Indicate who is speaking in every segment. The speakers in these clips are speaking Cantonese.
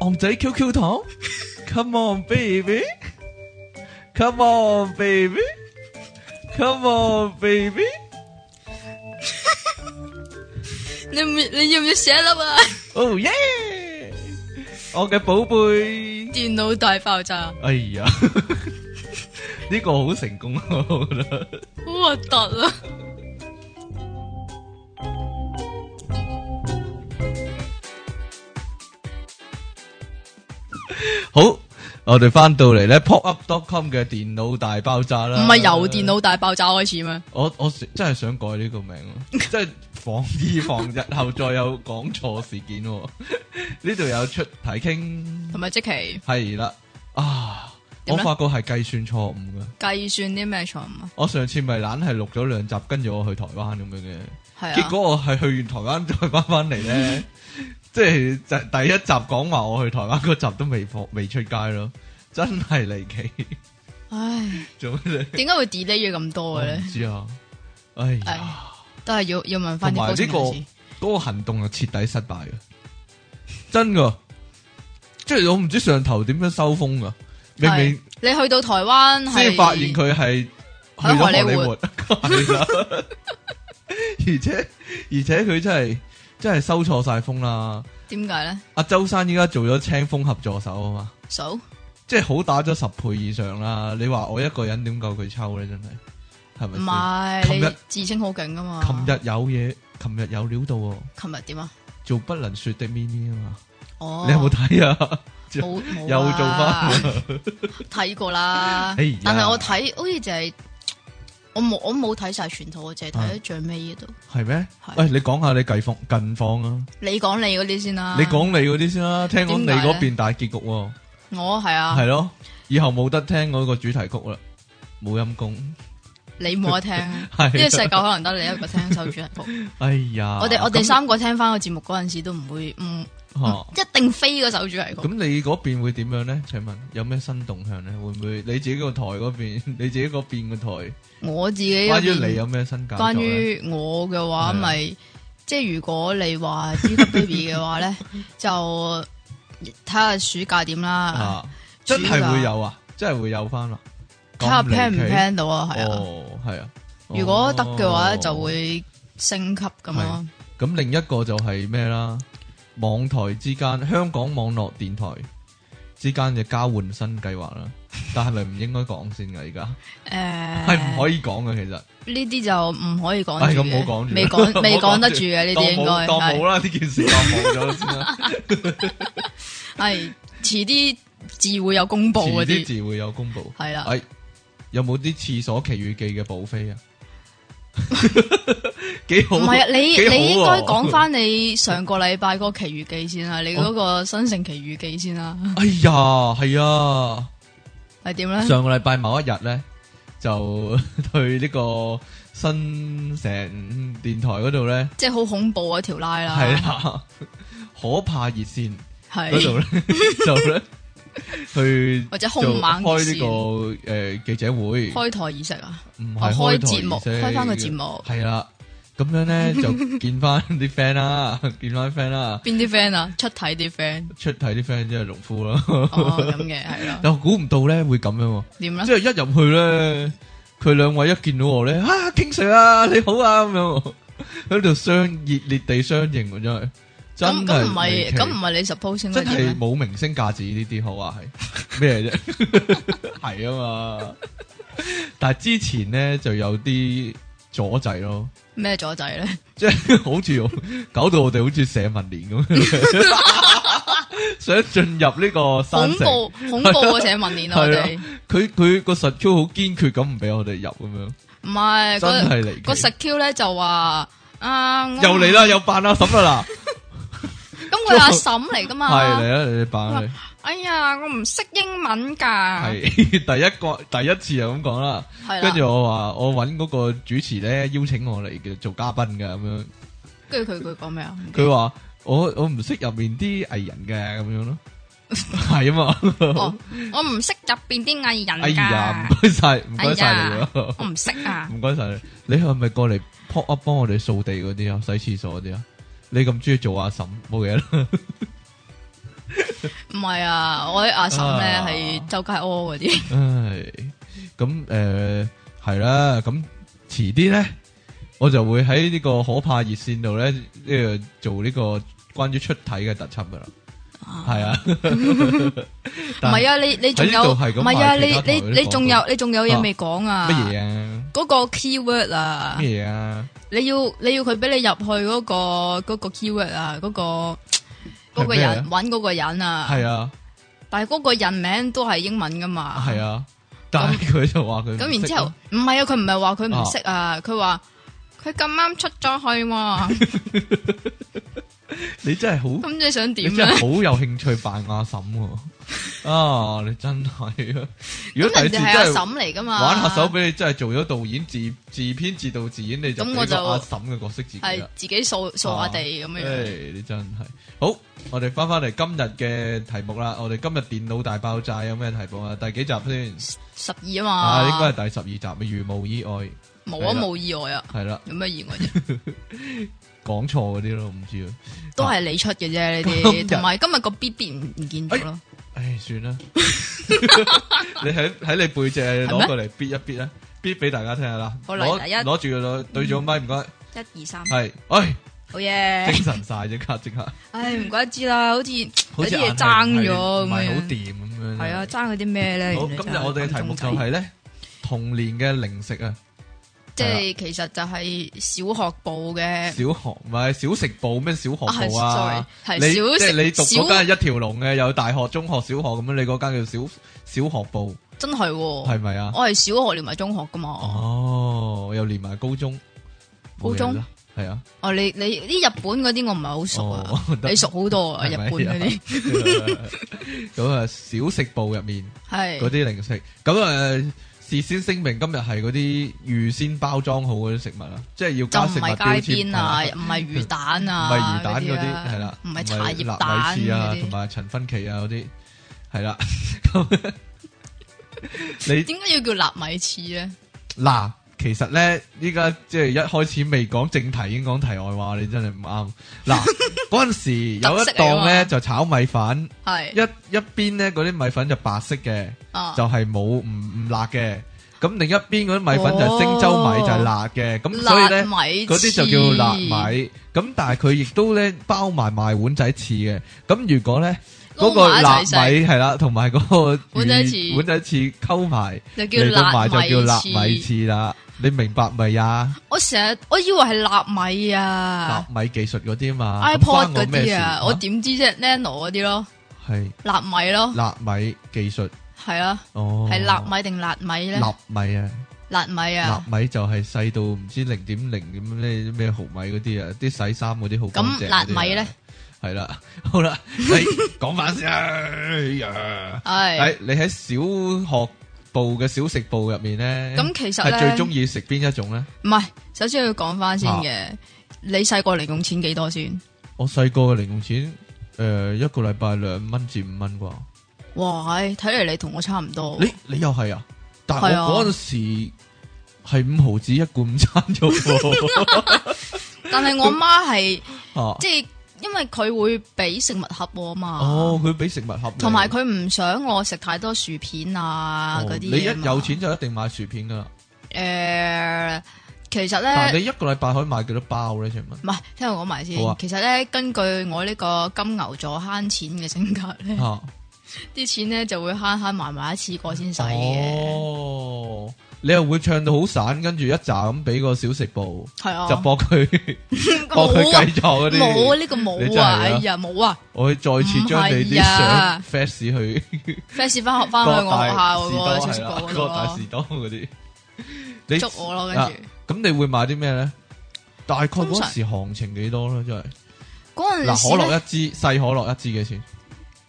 Speaker 1: 昂仔 QQ 糖，Come on baby，Come on baby，Come on baby，
Speaker 2: 你唔你要唔要寫粒啊？
Speaker 1: 哦耶！我嘅寶貝。
Speaker 2: 電腦大爆炸，
Speaker 1: 哎 呀，呢個好成 功啊！我覺得
Speaker 2: 好核突啊！
Speaker 1: 好，我哋翻到嚟咧 popup.com 嘅電腦大爆炸
Speaker 2: 唔
Speaker 1: 啦，
Speaker 2: 係由電腦大爆炸開始咩？
Speaker 1: 我我真係想改呢個名啊，即係防以防日後再有講錯事件喎。呢度有出題傾，
Speaker 2: 同埋即期
Speaker 1: 係啦啊，我
Speaker 2: 點咧
Speaker 1: 發覺係計算錯誤噶。
Speaker 2: 計算啲咩錯誤啊？
Speaker 1: 我上次咪懶係錄咗兩集，跟住我去台灣咁樣嘅。
Speaker 2: 係
Speaker 1: 結
Speaker 2: 啊，
Speaker 1: 果我係去完台灣再翻翻嚟 咧，即係就第一集講話我去台灣嗰集都未放未出街咯，真係離奇。
Speaker 2: 唉，
Speaker 1: 做咩咧？
Speaker 2: 點解會 delay 咗咁多
Speaker 1: 我
Speaker 2: 嘅咧
Speaker 1: 唔？知啊，哎
Speaker 2: 唉
Speaker 1: 呀，
Speaker 2: 都係要要問
Speaker 1: 同
Speaker 2: 翻
Speaker 1: 埋呢
Speaker 2: 啲
Speaker 1: 個
Speaker 2: 高層
Speaker 1: 嗰個行動啊徹底失敗嘅，真噶，即係我唔知上頭點樣收風噶，明
Speaker 2: 人士
Speaker 1: 明
Speaker 2: 係你去到台灣
Speaker 1: 先
Speaker 2: 係
Speaker 1: 發現佢係去咗荷里活，係啦 而且而且佢真係真係收錯晒風啦。
Speaker 2: 點解咧？
Speaker 1: 阿周生依家做咗青峰合助手啊嘛，
Speaker 2: 數
Speaker 1: 即係好打咗十倍以上啦。你話我一個人點夠佢抽咧？真係係
Speaker 2: 唔
Speaker 1: 咪琴
Speaker 2: 係
Speaker 1: 日
Speaker 2: 你自稱好勁噶嘛？
Speaker 1: 先？琴日有嘢，琴日有料到喎，
Speaker 2: 琴日點啊？
Speaker 1: 做不能說的咪咪啊嘛，
Speaker 2: 哦，
Speaker 1: 你有冇睇啊？
Speaker 2: 冇冇啊
Speaker 1: 又做翻
Speaker 2: 睇過啦
Speaker 1: 哎呀，
Speaker 2: 但係我睇好似就係我冇我冇睇晒全套，我淨係睇咗最尾嗰度。
Speaker 1: 係咩？
Speaker 2: 係
Speaker 1: 喂，你講下你近況近況啊？
Speaker 2: 你講你嗰啲先啦，
Speaker 1: 你講你嗰啲先啦，聽講你
Speaker 2: 啊點解咧
Speaker 1: 嗰邊大結局喎，
Speaker 2: 我係啊，
Speaker 1: 係咯，以後冇得聽嗰個主題曲啦，冇陰功，
Speaker 2: 你冇得聽，
Speaker 1: 係
Speaker 2: 因為世界可能得你 一個聽首主題曲。
Speaker 1: 哎呀，
Speaker 2: 我哋我哋
Speaker 1: 咁哦
Speaker 2: 三個聽翻個節目嗰陣時都唔會唔
Speaker 1: 嚇
Speaker 2: 一定飛嗰首主題曲
Speaker 1: 咁。你嗰邊會點樣咧？請問有咩新動向咧？會唔會你自己個台嗰邊， 你自己嗰邊個台，
Speaker 2: 我自己嗰
Speaker 1: 關於
Speaker 2: 邊
Speaker 1: 你有咩新搞作
Speaker 2: 關
Speaker 1: 呢
Speaker 2: 於我嘅
Speaker 1: 係啊
Speaker 2: 話，咪即係如果你話 d i Baby 嘅話 咧，就睇下暑假點啦，
Speaker 1: 啊，真係會有啊，真係會有翻啦。
Speaker 2: 睇下
Speaker 1: 咁
Speaker 2: plan 唔
Speaker 1: 離奇
Speaker 2: plan 到啊，係啊。
Speaker 1: 哦，係啊。
Speaker 2: 如果得嘅話，
Speaker 1: 哦
Speaker 2: 就會升級咁咯。
Speaker 1: 咁。另一個就係咩啦？網台之間，香港網絡電台之間嘅交換新計劃啦，但係咪唔應該講先㗎？而家
Speaker 2: 誒，
Speaker 1: 係唔可以講嘅，其實。
Speaker 2: 呢啲就唔可以講
Speaker 1: 唉，
Speaker 2: 住
Speaker 1: 咁
Speaker 2: 嘅
Speaker 1: 冇講住，
Speaker 2: 未講未
Speaker 1: 冇
Speaker 2: 講得
Speaker 1: 住
Speaker 2: 住嘅呢
Speaker 1: 當
Speaker 2: 啲應
Speaker 1: 冇
Speaker 2: 該
Speaker 1: 當冇
Speaker 2: 係
Speaker 1: 啦，呢件事當冇咗先 啦。
Speaker 2: 係遲啲自會有公佈嗰
Speaker 1: 遲啲
Speaker 2: 啲，
Speaker 1: 字會有公布。
Speaker 2: 係啦，
Speaker 1: 哎，有冇啲廁所奇遇記嘅補飛啊？ 幾好，
Speaker 2: 唔係啊，你
Speaker 1: 幾好喎
Speaker 2: 你應該講翻你上個禮拜嗰個奇遇記先啦，你嗰個新城奇遇記先啦，
Speaker 1: 哎呀，係啊，
Speaker 2: 係點咧？
Speaker 1: 上個禮拜某一日咧，就 去呢個新城電台嗰度咧，
Speaker 2: 即係好恐怖嗰啊條拉
Speaker 1: 係
Speaker 2: 啦，
Speaker 1: 啦， 可怕熱線嗰度
Speaker 2: 係
Speaker 1: 咧， 就咧去
Speaker 2: 或者
Speaker 1: 就
Speaker 2: 兇猛熱
Speaker 1: 開
Speaker 2: 線
Speaker 1: 呢個誒記者會。
Speaker 2: 開台儀式啊，
Speaker 1: 唔
Speaker 2: 哦
Speaker 1: 係
Speaker 2: 開
Speaker 1: 台
Speaker 2: 節目
Speaker 1: 儀式
Speaker 2: 開返個節目
Speaker 1: 係啦。咁樣 咧就見翻啲 friend 啦， 見翻 friend 啦，
Speaker 2: 邊啲 friend 啊？出體啲 friend
Speaker 1: 出體啲 friend 即係農夫啦。
Speaker 2: 哦咁嘅係啦，
Speaker 1: 又估唔到咧會咁樣喎，
Speaker 2: 點咧
Speaker 1: 即？係一入去咧，佢兩位一見到我咧，啊 King Sir 啊，你好啊咁樣喎，喺度相熱烈地相迎喎，真係真係
Speaker 2: 咁咁唔
Speaker 1: 離
Speaker 2: 係
Speaker 1: 奇
Speaker 2: 咁唔係你 suppose 應
Speaker 1: 真
Speaker 2: 該點
Speaker 1: 係
Speaker 2: 咧？
Speaker 1: 冇明星價值呢啲好啊，係 咩啫？係啊嘛，但係之前咧就有啲阻滯咯。
Speaker 2: 咩阻滯咧？
Speaker 1: 即系好似我搞到我哋好似社民連咁 樣，想進入呢個山
Speaker 2: 恐
Speaker 1: 城，
Speaker 2: 怖恐怖嘅社民連啊！我哋
Speaker 1: 係佢佢個實 Q 好堅決咁唔俾我哋入咁樣，
Speaker 2: 唔係
Speaker 1: 真
Speaker 2: 個
Speaker 1: 係離奇。
Speaker 2: 個實 Q 咧就話啊，我
Speaker 1: 又嚟啦，又扮阿嬸啦
Speaker 2: 咁佢阿嬸嚟
Speaker 1: 嗱， 係
Speaker 2: 噶嘛？
Speaker 1: 嚟啦，你扮啦
Speaker 2: 哎呀，我唔識英文㗎，
Speaker 1: 你，係 第一個第一次就咁講啦。
Speaker 2: 係啦
Speaker 1: 跟，住我話我揾嗰個主持咧邀請我嚟嘅做嘉賓嘅咁樣，
Speaker 2: 跟住佢佢講咩啊？
Speaker 1: 佢話我我唔識入面啲藝人嘅咁樣咯， 係啊嘛。
Speaker 2: 哦，我唔識入邊啲藝
Speaker 1: 哎
Speaker 2: 人
Speaker 1: 呀，
Speaker 2: 㗎
Speaker 1: 唔。該晒，唔該晒你
Speaker 2: 哎呀
Speaker 1: 喎，
Speaker 2: 我唔識啊，
Speaker 1: 唔該晒你。你係咪過嚟 pop up 幫我哋掃地嗰啲啊，洗廁所嗰啲啊？你咁中意做阿嬸，冇嘢啦。
Speaker 2: 唔係啊，我啲阿嬸咧
Speaker 1: 啊
Speaker 2: 係周街屙嗰啲，
Speaker 1: 唉，咁诶系啦，咁遲啲咧，我就會喺呢個可怕熱線度咧，呢、個做呢個關於出體嘅特輯噶啦。係啊，
Speaker 2: 唔係啊，你你仲有
Speaker 1: 喺呢度係咁
Speaker 2: 唔係啊，
Speaker 1: 賣其
Speaker 2: 你
Speaker 1: 他台
Speaker 2: 你
Speaker 1: 嗰啲
Speaker 2: 你仲
Speaker 1: 廣
Speaker 2: 有你仲有嘢未講啊？
Speaker 1: 乜嘢啊？
Speaker 2: 嗰個 keyword 啊
Speaker 1: 乜，嘢啊？
Speaker 2: 你要你要佢俾你入去嗰個嗰個 keyword 啊，嗰個嗰個
Speaker 1: 係咩啊
Speaker 2: 人揾嗰個人啊，
Speaker 1: 係啊，
Speaker 2: 但係嗰個人名都係英文噶嘛，
Speaker 1: 係啊，但係佢就話佢唔
Speaker 2: 咁
Speaker 1: 識
Speaker 2: 然之
Speaker 1: 啊
Speaker 2: 後，唔係啊，佢唔係話佢唔識啊，佢話佢咁啱出咗去 喎，
Speaker 1: 你真係好，
Speaker 2: 咁你想
Speaker 1: 你
Speaker 2: 點啊
Speaker 1: 真
Speaker 2: 咧
Speaker 1: 係？好有興趣扮阿嬸喎。啊，你真係 啊！如果
Speaker 2: 咁
Speaker 1: 第時
Speaker 2: 人哋
Speaker 1: 真
Speaker 2: 係阿
Speaker 1: 係
Speaker 2: 嬸啊嚟噶嘛，
Speaker 1: 玩下手俾你，真係做咗導演自自編自導自演，你就
Speaker 2: 咁
Speaker 1: 俾
Speaker 2: 我就
Speaker 1: 個阿嬸嘅角色自己啊
Speaker 2: 係
Speaker 1: 啦。
Speaker 2: 自己掃掃下
Speaker 1: 啊
Speaker 2: 地咁樣樣。
Speaker 1: 唉你真係好，我哋翻翻嚟今日嘅題目啦。我哋今日電腦大爆炸有咩題目啊？第幾集先？
Speaker 2: 十二
Speaker 1: 啊，
Speaker 2: 啊
Speaker 1: 應該
Speaker 2: 嘛，
Speaker 1: 係第十二集，如無意外
Speaker 2: 冇
Speaker 1: 係
Speaker 2: 啊
Speaker 1: 啦
Speaker 2: 冇意外啊，
Speaker 1: 係 啊啦，
Speaker 2: 有咩意外啫？
Speaker 1: 講錯嗰啲咯，唔知啊。
Speaker 2: 都係你出嘅啫呢
Speaker 1: 今日
Speaker 2: 啲，同埋今日個 B B 唔唔見咗咯，
Speaker 1: 唉，算啦。你喺喺你背脊
Speaker 2: 係
Speaker 1: 攞
Speaker 2: 咩
Speaker 1: 過嚟，逼一逼啦，逼俾大家聽下啦。
Speaker 2: 好嚟
Speaker 1: 攞
Speaker 2: 第一
Speaker 1: 攞住個對住個咪，唔該。
Speaker 2: 一二三，
Speaker 1: 係，唉，
Speaker 2: 好嘢
Speaker 1: 精，神晒即刻即 刻，
Speaker 2: 唉唔怪得知啦，好似
Speaker 1: 好
Speaker 2: 有
Speaker 1: 似
Speaker 2: 啲嘢
Speaker 1: 硬係
Speaker 2: 爭咗
Speaker 1: 唔
Speaker 2: 咁
Speaker 1: 係好
Speaker 2: 樣，
Speaker 1: 掂咁樣。
Speaker 2: 係啊爭嗰啲咩咧？
Speaker 1: 嗯好，
Speaker 2: 原來
Speaker 1: 今
Speaker 2: 真
Speaker 1: 日
Speaker 2: 係
Speaker 1: 我哋嘅題目就係咧童年嘅零食啊，
Speaker 2: 即係其實就係小學部嘅
Speaker 1: 小，學唔係小食部咩小學部啊
Speaker 2: 啊，係 sorry，係
Speaker 1: 你
Speaker 2: 小
Speaker 1: 即
Speaker 2: 食
Speaker 1: 係你讀
Speaker 2: 小
Speaker 1: 嗰間係一條龍嘅，有大學、中學、小學咁樣，你嗰間叫小小學部
Speaker 2: 真係喎，
Speaker 1: 係咪啊？
Speaker 2: 我係小學連埋中學噶嘛。
Speaker 1: 哦，又連埋高中，
Speaker 2: 高中
Speaker 1: 係啊，
Speaker 2: 哦，你你啲日本嗰啲我唔係好熟啊，
Speaker 1: 哦得
Speaker 2: 你熟好多啊，日
Speaker 1: 係咪
Speaker 2: 本嗰啲
Speaker 1: 咁啊，小食部入面嗰
Speaker 2: 係
Speaker 1: 啲零食，咁啊事先聲明，今日係嗰啲預先包裝好嗰啲食物啊，即係要
Speaker 2: 就
Speaker 1: 加
Speaker 2: 唔
Speaker 1: 食物標
Speaker 2: 係街邊
Speaker 1: 籤
Speaker 2: 啊，
Speaker 1: 係
Speaker 2: 唔係魚蛋
Speaker 1: 唔
Speaker 2: 啊，
Speaker 1: 係魚蛋嗰
Speaker 2: 啊
Speaker 1: 啲係啦，
Speaker 2: 唔係茶葉
Speaker 1: 納
Speaker 2: 蛋
Speaker 1: 米糍啊
Speaker 2: 嗰，
Speaker 1: 同
Speaker 2: 啲，
Speaker 1: 埋陳芬奇啊嗰啲係啦。 咁你
Speaker 2: 點解要叫納米糍咧？
Speaker 1: 嗱，其實咧依家即係一開始未講正題，已經講題外話，你真係唔啱。 嗱，嗰陣時有一
Speaker 2: 特色嚟㗎
Speaker 1: 檔
Speaker 2: 啊嘛
Speaker 1: 咧就炒米粉，
Speaker 2: 係
Speaker 1: 一一邊咧嗰啲米粉就白色嘅，
Speaker 2: 啊，
Speaker 1: 就係冇唔唔辣嘅。咁另一邊嗰啲米粉就係星洲米
Speaker 2: 哦
Speaker 1: 就係辣嘅，咁所以咧
Speaker 2: 納。米
Speaker 1: 嗰啲就叫辣米，咁但係佢亦都咧包埋賣碗仔翅嘅。咁如果咧嗰個
Speaker 2: 撈
Speaker 1: 辣
Speaker 2: 埋
Speaker 1: 米
Speaker 2: 一齊食
Speaker 1: 係啦，同埋嗰個
Speaker 2: 碗仔
Speaker 1: 魚
Speaker 2: 翅
Speaker 1: 碗仔翅溝埋
Speaker 2: 就叫
Speaker 1: 嚟到
Speaker 2: 辣
Speaker 1: 埋就叫辣米
Speaker 2: 糍。
Speaker 1: 翅啦。你明白未啊？
Speaker 2: 我成日我以為係納米
Speaker 1: 納
Speaker 2: 啊
Speaker 1: 米技術嗰啲嘛咁關
Speaker 2: ，iPod
Speaker 1: 我
Speaker 2: 嗰
Speaker 1: 咩事
Speaker 2: 啲啊，我點知啫？Nano 嗰啲咯，
Speaker 1: 係
Speaker 2: 納米咯，
Speaker 1: 納米技術
Speaker 2: 係啊，
Speaker 1: 哦，
Speaker 2: 係納米定辣米咧？
Speaker 1: 納米啊，
Speaker 2: 辣米
Speaker 1: 納
Speaker 2: 啊，
Speaker 1: 米就係細到唔知零點零點咩咩毫米嗰啲啊，啲洗衫嗰啲好乾淨
Speaker 2: 咁
Speaker 1: 嗰啲
Speaker 2: 辣
Speaker 1: 啊
Speaker 2: 米咧？
Speaker 1: 系啦，好 啦，你讲翻先啊！
Speaker 2: 係
Speaker 1: 系你喺小學部嘅小食部入面咧，
Speaker 2: 咁其實
Speaker 1: 係
Speaker 2: 咧，
Speaker 1: 最中意食邊一種咧？
Speaker 2: 唔係，首先要講翻先
Speaker 1: 啊
Speaker 2: 嘅，你細個零用錢幾多先？
Speaker 1: 我細個嘅零用錢，诶、一個禮拜兩蚊至五蚊啩。
Speaker 2: 哇，係睇嚟你同我差唔多喎。
Speaker 1: 你你又係啊？但係
Speaker 2: 係啊
Speaker 1: 我嗰阵时系五毫子一罐午餐肉 喎，
Speaker 2: 但係我媽係
Speaker 1: 啊
Speaker 2: 即係因為佢會俾食物盒我嘛，
Speaker 1: 哦，佢俾食物盒你，
Speaker 2: 同埋佢唔想我食太多薯片啊
Speaker 1: 哦
Speaker 2: 嗰啲。
Speaker 1: 你一有，錢就一定買薯片噶啦。
Speaker 2: 诶，其實
Speaker 1: 但係
Speaker 2: 咧。
Speaker 1: 你一個禮拜可以買幾多包咧？請問？
Speaker 2: 唔係，聽我講埋先
Speaker 1: 好啊。
Speaker 2: 其實咧，根據我呢個金牛座慳錢嘅性格咧，
Speaker 1: 啊
Speaker 2: 啲錢咧就會慳慳埋埋一次過先使嘅。
Speaker 1: 哦，你又會唱到好散，跟住一扎咁俾個小食部，
Speaker 2: 係
Speaker 1: 就
Speaker 2: 啊，
Speaker 1: 搏 佢搏佢
Speaker 2: 冇啊
Speaker 1: 計錯嗰
Speaker 2: 冇啊
Speaker 1: 啲。
Speaker 2: 呢個
Speaker 1: 你
Speaker 2: 冇
Speaker 1: 真係
Speaker 2: 啊！
Speaker 1: 啊
Speaker 2: 哎呀，冇啊！
Speaker 1: 我去再次將你啲
Speaker 2: 唔係啊
Speaker 1: 相 fax 去
Speaker 2: fans 翻學翻去
Speaker 1: 各
Speaker 2: 我學
Speaker 1: 大
Speaker 2: 校
Speaker 1: 士
Speaker 2: 嗰個
Speaker 1: 多
Speaker 2: 小
Speaker 1: 係
Speaker 2: 食部
Speaker 1: 啦，
Speaker 2: 嗰度
Speaker 1: 各大
Speaker 2: 咯
Speaker 1: 士多嗰 啲。你
Speaker 2: 捉我咯，
Speaker 1: 啊
Speaker 2: 跟住
Speaker 1: 咁你會買啲咩咧？大概
Speaker 2: 通
Speaker 1: 嗰
Speaker 2: 常
Speaker 1: 時行情幾多咧？真係
Speaker 2: 嗰陣時
Speaker 1: 嗱，可
Speaker 2: 咧，
Speaker 1: 樂一支，細可樂一支幾錢？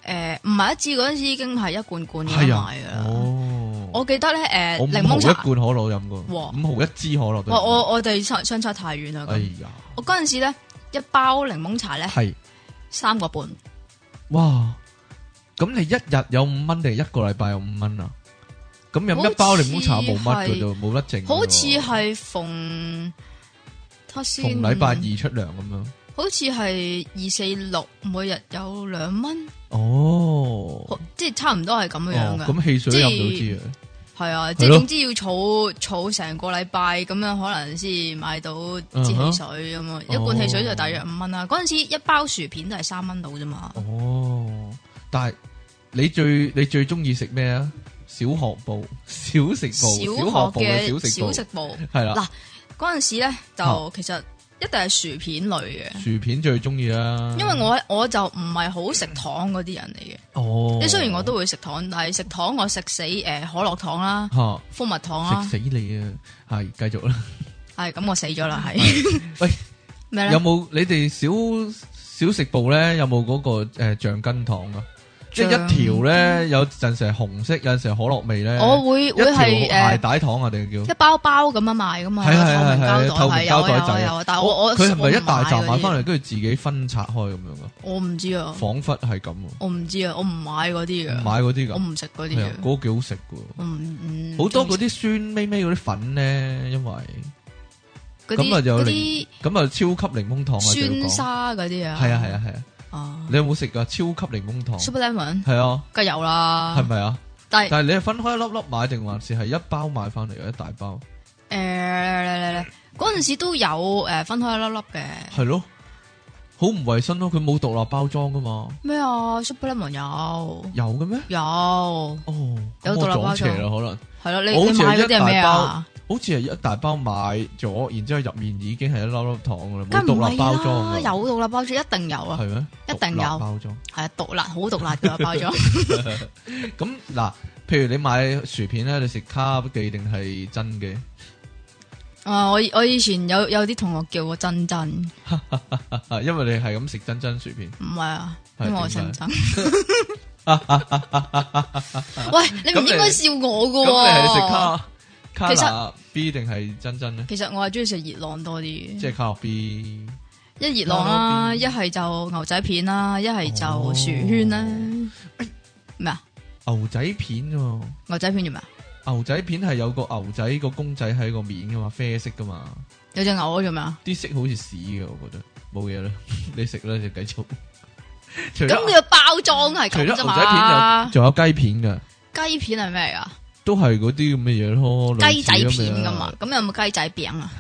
Speaker 2: 誒唔係一支嗰陣時已經係一罐罐咁
Speaker 1: 係啊
Speaker 2: 賣，噶啦。
Speaker 1: 哦，
Speaker 2: 我記得咧誒
Speaker 1: 我五
Speaker 2: 檸
Speaker 1: 毫
Speaker 2: 檬
Speaker 1: 一
Speaker 2: 茶，
Speaker 1: 罐可樂飲過，
Speaker 2: 哇
Speaker 1: 五毫一支可樂都
Speaker 2: 我
Speaker 1: 飲過。
Speaker 2: 我我哋相相差太遠啦。
Speaker 1: 嗯哎
Speaker 2: 咁
Speaker 1: 呀，
Speaker 2: 我嗰陣時咧一包檸檬茶咧
Speaker 1: 係。
Speaker 2: 三個半，
Speaker 1: 哇！咁你一日有五蚊定係一個禮拜有五蚊啊？咁飲
Speaker 2: 好
Speaker 1: 一包檸檬茶冇乜
Speaker 2: 似
Speaker 1: 嘅
Speaker 2: 係
Speaker 1: 啫，冇得剩㗎喎。
Speaker 2: 好似係逢睇先。
Speaker 1: 逢禮拜二出糧咁樣。
Speaker 2: 好似係二四六，每日有兩蚊，
Speaker 1: 哦，
Speaker 2: 好即係差唔多係咁樣樣
Speaker 1: 哦
Speaker 2: 噶。
Speaker 1: 咁汽水
Speaker 2: 即係
Speaker 1: 飲到知啊，
Speaker 2: 係啊，
Speaker 1: 係
Speaker 2: 即
Speaker 1: 咯
Speaker 2: 係總之要儲儲成個禮拜咁樣，可能先買到支汽
Speaker 1: 嗯
Speaker 2: 水咁啊！
Speaker 1: 哦
Speaker 2: 一罐汽水就大約五蚊啦。嗰陣時一包薯片都係三蚊到啫嘛。
Speaker 1: 哦，但係你最你最中意食咩啊？小學部、小食部、
Speaker 2: 小
Speaker 1: 小學部
Speaker 2: 嘅
Speaker 1: 小食
Speaker 2: 小
Speaker 1: 部，
Speaker 2: 食部
Speaker 1: 係啦，
Speaker 2: 嗰陣時咧，
Speaker 1: 啊嗯
Speaker 2: 就其實一定係薯片類嘅，
Speaker 1: 薯片最中意啦。
Speaker 2: 因為我我就唔係好食糖嗰啲人嚟嘅。
Speaker 1: 哦，
Speaker 2: 即係雖然我都會食糖，但係食糖我食死誒可樂糖啦、
Speaker 1: 吓。
Speaker 2: 蜂蜜糖啦
Speaker 1: 食，死你啊！系繼續啦。
Speaker 2: 係咁我死咗啦，係。
Speaker 1: 喂，
Speaker 2: 咩
Speaker 1: 有
Speaker 2: 咧？
Speaker 1: 冇你哋小小食部咧？有冇嗰、個诶橡筋糖啊？即係
Speaker 2: 橡
Speaker 1: 一條咧，有陣時係紅色，有陣時係可樂味咧。
Speaker 2: 我
Speaker 1: 呃
Speaker 2: 會
Speaker 1: 一
Speaker 2: 會
Speaker 1: 條
Speaker 2: 係誒
Speaker 1: 鞋帶糖啊，定係
Speaker 2: 一
Speaker 1: 叫
Speaker 2: 包包咁樣賣噶嘛，
Speaker 1: 係係係啊係
Speaker 2: 透
Speaker 1: 透
Speaker 2: 明
Speaker 1: 明
Speaker 2: 膠
Speaker 1: 膠袋
Speaker 2: 袋係有啊
Speaker 1: 仔
Speaker 2: 有有，但係我我
Speaker 1: 佢係咪一大扎買
Speaker 2: 買
Speaker 1: 翻
Speaker 2: 嚟？
Speaker 1: 嚟，跟住自己分拆開咁樣啊？
Speaker 2: 我唔知啊，
Speaker 1: 彷彿係咁啊，
Speaker 2: 我唔知啊，我唔買嗰
Speaker 1: 唔
Speaker 2: 啲嘅，
Speaker 1: 買嗰啲
Speaker 2: 我
Speaker 1: 咁，
Speaker 2: 唔食嗰啲嗯
Speaker 1: 係啊
Speaker 2: 嘅，
Speaker 1: 嗰個幾好食噶。
Speaker 2: 我唔唔
Speaker 1: 好多嗰啲酸味味嗰啲粉咧，因為
Speaker 2: 嗰
Speaker 1: 咁啊
Speaker 2: 啲
Speaker 1: 有
Speaker 2: 嗰
Speaker 1: 檸
Speaker 2: 啲
Speaker 1: 咁啊超級檸檬糖啊，
Speaker 2: 酸
Speaker 1: 係
Speaker 2: 沙嗰啲啊，
Speaker 1: 係啊係啊係啊，
Speaker 2: 啊
Speaker 1: 你有冇食噶超級檸檬糖？
Speaker 2: ，Super Lemon
Speaker 1: 係啊，
Speaker 2: 梗係有啦，
Speaker 1: 係咪啊？
Speaker 2: 但係
Speaker 1: 但係你係分開一粒粒買定還是係一包買翻嚟嘅一大包？
Speaker 2: 誒嚟嚟嚟嗰陣時都有誒分開一粒粒嘅，
Speaker 1: 係咯，好唔衞生咯，佢冇獨立包裝噶嘛？
Speaker 2: 咩啊，Super Lemon 有
Speaker 1: 有嘅咩？
Speaker 2: 有，
Speaker 1: 哦，
Speaker 2: 有
Speaker 1: 咁
Speaker 2: 獨
Speaker 1: 我
Speaker 2: 立包
Speaker 1: 撞
Speaker 2: 裝
Speaker 1: 邪啦，可能
Speaker 2: 係咯，你
Speaker 1: 我好
Speaker 2: 你
Speaker 1: 似
Speaker 2: 買
Speaker 1: 係
Speaker 2: 嗰啲係咩啊？
Speaker 1: 好似係一大包買咗，然之後入面已經係一粒粒糖噶啦，
Speaker 2: 梗
Speaker 1: 冇
Speaker 2: 唔
Speaker 1: 獨立包
Speaker 2: 係
Speaker 1: 裝啊
Speaker 2: 啦，
Speaker 1: 㗎
Speaker 2: 有獨立包裝一定有啊。
Speaker 1: 係咩？
Speaker 2: 一定有
Speaker 1: 獨立包裝。
Speaker 2: 系啊，独立好獨立嘅包 裝，
Speaker 1: 咁嗱，譬如你買薯片咧，你食卡記定係真嘅？
Speaker 2: 啊，我我以前有有啲同學叫我珍珍，唔
Speaker 1: 因為你係咁食真真薯片。
Speaker 2: 係啊，
Speaker 1: 係
Speaker 2: 因為我
Speaker 1: 點
Speaker 2: 姓
Speaker 1: 解
Speaker 2: 曾。 喂，你唔應該笑我
Speaker 1: 咁
Speaker 2: 噶
Speaker 1: 你係食
Speaker 2: 喎。
Speaker 1: 卡卡
Speaker 2: 其實
Speaker 1: 拿 B 定係真真咧？
Speaker 2: 其實我係中意食熱浪多啲
Speaker 1: 即
Speaker 2: 嘅，
Speaker 1: 係卡拿 B。
Speaker 2: 一熱浪啦，
Speaker 1: 邊
Speaker 2: 一係就牛仔片啦，一係就薯圈啦。
Speaker 1: 哦
Speaker 2: 咩啊？
Speaker 1: 牛仔片喎，
Speaker 2: 牛仔片做咩啊？
Speaker 1: 牛仔片係有個牛仔個公仔喺個面噶嘛，啡色噶嘛，
Speaker 2: 有隻牛嗰做咩啊？
Speaker 1: 啲色好似屎嘅，我覺得冇嘢啦， 你食啦，你繼續。 除
Speaker 2: 咁啊
Speaker 1: 咗
Speaker 2: 佢嘅包裝係
Speaker 1: 除咗
Speaker 2: 咁啫
Speaker 1: 牛仔
Speaker 2: 嘛
Speaker 1: 片，。仲有雞片噶，
Speaker 2: 雞片係咩嚟噶？
Speaker 1: 都係嗰啲咁嘅嘢咯，
Speaker 2: 雞仔片
Speaker 1: 噶
Speaker 2: 噶嘛？。咁有冇雞仔餅 啊？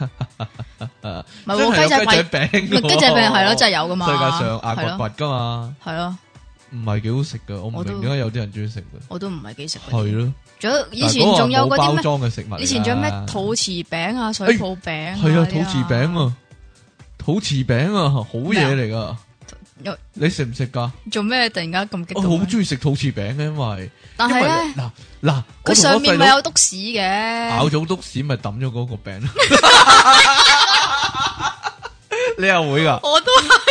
Speaker 1: 誒，
Speaker 2: 唔
Speaker 1: 真
Speaker 2: 係喎，
Speaker 1: 係有
Speaker 2: 雞仔
Speaker 1: 雞
Speaker 2: 餅，
Speaker 1: 仔餅
Speaker 2: 咪
Speaker 1: 㗎喎，
Speaker 2: 雞仔餅係咯，真係有噶嘛？
Speaker 1: 世界上
Speaker 2: 係
Speaker 1: 牙骨
Speaker 2: 咯
Speaker 1: 骨噶嘛，
Speaker 2: 系咯，
Speaker 1: 唔係幾好食噶，我唔
Speaker 2: 我都
Speaker 1: 明點解有啲人中意食嘅。
Speaker 2: 我都唔係幾食嗰啲。
Speaker 1: 係咯，
Speaker 2: 仲有以前
Speaker 1: 但係嗰個
Speaker 2: 仲有嗰
Speaker 1: 冇包
Speaker 2: 啲
Speaker 1: 裝嘅食物嚟㗎，
Speaker 2: 咩？以前仲有咩肚臍餅啊、水泡餅啊
Speaker 1: 系
Speaker 2: 嗰啲
Speaker 1: 啊，
Speaker 2: 啊、
Speaker 1: 土瓷餅啊，土瓷餅啊，好嘢嚟噶
Speaker 2: 有。
Speaker 1: 你食唔食噶？
Speaker 2: 做咩突然間咁激
Speaker 1: 我
Speaker 2: 動
Speaker 1: 哦好
Speaker 2: 啊？
Speaker 1: 中意食土瓷餅嘅，因為
Speaker 2: 但
Speaker 1: 因
Speaker 2: 係
Speaker 1: 為
Speaker 2: 咧，
Speaker 1: 嗱嗱，我
Speaker 2: 佢
Speaker 1: 同
Speaker 2: 上
Speaker 1: 我
Speaker 2: 面
Speaker 1: 細
Speaker 2: 咪
Speaker 1: 佬
Speaker 2: 有篤屎
Speaker 1: 咬
Speaker 2: 嘅，
Speaker 1: 咗督屎，咪抌咗嗰個 餅。你又會噶？
Speaker 2: 我都。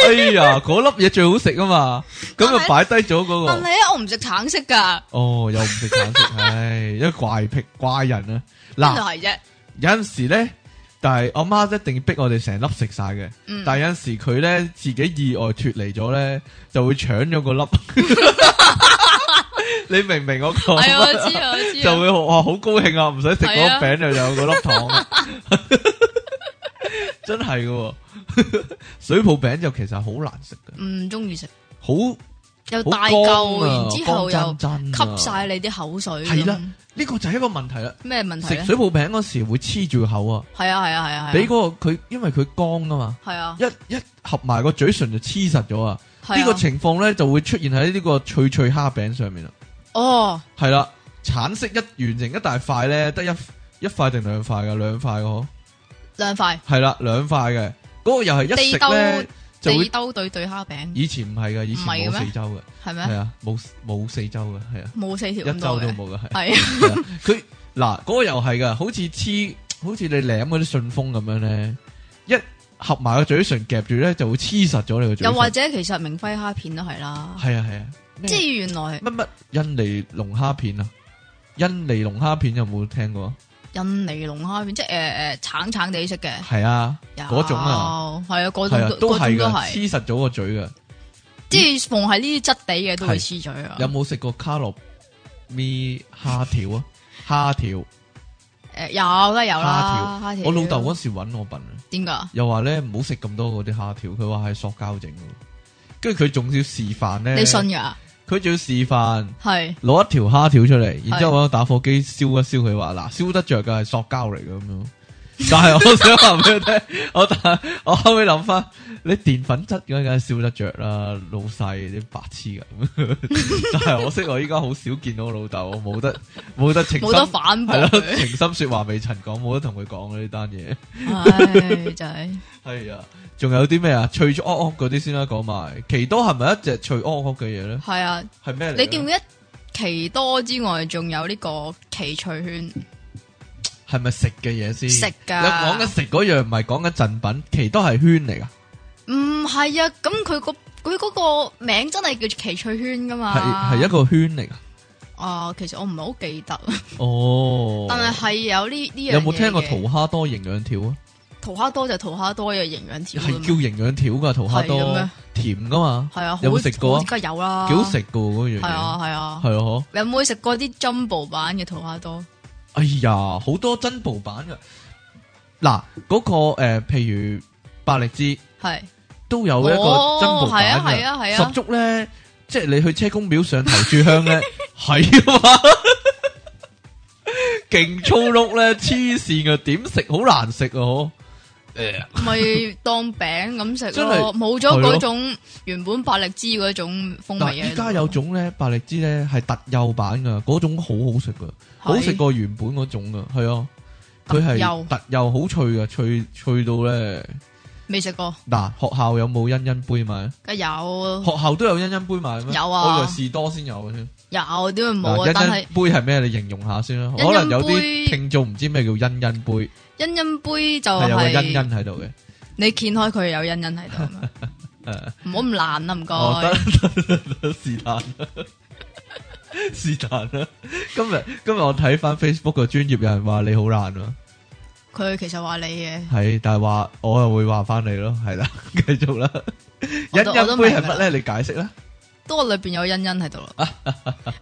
Speaker 1: 哎呀，嗰粒嘢最好食啊嘛，咁
Speaker 2: 但係
Speaker 1: 就擺低咗嗰
Speaker 2: 但係
Speaker 1: 個。
Speaker 2: 咧，啊我唔食橙色㗎，
Speaker 1: 哦，又唔食橙色，唉，一怪癖怪人啊！
Speaker 2: 邊
Speaker 1: 嗱
Speaker 2: 度。係啫？
Speaker 1: 有阵时咧，但系我媽一定逼我哋成粒食晒嘅。
Speaker 2: 嗯
Speaker 1: 但系有阵时佢咧自己意外脱離咗咧，就會搶咗 個粒。你明唔明我講
Speaker 2: 係啊我
Speaker 1: 乜？
Speaker 2: 知啊，我知
Speaker 1: 就
Speaker 2: 啊。
Speaker 1: 會哇好高興啊！唔使食嗰
Speaker 2: 係啊
Speaker 1: 個餅就有嗰粒糖，啊 真係嘅喎。 水泡餅就其實好難食嘅，
Speaker 2: 唔中嗯意食，
Speaker 1: 好
Speaker 2: 又
Speaker 1: 好
Speaker 2: 大嚿，然之後
Speaker 1: 後
Speaker 2: 又
Speaker 1: 真啊
Speaker 2: 吸晒你啲口水。
Speaker 1: 係啦，呢個就係一個問題啦。
Speaker 2: 咩問題啊
Speaker 1: 食
Speaker 2: 咧？
Speaker 1: 水泡餅嗰時會黐住口啊。
Speaker 2: 係啊係啊係啊
Speaker 1: 俾
Speaker 2: 係啊，
Speaker 1: 嗰個佢，因為佢乾啊嘛，
Speaker 2: 係啊
Speaker 1: 一一合埋個嘴唇就黐實咗啊！
Speaker 2: 係啊。
Speaker 1: 呢個情況咧就會出現喺呢個脆脆蝦餅上面啦。
Speaker 2: 哦，
Speaker 1: 係啦，橙色一完成一大塊咧，得一一塊定兩塊噶，兩塊嘅嗬。
Speaker 2: 兩塊
Speaker 1: 係啦，兩塊嘅，嗰個又係一食
Speaker 2: 地兜
Speaker 1: 咧就
Speaker 2: 地
Speaker 1: 會。
Speaker 2: 兜對對蝦餅
Speaker 1: 以前唔係噶，以前
Speaker 2: 唔係嘅
Speaker 1: 冇
Speaker 2: 咩
Speaker 1: 四周嘅，
Speaker 2: 係
Speaker 1: 係
Speaker 2: 咪？
Speaker 1: 啊，冇冇四周嘅，係啊，
Speaker 2: 冇四條
Speaker 1: 一周
Speaker 2: 咁多
Speaker 1: 都
Speaker 2: 嘅，
Speaker 1: 冇嘅，係。
Speaker 2: 係啊。
Speaker 1: 係啊佢嗱嗰個又係噶，好似黐，好似你舐嗰啲信封咁樣咧，一合埋個嘴唇夾住咧，就會黐實咗你個嘴唇。
Speaker 2: 又或者其實明輝蝦片都係啦，
Speaker 1: 係啊係啊，
Speaker 2: 即係原來
Speaker 1: 乜乜印尼龍蝦片啊，印尼龍蝦片有冇聽過？
Speaker 2: 印尼龍蝦片，即係誒誒橙橙地色嘅，
Speaker 1: 係啊，
Speaker 2: 有
Speaker 1: 嗰種啊，，
Speaker 2: 係啊，嗰
Speaker 1: 係啊
Speaker 2: 種，
Speaker 1: 都
Speaker 2: 嗰種
Speaker 1: 係
Speaker 2: 都
Speaker 1: 噶，
Speaker 2: 係，啊
Speaker 1: 黐實咗個嘴噶。
Speaker 2: 即係逢係呢啲質地嘅都會黐嘴啊
Speaker 1: 有。冇食過卡洛咪蝦條啊？蝦條
Speaker 2: 诶，有啦有啦，
Speaker 1: 蝦
Speaker 2: 蝦條
Speaker 1: 我老豆嗰時揾我笨啊，
Speaker 2: 點㗎？
Speaker 1: 又話咧唔好食咁多嗰啲蝦條，佢話係塑膠整嘅，跟住佢仲要示範咧，
Speaker 2: 你信㗎？
Speaker 1: 佢仲要示範
Speaker 2: 係
Speaker 1: 攞一條蝦條出嚟，然之後揾個打火機燒一燒佢，話嗱燒得着㗎係塑膠嚟嘅咁樣。但係我想話俾佢 聽，我但我後尾諗翻，你澱粉質梗係燒得着啦，老細啲白痴㗎。 但係我識我依家好少見到我老豆，我冇得冇得情深
Speaker 2: 冇得反
Speaker 1: 係
Speaker 2: 駁
Speaker 1: 咯，
Speaker 2: 佢，
Speaker 1: 情深说話未曾講，冇得同佢講呢單嘢。
Speaker 2: 唉，就係
Speaker 1: 係啊，仲有啲咩啊？脆咗惡惡嗰啲先啦，講埋。奇多係咪一隻脆惡惡嘅嘢咧？
Speaker 2: 係啊！
Speaker 1: 係咩嚟
Speaker 2: 你
Speaker 1: 咧？
Speaker 2: 記唔記得奇多之外，仲有呢個奇趣圈？
Speaker 1: 係咪食嘅嘢先？
Speaker 2: 食㗎
Speaker 1: 你講緊食嗰樣，唔係講緊贈品，奇多係圈嚟㗎。
Speaker 2: 唔係啊，咁佢個佢嗰個名真係叫奇趣圈㗎
Speaker 1: 係
Speaker 2: 嘛？
Speaker 1: 係一個圈嚟㗎。
Speaker 2: 啊，其實我唔係好記得，
Speaker 1: 哦，
Speaker 2: 但係係有呢呢樣
Speaker 1: 有冇
Speaker 2: 嘢
Speaker 1: 聽過啊
Speaker 2: 嘅
Speaker 1: 桃蝦多營養條啊？
Speaker 2: 桃蝦多就桃蝦多嘅營養條
Speaker 1: 係
Speaker 2: 㗎
Speaker 1: 叫
Speaker 2: 嘛，
Speaker 1: 營養條㗎，桃蝦
Speaker 2: 係嘅咩
Speaker 1: 多甜㗎嘛，
Speaker 2: 係啊，
Speaker 1: 有冇
Speaker 2: 好
Speaker 1: 食過啊
Speaker 2: 好梗係有啦，
Speaker 1: 幾好食㗎喎嗰樣
Speaker 2: 係啊
Speaker 1: 嘢。
Speaker 2: 係啊，
Speaker 1: 係咯，嗬
Speaker 2: 你有冇食過啲 Jumbo 版嘅桃蝦多？
Speaker 1: 哎呀，好多珍寶版㗎。嗱，嗰個誒，譬如百力滋。
Speaker 2: 係
Speaker 1: 都有一個
Speaker 2: 哦
Speaker 1: 珍寶版嘅
Speaker 2: 係啊係啊係啊
Speaker 1: 十足咧，即係你去車公廟上頭炷香咧，係啊嘛， 勁粗碌咧，黐線嘅，點食好難食啊！嗬，
Speaker 2: 啊
Speaker 1: 誒，
Speaker 2: 咪當餅咁食
Speaker 1: 真係
Speaker 2: 咯，冇咗
Speaker 1: 係咯
Speaker 2: 嗰種原本百力滋嗰種風
Speaker 1: 但
Speaker 2: 味嘅。
Speaker 1: 依家有種咧，百力滋咧係特幼版噶，嗰種好好食噶，好食過原本嗰種噶，係啊，佢
Speaker 2: 特
Speaker 1: 係
Speaker 2: 幼
Speaker 1: 特幼好脆噶，脆脆到咧，
Speaker 2: 未食過，
Speaker 1: 嗱，學校有冇欣欣杯買？啊
Speaker 2: 梗係 有
Speaker 1: 學校都有欣欣杯買咩？
Speaker 2: 哦有啊
Speaker 1: 我以為士多先有嘅添。
Speaker 2: 有點會冇
Speaker 1: 嗱，
Speaker 2: 啊？但
Speaker 1: 欣
Speaker 2: 係
Speaker 1: 欣杯係咩？你形容下先啦。
Speaker 2: 欣欣
Speaker 1: 可能有
Speaker 2: 杯
Speaker 1: 啲聽眾唔知咩叫欣欣杯，
Speaker 2: 欣欣杯就
Speaker 1: 係有個欣欣
Speaker 2: 係
Speaker 1: 喺度嘅。
Speaker 2: 你掀開佢有欣欣喺度啊 嘛，唔好咁爛啦，唔
Speaker 1: 哦，
Speaker 2: 該。
Speaker 1: 得得得得，是但啦，是但啦。今日今日我睇翻 Facebook 個專業，有人話你好爛啊，
Speaker 2: 佢其實話你嘅，
Speaker 1: 係，但係話我又會話翻你咯，係啦，繼續啦。
Speaker 2: 我
Speaker 1: 欣
Speaker 2: 都
Speaker 1: 欣
Speaker 2: 我都
Speaker 1: 杯係
Speaker 2: 明㗎
Speaker 1: 乜咧？你解釋啦。
Speaker 2: 都裏邊有欣欣喺度 啦。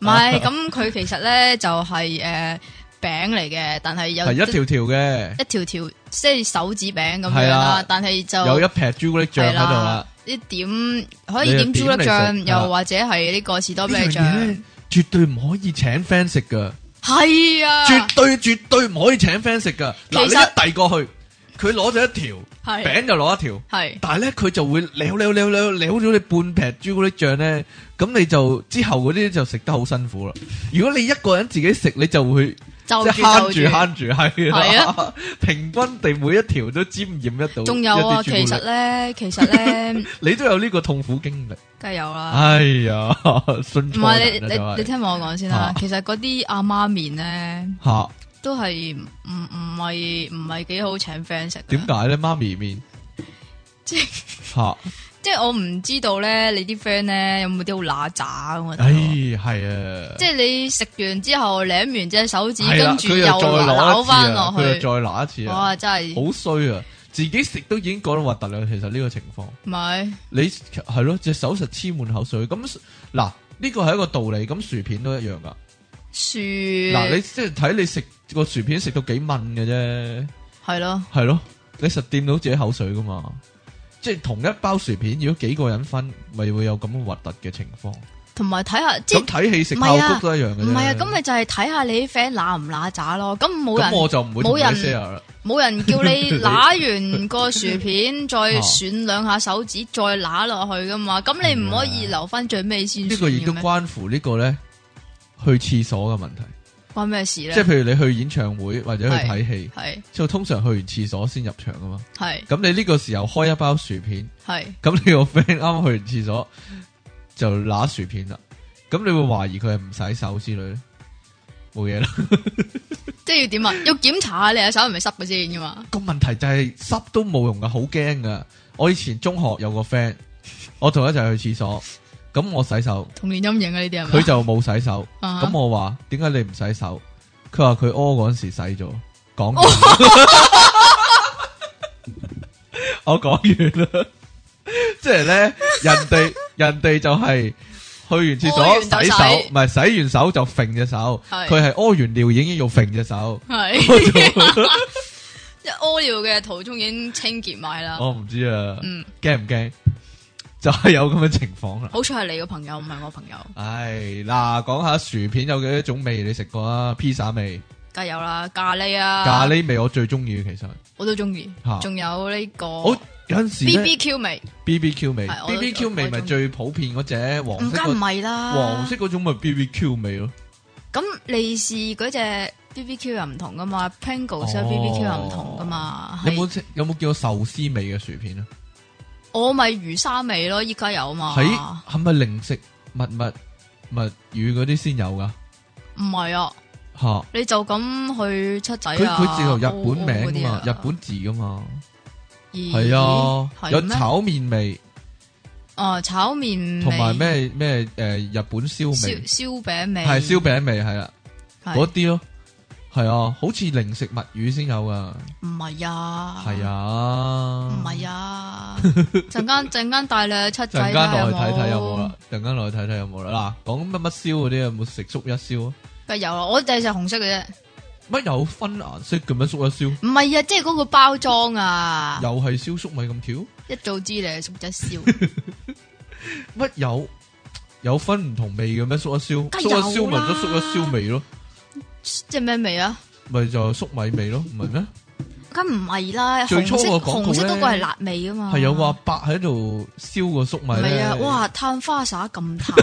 Speaker 2: 唔係，咁佢其實咧就係誒餅嚟嘅，但係有
Speaker 1: 係一條條嘅，
Speaker 2: 一條條即係手指餅咁
Speaker 1: 係
Speaker 2: 樣
Speaker 1: 啦
Speaker 2: 啦，但係就
Speaker 1: 有一劈朱古力醬喺
Speaker 2: 係
Speaker 1: 度啦。。
Speaker 2: 啲點可以
Speaker 1: 你又
Speaker 2: 點朱古
Speaker 1: 點
Speaker 2: 力
Speaker 1: 嚟食
Speaker 2: 醬，
Speaker 1: 啊
Speaker 2: 又或者係呢個士多
Speaker 1: 呢
Speaker 2: 啤
Speaker 1: 樣嘢
Speaker 2: 醬
Speaker 1: 咧，，絕對唔可以請 friend 食㗎。
Speaker 2: 係啊，
Speaker 1: 絕對絕對唔可以請 friend 食噶。嗱，
Speaker 2: 其
Speaker 1: 你
Speaker 2: 實
Speaker 1: 一遞過去，佢攞咗一條
Speaker 2: 係
Speaker 1: 餅就攞一條，
Speaker 2: 係
Speaker 1: 但係咧佢就會撩撩撩撩撩咗你半劈朱古力醬咧，咁你就之後嗰啲就食得好辛苦啦。如果你一個人自己食，你就會
Speaker 2: 就
Speaker 1: 即係慳住
Speaker 2: 住就住。
Speaker 1: 慳住係
Speaker 2: 係啊
Speaker 1: 啦， 平均地每一條都沾染一到。
Speaker 2: 仲有啊，
Speaker 1: 一啲朱
Speaker 2: 其
Speaker 1: 古力
Speaker 2: 實咧，其 實咧，
Speaker 1: 你都有呢個痛苦經歷。
Speaker 2: 梗係有啦。
Speaker 1: 哎呀， 信
Speaker 2: 啊唔
Speaker 1: 錯
Speaker 2: 係你
Speaker 1: 人啦啊真係
Speaker 2: 你你聽我講先
Speaker 1: 啊
Speaker 2: 啦，其實嗰啲阿媽麵咧。
Speaker 1: 嚇
Speaker 2: 都係唔唔係唔係幾好請 friend 食啊嘅，
Speaker 1: 點解咧？媽咪面
Speaker 2: 即係
Speaker 1: 嚇，
Speaker 2: 即係我唔知道咧，你啲 friend 咧有冇啲好乸渣咁
Speaker 1: 唉
Speaker 2: 啊？
Speaker 1: 哎係啊
Speaker 2: 即。係你食完之後舐完隻手指，
Speaker 1: 係啦
Speaker 2: 跟住
Speaker 1: 佢
Speaker 2: 又
Speaker 1: 又再
Speaker 2: 扭翻落
Speaker 1: 啊佢又
Speaker 2: 去，
Speaker 1: 再拿一次啊！
Speaker 2: 哇！真係
Speaker 1: 好衰啊！自己食都已經覺得核突啦。其實呢個情況，
Speaker 2: 唔係
Speaker 1: 你係咯，隻手實黐滿口水。咁嗱，呢個係一個道理。咁薯片都一樣噶。
Speaker 2: 樹嗯
Speaker 1: 嗱，你即係睇你食個薯片食到幾問嘅啫，
Speaker 2: 係咯，
Speaker 1: 係咯，你實掂到自己口水噶嘛。即係同一包薯片，如果幾個人分，咪會有咁核突嘅情況。
Speaker 2: 同埋睇下即
Speaker 1: 咁
Speaker 2: 係
Speaker 1: 睇戲食
Speaker 2: 唔係
Speaker 1: 爆
Speaker 2: 啊
Speaker 1: 谷都一樣嘅啫。
Speaker 2: 唔係啊？咁咪就係睇下你啲 friend 乸唔乸渣咯。咁冇
Speaker 1: 咁我
Speaker 2: 人
Speaker 1: 就唔會同你
Speaker 2: 冇人
Speaker 1: share 啦。
Speaker 2: 冇人 叫你揦完個薯片，再
Speaker 1: 啊
Speaker 2: 吮兩下手指，再揦落去噶嘛？咁你唔可以留翻最尾先
Speaker 1: 啊呢
Speaker 2: 吮
Speaker 1: 個亦都
Speaker 2: 嘅咩
Speaker 1: 關乎呢個咧去廁所嘅問題。
Speaker 2: 關咩事咧？
Speaker 1: 即係譬如你去演唱會或者去睇戲，
Speaker 2: 系
Speaker 1: 就通常去完廁所先入場啊嘛。
Speaker 2: 系
Speaker 1: 咁你呢個時候開一包薯片，
Speaker 2: 系
Speaker 1: 咁你個 friend 啱啱去完廁所就揦薯片啦，咁你會懷疑佢係唔洗手之類咧？冇嘢啦。
Speaker 2: 即係要點啊？要檢查下你隻手係咪濕嘅先噶嘛？
Speaker 1: 個問題就係濕都冇用噶，好驚噶。我以前中學有個 friend，我同佢一齊去廁所，咁我洗手，
Speaker 2: 童年陰影啊呢啲係
Speaker 1: 佢
Speaker 2: 咪？
Speaker 1: 就冇洗手。
Speaker 2: 啊哈
Speaker 1: 咁我話點解你唔洗手？佢話佢屙嗰陣時洗咗，講完
Speaker 2: 哦
Speaker 1: 我講完啦，即係咧人哋人哋就係去完廁
Speaker 2: 屙
Speaker 1: 所
Speaker 2: 完就
Speaker 1: 洗手，
Speaker 2: 洗
Speaker 1: 唔係洗完手就揈隻手，
Speaker 2: 係
Speaker 1: 佢係屙完尿已經要揈隻 手。
Speaker 2: 系啊即系屙尿嘅途中已經清潔埋啦。
Speaker 1: 我唔知啊，
Speaker 2: 嗯
Speaker 1: 驚唔驚？就係有咁嘅情況啦。
Speaker 2: 好彩係你個朋友，唔係我朋友，
Speaker 1: 唉，嗱，講下薯片有幾多種味你食過啊？披薩味、
Speaker 2: 梗係有啦，咖喱啊，
Speaker 1: 咖喱啊味我最中意嘅其實。
Speaker 2: 我都中意
Speaker 1: 嚇，
Speaker 2: 仲有呢
Speaker 1: 我
Speaker 2: 個
Speaker 1: 有陣時
Speaker 2: B
Speaker 1: 咧
Speaker 2: B Q 味，
Speaker 1: B B Q 味
Speaker 2: 係我
Speaker 1: ，B
Speaker 2: 都
Speaker 1: B Q 味
Speaker 2: 我
Speaker 1: 咪
Speaker 2: 中意
Speaker 1: 最普遍嗰只
Speaker 2: 唔
Speaker 1: 黃色
Speaker 2: 梗
Speaker 1: 嗰
Speaker 2: 唔係啊啦，
Speaker 1: 黃色嗰種咪 B B Q 味咯。
Speaker 2: 咁利是嗰只 B B Q 又唔同噶嘛，Pringles
Speaker 1: 哦
Speaker 2: B B Q 又唔同噶嘛，
Speaker 1: 有
Speaker 2: 係
Speaker 1: 冇食有冇叫壽司味嘅薯片啊？
Speaker 2: 我咪魚沙味咯，依家有嘛？
Speaker 1: 喺係咪零食物物物語嗰啲先有噶？
Speaker 2: 唔係啊？
Speaker 1: 吓，
Speaker 2: 你就咁去七仔
Speaker 1: 佢
Speaker 2: 啊？
Speaker 1: 佢自由
Speaker 2: 澳
Speaker 1: 日本名噶嘛，
Speaker 2: 澳嗰啲
Speaker 1: 日本字噶嘛，
Speaker 2: 咦
Speaker 1: 係啊，
Speaker 2: 係
Speaker 1: 有
Speaker 2: 咩
Speaker 1: 炒麵味
Speaker 2: 哦炒面
Speaker 1: 同埋咩咩诶日本燒
Speaker 2: 烧
Speaker 1: 味，
Speaker 2: 燒餅味
Speaker 1: 係燒餅味係啦，
Speaker 2: 係
Speaker 1: 嗰啲咯，係啊，好似零食物語先有噶，
Speaker 2: 唔係啊？
Speaker 1: 係啊，
Speaker 2: 唔係 啊？陣間陣間帶你去七仔
Speaker 1: 陣間
Speaker 2: 啦
Speaker 1: 落去睇睇有冇啦，陣間落去睇睇有冇啦。嗱，講乜乜燒嗰啲有冇食粟一燒啊？
Speaker 2: 梗係有啦，我就係食紅色嘅啫，
Speaker 1: 乜有分顏色嘅咩？粟一燒
Speaker 2: 唔係啊，即係嗰個包裝啊
Speaker 1: 又，係燒粟米咁巧？
Speaker 2: 一早知你係熟 一燒。
Speaker 1: 乜有有分唔同味嘅咩？粟一燒，
Speaker 2: 梗
Speaker 1: 粟一
Speaker 2: 有
Speaker 1: 燒咪
Speaker 2: 啦
Speaker 1: 咗粟一燒味咯，
Speaker 2: 即係咩味啊？
Speaker 1: 咪就係粟米味咯，唔係咩？
Speaker 2: 梗唔係啦，
Speaker 1: 最初
Speaker 2: 紅色
Speaker 1: 個廣告
Speaker 2: 紅色
Speaker 1: 呢
Speaker 2: 嗰個係辣味噶嘛，
Speaker 1: 係有個阿伯喺度燒個粟米
Speaker 2: 唔係
Speaker 1: 咧，
Speaker 2: 啊！哇，探花灑咁炭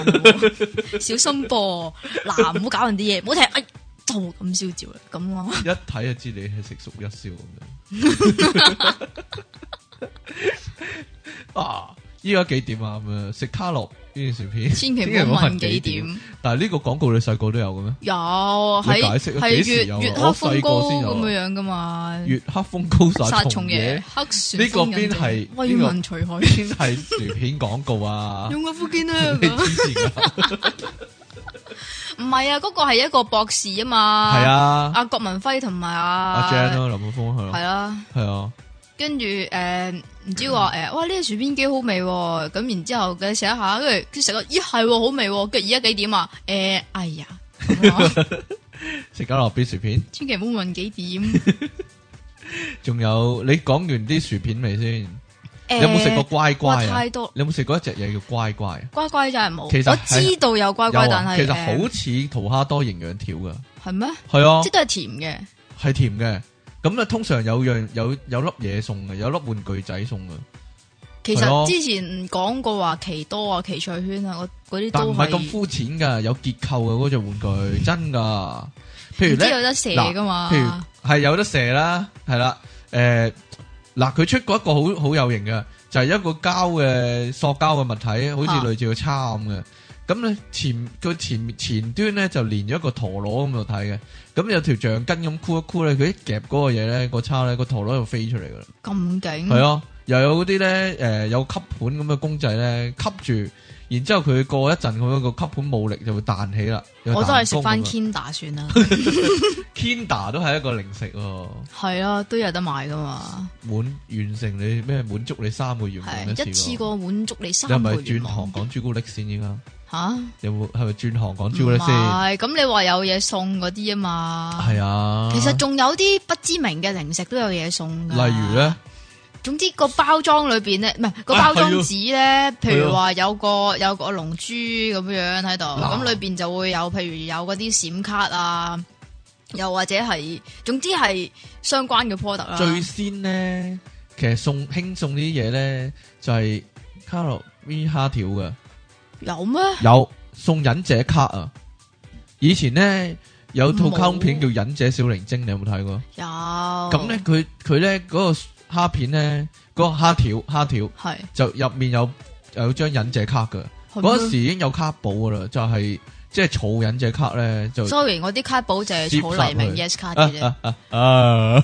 Speaker 2: 喎，小心噃！嗱，唔好搞人啲嘢，唔好踢，哎，就咁燒照啦，咁啊，
Speaker 1: 一睇就知你係食粟一燒咁樣。啊！依家幾點啊？咁樣食卡樂呢件 薯片，
Speaker 2: 千
Speaker 1: 唔
Speaker 2: 祈
Speaker 1: 好
Speaker 2: 唔好
Speaker 1: 問
Speaker 2: 問
Speaker 1: 幾
Speaker 2: 幾
Speaker 1: 點
Speaker 2: 點。
Speaker 1: 但係呢個廣告你細個都有嘅咩？
Speaker 2: 有
Speaker 1: 你解
Speaker 2: 喺
Speaker 1: 釋啊幾
Speaker 2: 係
Speaker 1: 時
Speaker 2: 月
Speaker 1: 有啊
Speaker 2: 月
Speaker 1: 我
Speaker 2: 黑
Speaker 1: 細個
Speaker 2: 風高
Speaker 1: 先有啊
Speaker 2: 咁樣樣噶嘛，
Speaker 1: 月黑風高
Speaker 2: 殺
Speaker 1: 殺
Speaker 2: 蟲
Speaker 1: 蟲
Speaker 2: 嘢
Speaker 1: 嘢，
Speaker 2: 黑旋
Speaker 1: 呢個
Speaker 2: 風引
Speaker 1: 邊
Speaker 2: 證
Speaker 1: 係
Speaker 2: 威
Speaker 1: 呢個
Speaker 2: 文除害，
Speaker 1: 邊係薯片廣告 啊？
Speaker 2: 用個附 件啊！
Speaker 1: 你
Speaker 2: 咁樣
Speaker 1: 黐線㗎
Speaker 2: 唔係啊，嗰個係一個博士啊嘛，
Speaker 1: 係，啊，
Speaker 2: 阿郭文輝同埋阿
Speaker 1: 阿 Jan 咯，林海峰係
Speaker 2: 係
Speaker 1: 咯，
Speaker 2: 啦。
Speaker 1: 係啊，
Speaker 2: 跟住誒唔知話誒、
Speaker 1: 嗯
Speaker 2: 呃哇呢、個薯片幾好味喎！咁然之後佢食一下，跟住佢食個咦係喎好味喎！跟住而家幾點啊？誒、哎呀，咁啊
Speaker 1: 食卡樂 B 薯片，
Speaker 2: 千祈唔好問 幾點。
Speaker 1: 仲有你講完啲薯片未先？
Speaker 2: 誒
Speaker 1: 你有冇食過乖
Speaker 2: 呃哇
Speaker 1: 乖啊？
Speaker 2: 太多
Speaker 1: 你有冇食過一隻嘢叫乖乖啊？
Speaker 2: 乖乖真係冇，
Speaker 1: 其實
Speaker 2: 我知道有乖乖，
Speaker 1: 有
Speaker 2: 但
Speaker 1: 啊，
Speaker 2: 係
Speaker 1: 其實
Speaker 2: 誒
Speaker 1: 好似桃蝦多營養條噶，
Speaker 2: 係咩？
Speaker 1: 係啊
Speaker 2: 即，都係甜嘅，
Speaker 1: 係甜嘅。咁咧通常有樣有有粒嘢送嘅，有粒玩具仔送嘅，
Speaker 2: 其
Speaker 1: 係咯
Speaker 2: 實之前講過話奇多啊、奇趣圈啊，嗰嗰啲
Speaker 1: 但
Speaker 2: 都
Speaker 1: 唔係咁膚淺噶，有結構嘅嗰隻玩具真噶。譬如
Speaker 2: 唔知啊
Speaker 1: 咧
Speaker 2: 有，得射噶嘛？
Speaker 1: 譬如係有得射啦，係啦，誒嗱，佢出過一個好好有型嘅，就係一個膠嘅塑膠嘅物體，好
Speaker 2: 啊
Speaker 1: 似類似個叉咁嘅。咁咧前佢前前端咧就連咗一個陀螺咁度睇嘅，咁有條橡筋咁箍一箍咧，佢一夾嗰個嘢咧，個叉咧個陀螺就飛出嚟噶啦。
Speaker 2: 咁勁
Speaker 1: 係啊，又有嗰啲咧，誒、有吸盤咁嘅公仔咧，吸住，然之後佢過一陣咁樣個吸盤冇力就會彈起啦。有
Speaker 2: 我都係
Speaker 1: 彈
Speaker 2: 食
Speaker 1: 弓
Speaker 2: 翻
Speaker 1: 咁樣
Speaker 2: Kinder 算啦，
Speaker 1: Kinder 都係一個零食喎，
Speaker 2: 係啊，都有得買噶嘛。
Speaker 1: 滿完成你咩滿足你三個願望
Speaker 2: 系一次
Speaker 1: 過。
Speaker 2: 過滿足你
Speaker 1: 你
Speaker 2: 三
Speaker 1: 係咪
Speaker 2: 個願
Speaker 1: 轉行
Speaker 2: 望
Speaker 1: 講朱古力先？依家
Speaker 2: 吓？
Speaker 1: 有冇係咪轉行講朱古
Speaker 2: 唔
Speaker 1: 力先？
Speaker 2: 係，咁你話有嘢送嗰啲啊嘛？
Speaker 1: 係啊，
Speaker 2: 其實仲有啲不知名嘅零食都有啊嘢送噶。
Speaker 1: 例如咧，
Speaker 2: 總之個包裝裏边咧，唔 係個
Speaker 1: 啊
Speaker 2: 包裝
Speaker 1: 係啊
Speaker 2: 紙咧，譬
Speaker 1: 係啊
Speaker 2: 如話有個有個龍珠咁樣喺度，
Speaker 1: 嗱
Speaker 2: 咁裏边就會有譬如有嗰啲閃卡啊，又或者係總之係相關嘅 product 啦。
Speaker 1: 最先咧，其實送輕送呢啲嘢咧，就係卡樂 V 蝦條嘅。
Speaker 2: 有咩？
Speaker 1: 有送忍者卡啊！以前咧有套卡通片叫
Speaker 2: 冇哦
Speaker 1: 《忍者小靈精》，你有冇睇過？
Speaker 2: 有。
Speaker 1: 咁
Speaker 2: 咁
Speaker 1: 咧佢佢咧嗰個蝦片咧，嗰、個蝦條蝦條
Speaker 2: 係
Speaker 1: 就入面有有張忍者卡噶。
Speaker 2: 係
Speaker 1: 嗰陣
Speaker 2: 咩
Speaker 1: 時已經有卡簿噶啦，就係即係儲忍者卡咧就
Speaker 2: sorry，我啲卡簿就係
Speaker 1: 接
Speaker 2: 草
Speaker 1: 殺
Speaker 2: 黎明
Speaker 1: 佢
Speaker 2: yes 卡嘅啫。
Speaker 1: 啊。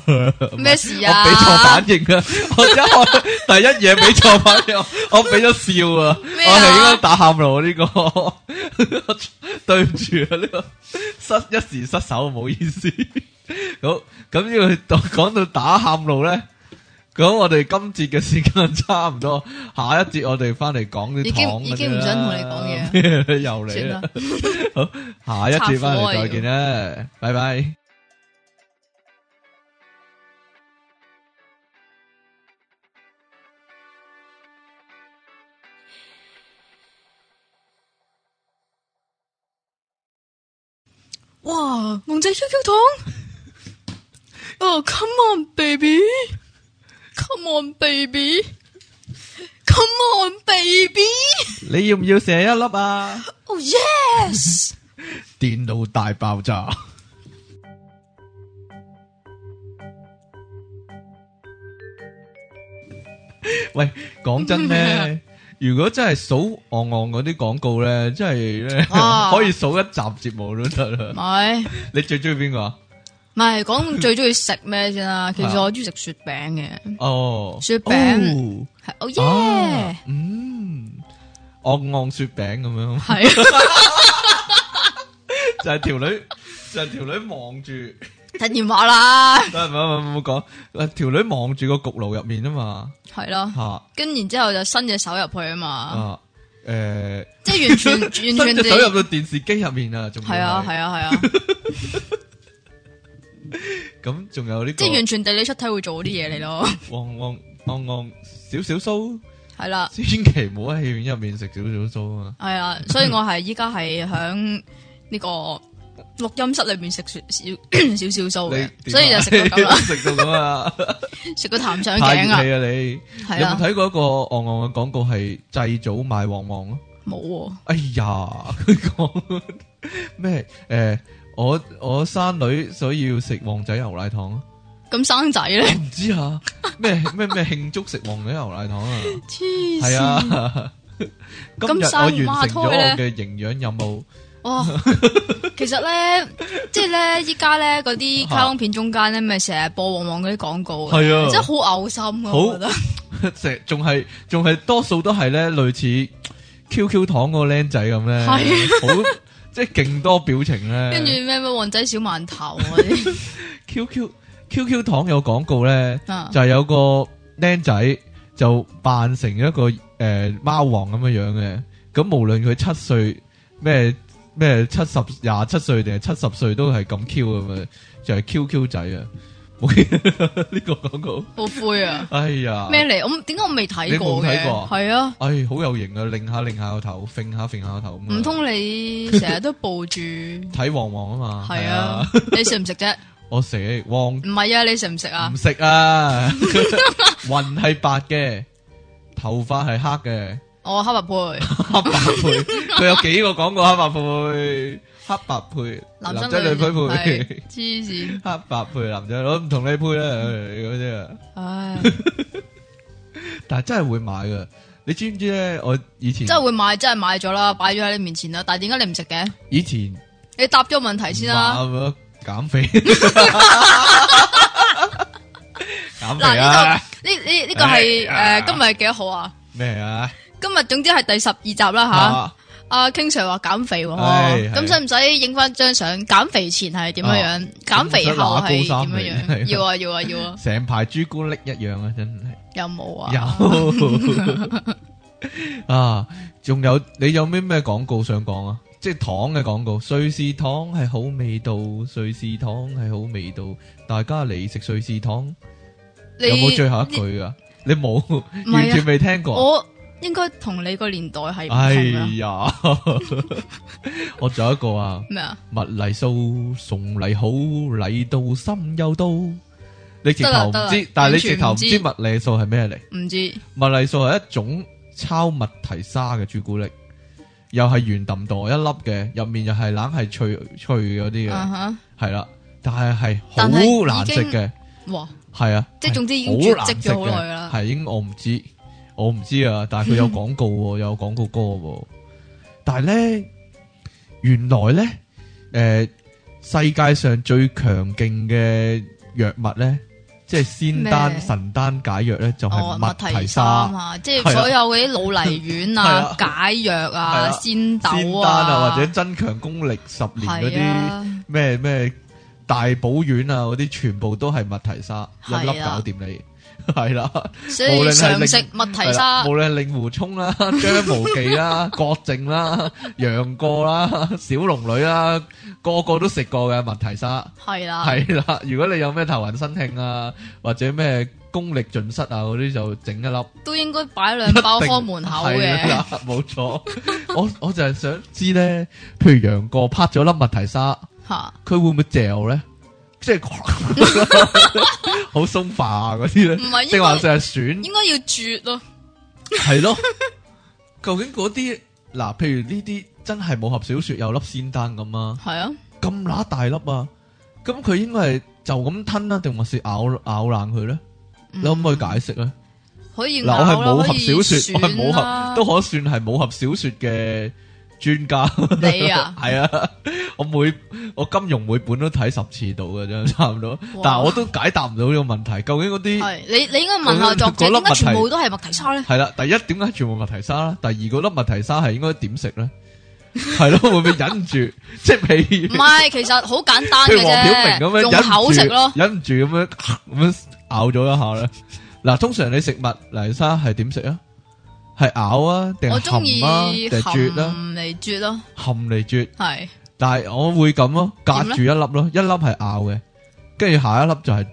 Speaker 2: 咩事
Speaker 1: 我
Speaker 2: 啊？
Speaker 1: 俾錯反應啊！我一開第一嘢俾錯反應，我我俾咗笑啊！
Speaker 2: 咩啊
Speaker 1: 我係應該打喊路啊呢個， 對唔住啊呢個失一時 失手，唔好意思。好，咁呢個講到打喊路咧，咁我哋今節嘅時間差唔多，下一節我哋翻嚟講
Speaker 2: 已
Speaker 1: 啲
Speaker 2: 經
Speaker 1: 糖
Speaker 2: 已經唔想同你講嘢
Speaker 1: 嘢， 又嚟
Speaker 2: 算
Speaker 1: 啦
Speaker 2: 啦。，
Speaker 1: 好，下一節翻嚟再見啦，拜拜。
Speaker 2: 哇，蒙仔 QQ 糖，哦、oh,，come on baby，come on baby，come on baby，oh
Speaker 1: 你要唔要射一粒啊？
Speaker 2: Oh, yes。
Speaker 1: 電腦大爆炸。 喂，講真 咧，如果真係數昂昂嗰啲廣告咧，真係咧
Speaker 2: 啊
Speaker 1: 可以數一集節目都得
Speaker 2: 唔
Speaker 1: 啦。
Speaker 2: 系，
Speaker 1: 你最中意邊個啊？
Speaker 2: 唔系讲最中意食咩先啦。其實我中意食雪餅嘅，
Speaker 1: 哦，
Speaker 2: 雪餅
Speaker 1: 哦
Speaker 2: 係哦
Speaker 1: 啊
Speaker 2: 耶，，
Speaker 1: 嗯，昂昂雪餅咁樣，
Speaker 2: 係
Speaker 1: 就係條女， 就係條女望住， 啊
Speaker 2: 突然話啦，
Speaker 1: 唔係唔係唔好講，誒條女望住個焗爐入面啊嘛，
Speaker 2: 係咯，
Speaker 1: 吓
Speaker 2: 跟然之後就伸隻手入去啊嘛，
Speaker 1: 啊，誒，
Speaker 2: 即係完全完
Speaker 1: 伸
Speaker 2: 全
Speaker 1: 隻
Speaker 2: 地
Speaker 1: 手入到電視機入面啊，仲要
Speaker 2: 係啊係啊係啊，
Speaker 1: 咁仲有呢個
Speaker 2: 即係完全地你出體會做嗰啲嘢嚟咯，
Speaker 1: 昂昂昂昂少少酥，
Speaker 2: 係啦
Speaker 1: 千祈唔好喺戲院入面食少少酥啊，
Speaker 2: 係啦，所以我係依家係響呢個錄音室裏边食雪少少少酥
Speaker 1: 你啊
Speaker 2: 嘅，所以就食到咁啦，
Speaker 1: 食到咁啊，
Speaker 2: 食個痰上
Speaker 1: 太熱
Speaker 2: 頸啊，
Speaker 1: 氣啊你。
Speaker 2: 係
Speaker 1: 有冇
Speaker 2: 啦，
Speaker 1: 睇過一個昂昂嘅廣告係祭祖賣旺旺啊咯？
Speaker 2: 冇喎
Speaker 1: 哎呀， 佢講咩？诶、我我生女所以要食旺仔牛奶糖咯，
Speaker 2: 咁生仔咧，
Speaker 1: 唔知啊咩咩咩慶祝食旺仔牛奶糖啊？
Speaker 2: 黐
Speaker 1: 係
Speaker 2: 線。
Speaker 1: 啊，今日我完成咗我嘅營養任務，
Speaker 2: 哇，其實咧，即係咧，依家咧嗰啲卡通片中間咧，咪成日播旺旺嗰啲廣告嘅，
Speaker 1: 啊係啊
Speaker 2: 真係好嘔心啊！我覺得
Speaker 1: 成仲係仲係多數都係咧類似 QQ 糖嗰個僆仔咁咧，
Speaker 2: 係
Speaker 1: 好即係勁多表情咧，
Speaker 2: 跟住咩咩旺仔小饅頭啊嗰啲
Speaker 1: QQ QQ 糖有廣告咧。
Speaker 2: 啊，
Speaker 1: 就係有個僆仔就扮成一個诶猫、王咁樣樣嘅，咁無論佢七歲咩咩七十廿七歲定係七十歲都係咁 Q 咁樣，就係 QQ 仔啊！ 冇嘢呢個廣告，
Speaker 2: 好灰啊！
Speaker 1: 哎呀，
Speaker 2: 咩嚟？我點解我未睇過
Speaker 1: 你冇睇過啊
Speaker 2: 嘅？係啊，
Speaker 1: 哎好有型啊！擰下擰下個頭，揈下揈下個頭咁樣，
Speaker 2: 唔 通你成日都抱住？
Speaker 1: 睇旺旺啊嘛，
Speaker 2: 係啊，，你食唔食啫？
Speaker 1: 我食旺
Speaker 2: 唔係啊，你食唔食啊
Speaker 1: 唔？食啊， 雲係白嘅，頭髮係黑嘅。
Speaker 2: 我黑白 配，
Speaker 1: 黑白配，佢有幾個廣告黑白配，黑白配，
Speaker 2: 男
Speaker 1: 男
Speaker 2: 生
Speaker 1: 仔女配
Speaker 2: 係
Speaker 1: 配，
Speaker 2: 黐線，
Speaker 1: 黑白配男仔，我唔同你配啦唉嗰啲啊，
Speaker 2: 唉，
Speaker 1: 但係真係會買噶，你知唔知咧？我以前
Speaker 2: 真係會買，真係買咗啦，擺咗喺你面前啦。但係點解你唔食嘅？
Speaker 1: 以前
Speaker 2: 你答咗問題先啦。
Speaker 1: 啊，減 肥，減肥啊
Speaker 2: 嗱呢度呢呢呢個係
Speaker 1: 哎呀
Speaker 2: 诶今日係幾多號啊？
Speaker 1: 咩啊？
Speaker 2: 今日總之係第十二集啦吓。
Speaker 1: 啊
Speaker 2: 阿 King Sir 話減肥喎，
Speaker 1: 唉係啊
Speaker 2: 咁使唔使影翻張相？減肥前係點樣樣？減肥後係點
Speaker 1: 咁使
Speaker 2: 樣
Speaker 1: 唔使拿高衫嚟
Speaker 2: 樣？要啊要啊要啊！
Speaker 1: 成排朱古力一樣啊，真係。
Speaker 2: 有冇啊？
Speaker 1: 有 啊，仲有你有咩咩廣告想講啊？即係糖嘅廣告，瑞士糖係好味道，瑞士糖係好味道，大家嚟食瑞士糖。
Speaker 2: 你
Speaker 1: 有冇最後一句啊？你冇，
Speaker 2: 啊
Speaker 1: 完全未聽過。
Speaker 2: 我應該同你個年代係唔
Speaker 1: 哎
Speaker 2: 同啊？
Speaker 1: 呀， 我仲有一個啊，
Speaker 2: 咩啊？
Speaker 1: 物麗素送禮好，禮到心又到。你直頭唔
Speaker 2: 得啦得
Speaker 1: 知
Speaker 2: 啦，
Speaker 1: 但係你
Speaker 2: 完全
Speaker 1: 直頭唔
Speaker 2: 唔
Speaker 1: 知
Speaker 2: 知
Speaker 1: 物麗素係咩嚟。
Speaker 2: 唔知
Speaker 1: 麥麗素係一種抄麥提沙嘅朱古力，又係圓揼哚一粒嘅，入面又係冷係脆脆嗰啲
Speaker 2: 啊
Speaker 1: 嘅，
Speaker 2: 哈？
Speaker 1: 係啦、但係係
Speaker 2: 但係
Speaker 1: 好難食
Speaker 2: 已
Speaker 1: 嘅，
Speaker 2: 哇！
Speaker 1: 係啊，
Speaker 2: 即係
Speaker 1: 係
Speaker 2: 總之已經
Speaker 1: 好難
Speaker 2: 絕跡
Speaker 1: 食
Speaker 2: 咗好耐
Speaker 1: 嘅
Speaker 2: 㗎啦
Speaker 1: 係應我唔知，我唔知啊，但係佢有廣告
Speaker 2: 嗯
Speaker 1: 喎，有廣告歌喎，但係咧，原來咧，诶、世界上最強勁嘅藥物咧，即係仙丹
Speaker 2: 咩
Speaker 1: 神丹解藥咧，就係
Speaker 2: 哦，
Speaker 1: 麥
Speaker 2: 麥
Speaker 1: 提
Speaker 2: 提衫
Speaker 1: 沙。
Speaker 2: 啊，
Speaker 1: 係
Speaker 2: 即
Speaker 1: 啊
Speaker 2: 係所有嗰啲老泥丸 啊、
Speaker 1: 係
Speaker 2: 解藥
Speaker 1: 係啊
Speaker 2: 啊、仙豆
Speaker 1: 仙丹啊，或者增強功力十年嗰
Speaker 2: 係
Speaker 1: 啲
Speaker 2: 啊。
Speaker 1: 咩咩大補丸啊，嗰啲全部都係麥提沙一
Speaker 2: 係啊
Speaker 1: 粒搞掂你。 系啦，
Speaker 2: 所
Speaker 1: 無論
Speaker 2: 以
Speaker 1: 係
Speaker 2: 常
Speaker 1: 令
Speaker 2: 食麥 提
Speaker 1: 係啦
Speaker 2: 沙
Speaker 1: 無，論係令狐沖啦、張無忌啦、郭靖啦、楊過啦、小龍女啦，個個都食過嘅麥提沙。
Speaker 2: 係啦，
Speaker 1: 係啦，如果你有咩頭暈身慶啊，或者咩功力盡失啊嗰啲，就整一粒。
Speaker 2: 都應該擺兩包
Speaker 1: 一定
Speaker 2: 看門口
Speaker 1: 係
Speaker 2: 嘅，
Speaker 1: 啦， 冇錯。我我就係想知咧，譬如楊過拍咗粒麥提沙，
Speaker 2: 吓
Speaker 1: 佢會唔會嚼咧？即係好鬆化啊嗰啲咧，
Speaker 2: 唔係應該
Speaker 1: 定還是係損？
Speaker 2: 應該要啜咯，
Speaker 1: 系咯，究竟嗰啲嗱，譬如呢啲真系武俠小说有粒仙丹咁啊，
Speaker 2: 係啊，
Speaker 1: 咁乸大粒啊，咁佢应該系就咁吞啦，定還是咬咬爛佢咧？你可唔可以解釋咧？
Speaker 2: 嗯可以
Speaker 1: 嗱，我係
Speaker 2: 咬
Speaker 1: 武
Speaker 2: 啦，可以
Speaker 1: 俠小说，我係武
Speaker 2: 選啦
Speaker 1: 俠都可算係武俠小说嘅專家。
Speaker 2: 你啊
Speaker 1: 係啊，我每我金融每本都睇十次到嘅啫， 差唔多。
Speaker 2: 哇
Speaker 1: 但系我都解答唔到呢個問題，究竟嗰啲
Speaker 2: 係你你應該問下作
Speaker 1: 嗰
Speaker 2: 者
Speaker 1: 粒
Speaker 2: 點解全
Speaker 1: 麥
Speaker 2: 部
Speaker 1: 提
Speaker 2: 都係麥提沙咧？
Speaker 1: 系啦，第一點解全部麥提沙啦？第二嗰粒麥提沙係應該點食咧？ 係咯，會唔會忍住？ 即係譬
Speaker 2: 唔
Speaker 1: 如
Speaker 2: 係，其實好簡單
Speaker 1: 譬
Speaker 2: 嘅
Speaker 1: 如黃曉明
Speaker 2: 啫，
Speaker 1: 咁樣
Speaker 2: 用口食
Speaker 1: 忍住
Speaker 2: 咯，
Speaker 1: 忍唔住咁樣咁樣咬咗一下咧。嗱，通常你食麥提沙係點食啊？係咬啊，定
Speaker 2: 我
Speaker 1: 係含
Speaker 2: 中意
Speaker 1: 啊，定係
Speaker 2: 含
Speaker 1: 啜啦？
Speaker 2: 嚟啜咯，
Speaker 1: 含嚟啜，
Speaker 2: 係
Speaker 1: 但係我會咁咯，隔
Speaker 2: 點咧
Speaker 1: 住一粒咯，一粒係咬嘅，跟住下一粒就係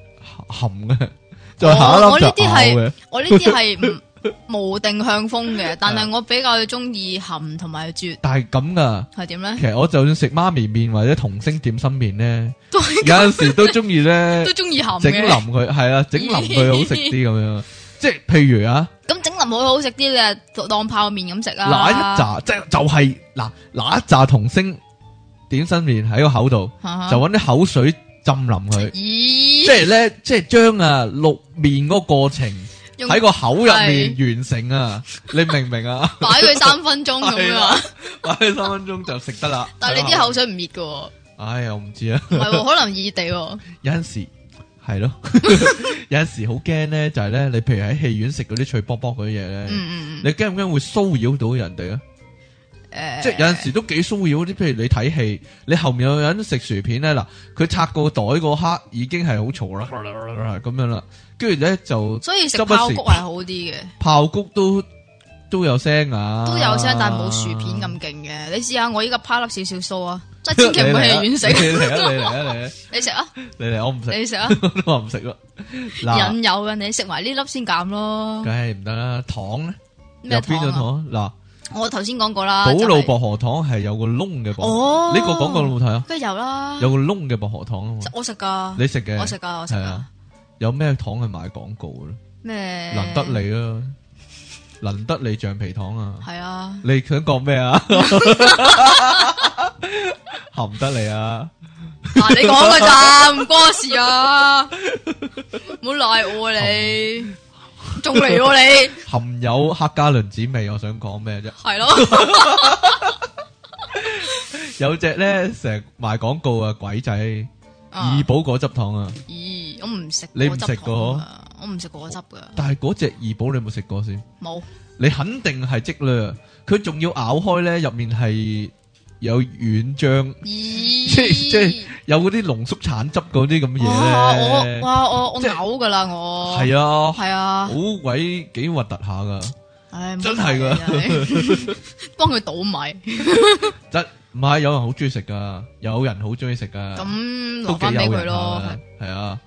Speaker 1: 含 嘅，再下一
Speaker 2: 我
Speaker 1: 粒就
Speaker 2: 呢啲係
Speaker 1: 咬嘅。
Speaker 2: 我呢啲係唔 無定向風嘅，但係我比較中意含同埋啜，
Speaker 1: 但係咁 噶。
Speaker 2: 係點咧？
Speaker 1: 其實我就算食媽咪面或者童星點心面咧，
Speaker 2: 都係
Speaker 1: 有阵时都中意咧
Speaker 2: 都中意含
Speaker 1: 整
Speaker 2: 嘅
Speaker 1: 淋。佢，係啊，整淋佢好食啲 咁樣。即係譬如啊，
Speaker 2: 咁整淋好好食啲，你係當泡面咁食啊？
Speaker 1: 嗱一扎即係就係嗱嗱一扎童星點心面喺個口度，
Speaker 2: 扎
Speaker 1: 就揾啲口水浸淋佢，
Speaker 2: 啊咦？
Speaker 1: 即係咧，即係將啊淥面嗰個過程
Speaker 2: 用
Speaker 1: 喺個口入面完成 啊！你明唔明啊？
Speaker 2: 擺佢三分鐘 咁啊！
Speaker 1: 擺三分鐘就食得啦。
Speaker 2: 但係你啲口，水唔熱嘅 喎，
Speaker 1: 唉，我唔知啊。
Speaker 2: 唔係喎，可能異地喎。
Speaker 1: 有阵时系 咯，有阵时好驚咧，就係咧，你譬如喺戲院食嗰啲脆卜卜嗰啲嘢咧，
Speaker 2: 嗯嗯嗯，
Speaker 1: 你驚唔驚會騷擾到人哋啊？
Speaker 2: 誒，
Speaker 1: 即係有阵时都幾騷擾啲，譬如你睇戲，你後面有人食薯片咧，嗱，佢拆個袋嗰刻已經係好嘈啦，咁樣啦，跟住咧就
Speaker 2: 所以食
Speaker 1: 周不
Speaker 2: 爆
Speaker 1: 時
Speaker 2: 谷係好啲嘅，
Speaker 1: 爆谷都都有聲啊，
Speaker 2: 都有聲，但係冇薯片咁勁嘅。你試下我依家趴粒少少 酥啊， 即係千祈唔好去戲院食
Speaker 1: 你。嚟啊！你嚟啊！你嚟啊！
Speaker 2: 你食啊，
Speaker 1: 你嚟，我唔食，
Speaker 2: 你食啊，
Speaker 1: 我都話唔食咯。嗱，
Speaker 2: 引誘嘅你食埋呢粒先減咯
Speaker 1: 梗。係唔得啦，糖咧
Speaker 2: 咩
Speaker 1: 有
Speaker 2: 糖
Speaker 1: 邊種
Speaker 2: 啊？
Speaker 1: 糖嗱？
Speaker 2: 我頭先講過啦，
Speaker 1: 寶
Speaker 2: 就
Speaker 1: 路
Speaker 2: 係
Speaker 1: 薄荷糖係有個窿嘅薄荷，
Speaker 2: 哦，
Speaker 1: 呢個廣告有冇睇啊？
Speaker 2: 梗係有啦，
Speaker 1: 有個窿嘅薄荷糖啊嘛，
Speaker 2: 我食噶，
Speaker 1: 你食嘅，
Speaker 2: 我食噶，我食
Speaker 1: 係
Speaker 2: 噶
Speaker 1: 啊，有咩糖係賣廣告嘅咧？
Speaker 2: 咩？
Speaker 1: 林德利啊，林德利橡皮糖啊，
Speaker 2: 係啊，
Speaker 1: 你想講咩啊？含得利啊，
Speaker 2: 嗱你講噶 咋，唔關我事啊，唔好賴我啊你，仲嚟喎你，
Speaker 1: 含有黑加侖子味，我想講咩啫？
Speaker 2: 係咯，
Speaker 1: 有隻咧成日賣廣告啊，鬼仔
Speaker 2: 啊
Speaker 1: 怡寶果汁糖啊，
Speaker 2: 咦，我唔食，
Speaker 1: 你唔食過
Speaker 2: 過汁糖㗎，我唔食果汁噶，
Speaker 1: 但係嗰隻怡寶你有冇食過先？
Speaker 2: 冇，
Speaker 1: 你肯定係積啦，佢仲要咬開咧，入面係有軟漿，
Speaker 2: 咦，
Speaker 1: 即即有嗰啲濃縮橙汁嗰啲咁
Speaker 2: 哇，
Speaker 1: 嘢
Speaker 2: 啊我
Speaker 1: 咧，
Speaker 2: 哇我我
Speaker 1: 即
Speaker 2: 嘔噶啦我，
Speaker 1: 係啊，
Speaker 2: 係啊
Speaker 1: 好。鬼幾核突下噶，
Speaker 2: 唉，
Speaker 1: 真係㗎
Speaker 2: 㗎，幫佢倒米，
Speaker 1: 真唔係有人好中意食噶，有人好中意食噶，
Speaker 2: 咁
Speaker 1: 都幾
Speaker 2: 留翻俾
Speaker 1: 有
Speaker 2: 佢
Speaker 1: 人
Speaker 2: 咯。
Speaker 1: 下㗎，係啊，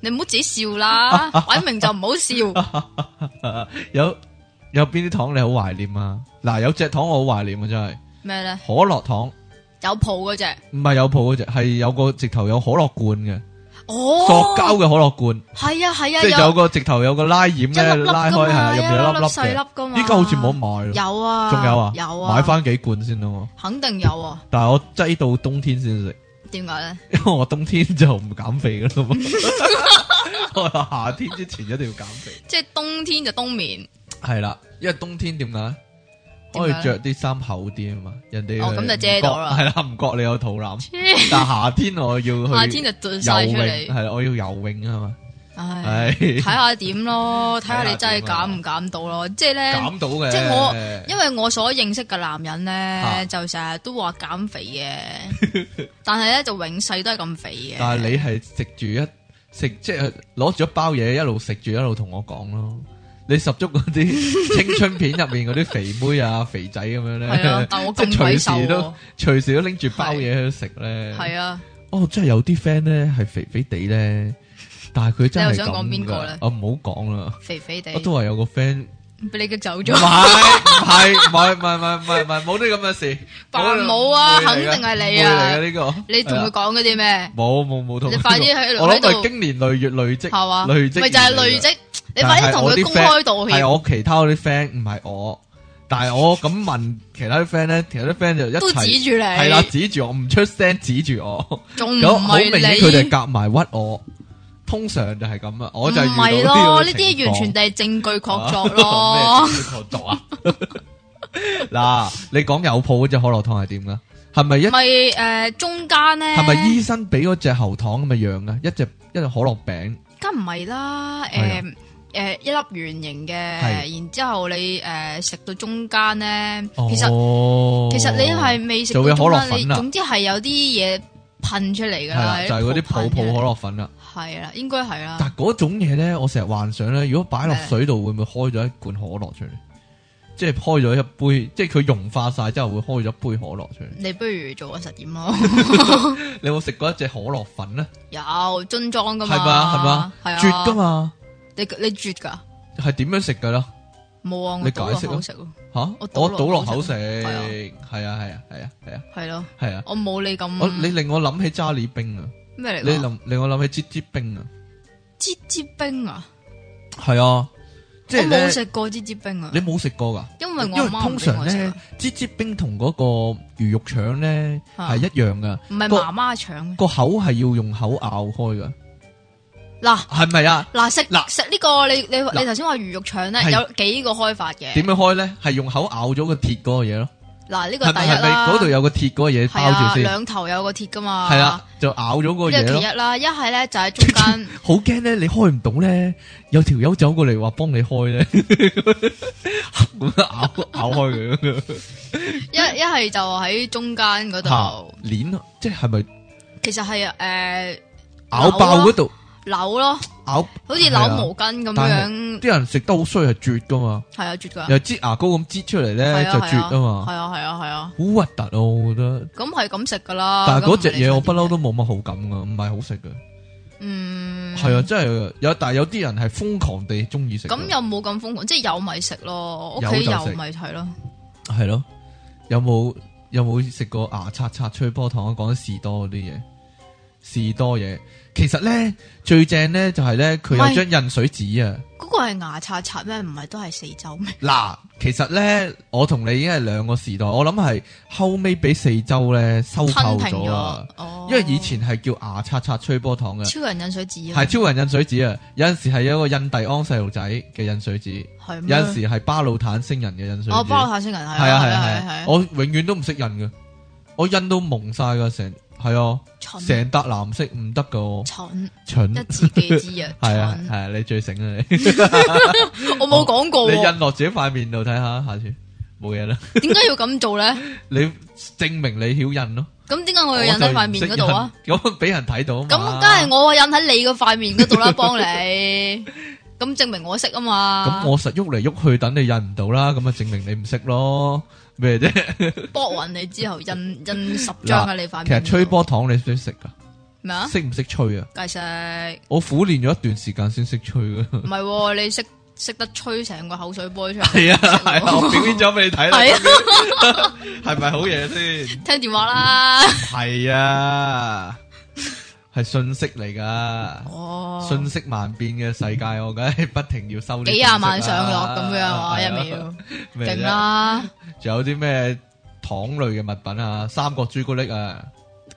Speaker 2: 你唔好自己笑啦，擺明就唔好笑。
Speaker 1: 啊 有有邊啲糖你好懷念啊？嗱，有隻糖我好懷念啊，真係
Speaker 2: 咩咧？
Speaker 1: 可樂糖，
Speaker 2: 有抱嗰只，
Speaker 1: 唔係有泡嗰只，係有個直頭有可樂罐嘅，
Speaker 2: 哦，
Speaker 1: 塑膠嘅可樂罐。
Speaker 2: 係啊係啊，
Speaker 1: 即係有
Speaker 2: 有
Speaker 1: 個直頭有個拉掩
Speaker 2: 一
Speaker 1: 咧，
Speaker 2: 粒粒
Speaker 1: 拉
Speaker 2: 㗎
Speaker 1: 開
Speaker 2: 嘛
Speaker 1: 係入面
Speaker 2: 一
Speaker 1: 有
Speaker 2: 粒
Speaker 1: 粒
Speaker 2: 粒
Speaker 1: 粒
Speaker 2: 細粒㗎
Speaker 1: 嘅。
Speaker 2: 嘛
Speaker 1: 依家好似冇得買咯，
Speaker 2: 有啊，
Speaker 1: 仲有啊，
Speaker 2: 有啊，
Speaker 1: 買翻幾罐先咯。
Speaker 2: 肯定有啊。
Speaker 1: 但係我擠到冬天先食，
Speaker 2: 點解咧？
Speaker 1: 因為我冬天就唔減肥噶 啦嘛。我夏天之前一定要減肥。
Speaker 2: 即係冬天就冬眠，
Speaker 1: 係啦，因為冬天點解？
Speaker 2: 點
Speaker 1: 可以
Speaker 2: 解呢
Speaker 1: 着啲衫厚啲啊嘛，人哋
Speaker 2: 哦咁就遮到啦
Speaker 1: 係啦，唔覺你有肚腩。
Speaker 2: 夏
Speaker 1: 但夏天我要去
Speaker 2: 天就遁晒
Speaker 1: 游
Speaker 2: 出
Speaker 1: 泳，
Speaker 2: 嚟。
Speaker 1: 係啦，我要游泳啊嘛，
Speaker 2: 唉，
Speaker 1: 係
Speaker 2: 睇下 點咯，睇下你真係
Speaker 1: 睇下
Speaker 2: 減
Speaker 1: 點
Speaker 2: 唔減到咯。即係咧。
Speaker 1: 減到嘅。
Speaker 2: 即係我因為我所認識嘅男人
Speaker 1: 啊
Speaker 2: 咧，就成日都話 減肥嘅，但係咧就永世都係咁肥嘅。
Speaker 1: 但系你係食住一食即係攞住一包嘢，一路食住一路同我講咯。你十足嗰啲青春片入面嗰啲肥妹啊、肥仔咁樣
Speaker 2: 係啊
Speaker 1: 咧，，
Speaker 2: 但 我
Speaker 1: 即係
Speaker 2: 咁鬼瘦
Speaker 1: 隨時都
Speaker 2: 喎，
Speaker 1: 隨時都拎住包嘢喺度食咧。
Speaker 2: 係啊，
Speaker 1: 哦，真係有啲 friend 咧係肥肥地咧，但係佢真係
Speaker 2: 你又想講邊
Speaker 1: 咁
Speaker 2: 個
Speaker 1: 噶
Speaker 2: 咧。
Speaker 1: 我唔好講啦，
Speaker 2: 肥肥地
Speaker 1: 我，都話有個 friend，
Speaker 2: 俾你激走
Speaker 1: 唔係
Speaker 2: 咗，
Speaker 1: 唔係唔係唔係唔係唔係唔係冇啲咁嘅事，
Speaker 2: 扮冇啊，
Speaker 1: 冇
Speaker 2: 肯
Speaker 1: 嚟㗎
Speaker 2: 定係你啊
Speaker 1: 冇嚟㗎！呢個
Speaker 2: 你同佢
Speaker 1: 係啊
Speaker 2: 講嗰啲咩？
Speaker 1: 冇冇冇同佢
Speaker 2: 你快啲喺
Speaker 1: 講
Speaker 2: 度
Speaker 1: 我諗
Speaker 2: 喺度
Speaker 1: 係經年累月累積，
Speaker 2: 係嘛？
Speaker 1: 累積啊
Speaker 2: 咪就係
Speaker 1: 而嚟
Speaker 2: 累
Speaker 1: 㗎
Speaker 2: 積，你快啲同佢公開道
Speaker 1: 係啊
Speaker 2: 歉，
Speaker 1: 我其他嗰啲 friend 唔係我，但係我咁問其他啲 friend 咧，其他啲 friend 就一
Speaker 2: 都指
Speaker 1: 齊
Speaker 2: 住
Speaker 1: 係啦，
Speaker 2: 你，
Speaker 1: 指住我唔出聲，指住我，
Speaker 2: 仲唔
Speaker 1: 咁好
Speaker 2: 係
Speaker 1: 明顯佢哋
Speaker 2: 你？
Speaker 1: 夾埋屈我。通常就係咁啊，我
Speaker 2: 唔
Speaker 1: 就係
Speaker 2: 係
Speaker 1: 遇到啲
Speaker 2: 咯，
Speaker 1: 咁
Speaker 2: 呢
Speaker 1: 嘅
Speaker 2: 啲
Speaker 1: 情
Speaker 2: 完
Speaker 1: 況
Speaker 2: 全就係證據確鑿
Speaker 1: 啊
Speaker 2: 咯
Speaker 1: 咩。叫確鑿啊？嗱，你講有泡嗰只可樂糖係點噶？係咪一
Speaker 2: 咪誒中間咧，
Speaker 1: 係咪醫生俾嗰只喉糖咁嘅樣噶？一隻一隻可樂餅
Speaker 2: 梗唔係啦，
Speaker 1: 係啊
Speaker 2: 誒誒一粒圓形嘅，
Speaker 1: 係
Speaker 2: 然之後你誒食到中間咧，其實
Speaker 1: 實
Speaker 2: 其實你係未食到
Speaker 1: 就會
Speaker 2: 中
Speaker 1: 可樂
Speaker 2: 間，
Speaker 1: 粉
Speaker 2: 你
Speaker 1: 啦
Speaker 2: 總之係有啲嘢噴出嚟
Speaker 1: 係
Speaker 2: 㗎啦
Speaker 1: 啦，，就係嗰啲泡泡可樂粉啦。
Speaker 2: 可樂，係啦，應該係
Speaker 1: 但
Speaker 2: 啦，
Speaker 1: 係嗰種嘢咧，我成日幻想咧，如果擺落
Speaker 2: 咩
Speaker 1: 水度，會唔會開咗一罐可樂出嚟？即係開咗一杯，即係佢融化晒之後會開咗一杯可樂出嚟。
Speaker 2: 你不如做個實驗咯，
Speaker 1: 你有冇食過一隻可樂粉咧？
Speaker 2: 有樽裝㗎
Speaker 1: 係
Speaker 2: 嘛，
Speaker 1: 咪啊？係咪啊？
Speaker 2: 係啊，
Speaker 1: 絕㗎，嘛？
Speaker 2: 你你絕㗎，
Speaker 1: 係點樣食㗎啦？
Speaker 2: 冇啊，
Speaker 1: 你
Speaker 2: 我倒落
Speaker 1: 解釋咯
Speaker 2: 口食咯，
Speaker 1: 吓，
Speaker 2: 我
Speaker 1: 我
Speaker 2: 倒
Speaker 1: 倒
Speaker 2: 落
Speaker 1: 落
Speaker 2: 口
Speaker 1: 口
Speaker 2: 食
Speaker 1: 食，
Speaker 2: 係啊
Speaker 1: 係啊係啊係啊係啊
Speaker 2: 係咯，
Speaker 1: 係啊！
Speaker 2: 我冇你
Speaker 1: 我你
Speaker 2: 咁
Speaker 1: 令我諗起揸喱冰啊，
Speaker 2: 咩
Speaker 1: 你
Speaker 2: 嚟㗎？
Speaker 1: 諗令我諗起擠擠冰啊，
Speaker 2: 擠擠冰啊，
Speaker 1: 係啊，即
Speaker 2: 我
Speaker 1: 係
Speaker 2: 冇
Speaker 1: 咧
Speaker 2: 食過擠擠冰啊
Speaker 1: 你，冇食過噶，
Speaker 2: 因為
Speaker 1: 因
Speaker 2: 我
Speaker 1: 為
Speaker 2: 媽唔
Speaker 1: 通
Speaker 2: 俾
Speaker 1: 常
Speaker 2: 我食
Speaker 1: 咧
Speaker 2: 啊。
Speaker 1: 擠擠冰同嗰個魚肉腸咧
Speaker 2: 啊
Speaker 1: 係一樣噶，
Speaker 2: 唔係
Speaker 1: 個
Speaker 2: 媽媽腸嘅
Speaker 1: 個口係要用口咬開噶，
Speaker 2: 嗱
Speaker 1: 係咪啊？
Speaker 2: 嗱食
Speaker 1: 嗱
Speaker 2: 食呢個你你
Speaker 1: 嗱
Speaker 2: 你頭先話魚肉腸咧
Speaker 1: 係
Speaker 2: 有幾個開發嘅？
Speaker 1: 點樣開咧？係用口咬咗個鐵嗰個嘢咯，
Speaker 2: 嗱呢個
Speaker 1: 係
Speaker 2: 第
Speaker 1: 咪
Speaker 2: 一
Speaker 1: 係咪
Speaker 2: 啦，
Speaker 1: 嗰度有個鐵嗰個嘢
Speaker 2: 係
Speaker 1: 包
Speaker 2: 啊
Speaker 1: 住先？
Speaker 2: 兩頭有個鐵噶嘛？
Speaker 1: 係啦，，就咬咗個
Speaker 2: 呢
Speaker 1: 嘢
Speaker 2: 個
Speaker 1: 咯
Speaker 2: 其一。啦，一係咧就喺中 間
Speaker 1: 好驚咧，你開唔到咧，有條友走過嚟話幫你開咧，咁 咬咬開佢咁樣，
Speaker 2: 一一係就喺中間嗰
Speaker 1: 嚇
Speaker 2: 度，
Speaker 1: 鏈啊，即係咪
Speaker 2: 其實係誒
Speaker 1: 咬爆嗰度
Speaker 2: 扭咯，
Speaker 1: 咬？
Speaker 2: 好似扭
Speaker 1: 係啊
Speaker 2: 毛巾咁
Speaker 1: 但
Speaker 2: 樣，
Speaker 1: 啲人食得好衰係啜噶嘛，
Speaker 2: 係啊啜噶，
Speaker 1: 又擠牙膏咁擠出嚟咧
Speaker 2: 係啊
Speaker 1: 就啜啊
Speaker 2: 係
Speaker 1: 嘛，
Speaker 2: 啊係啊係啊，
Speaker 1: 好核突啊！我覺得，
Speaker 2: 咁係咁食噶啦。
Speaker 1: 但係嗰隻
Speaker 2: 咁唔理
Speaker 1: 嘢我不嬲
Speaker 2: 佢點
Speaker 1: 都冇乜好感噶，唔係好食噶，
Speaker 2: 嗯
Speaker 1: 係啊，真係有，但係有啲人係瘋狂地中意食㗎，
Speaker 2: 咁又冇咁瘋狂，即係有咪食咯，屋
Speaker 1: 有
Speaker 2: 企
Speaker 1: 就
Speaker 2: 有
Speaker 1: 食
Speaker 2: 咪係咯。
Speaker 1: 係咯，有冇有冇食過牙刷刷吹波糖？啊講緊士多嗰啲嘢，士多嘢。其實咧最正咧就係咧佢有張印水紙啊。
Speaker 2: 嗰個係牙刷刷咩？唔係都係四周咩？
Speaker 1: 嗱，其實咧我同你已經係兩個時代，我諗係後尾俾四周咧收購
Speaker 2: 吞平
Speaker 1: 咗
Speaker 2: 咗
Speaker 1: 啊。
Speaker 2: 哦，
Speaker 1: 因為以前係叫牙刷刷吹波糖嘅，
Speaker 2: 超人引水紙啊，
Speaker 1: 係超人印水紙啊。有陣時係有一個印第安細路仔嘅印水紙，
Speaker 2: 係
Speaker 1: 有陣
Speaker 2: 咩？
Speaker 1: 時係巴魯坦星人嘅印水
Speaker 2: 嗯哦，
Speaker 1: 紙。
Speaker 2: 巴魯坦星人係
Speaker 1: 系啊系啊系
Speaker 2: 係
Speaker 1: 啊，
Speaker 2: 係
Speaker 1: 我永遠都唔識印嘅，我印到蒙晒噶成，係啊，
Speaker 2: 蠢
Speaker 1: 成笪藍色唔得噶，我
Speaker 2: 蠢
Speaker 1: 蠢，
Speaker 2: 一
Speaker 1: 係
Speaker 2: 字記之啊，
Speaker 1: 啊
Speaker 2: 蠢
Speaker 1: 係啊，你最醒啊你，
Speaker 2: 我冇啊講過
Speaker 1: 你
Speaker 2: 喎，
Speaker 1: 印落自己塊面度睇下，下次冇嘢啦，
Speaker 2: 點解要咁做咧？
Speaker 1: 你證明你曉印咯，
Speaker 2: 咁點解我
Speaker 1: 我
Speaker 2: 要印喺塊面嗰度啊？
Speaker 1: 就唔識印，咁俾人睇到啊
Speaker 2: 咁
Speaker 1: 嘛
Speaker 2: 梗係我印喺你個塊面嗰度啦，幫你，咁證明我識啊嘛。
Speaker 1: 咁我實喐嚟喐去，等你印唔到啦，咁啊證明你唔識咯， 咩啫？
Speaker 2: 波暈你之後印印十張喺你塊面嗰度。
Speaker 1: 其實吹波糖你識唔識噶？
Speaker 2: 咩啊？
Speaker 1: 識唔識吹啊？
Speaker 2: 解釋
Speaker 1: 我苦練咗一段時間先識吹 噶。
Speaker 2: 唔係喎，你識識得吹成個口水波出嚟。
Speaker 1: 系啊，系啊，我表演咗俾你睇啦，
Speaker 2: 係啊
Speaker 1: 系咪好嘢先？
Speaker 2: 听电话啦。
Speaker 1: 系啊，系信息嚟噶，
Speaker 2: 哦，
Speaker 1: 信息萬變嘅世界，我梗係不停要收呢啲
Speaker 2: 幾廿萬
Speaker 1: 信息
Speaker 2: 上
Speaker 1: 啦
Speaker 2: 落咁樣啊，一，
Speaker 1: 係啊
Speaker 2: 秒
Speaker 1: 咩
Speaker 2: 勁
Speaker 1: 啫
Speaker 2: 啦。
Speaker 1: 仲有啲咩糖類嘅物品啊？三角朱古力啊，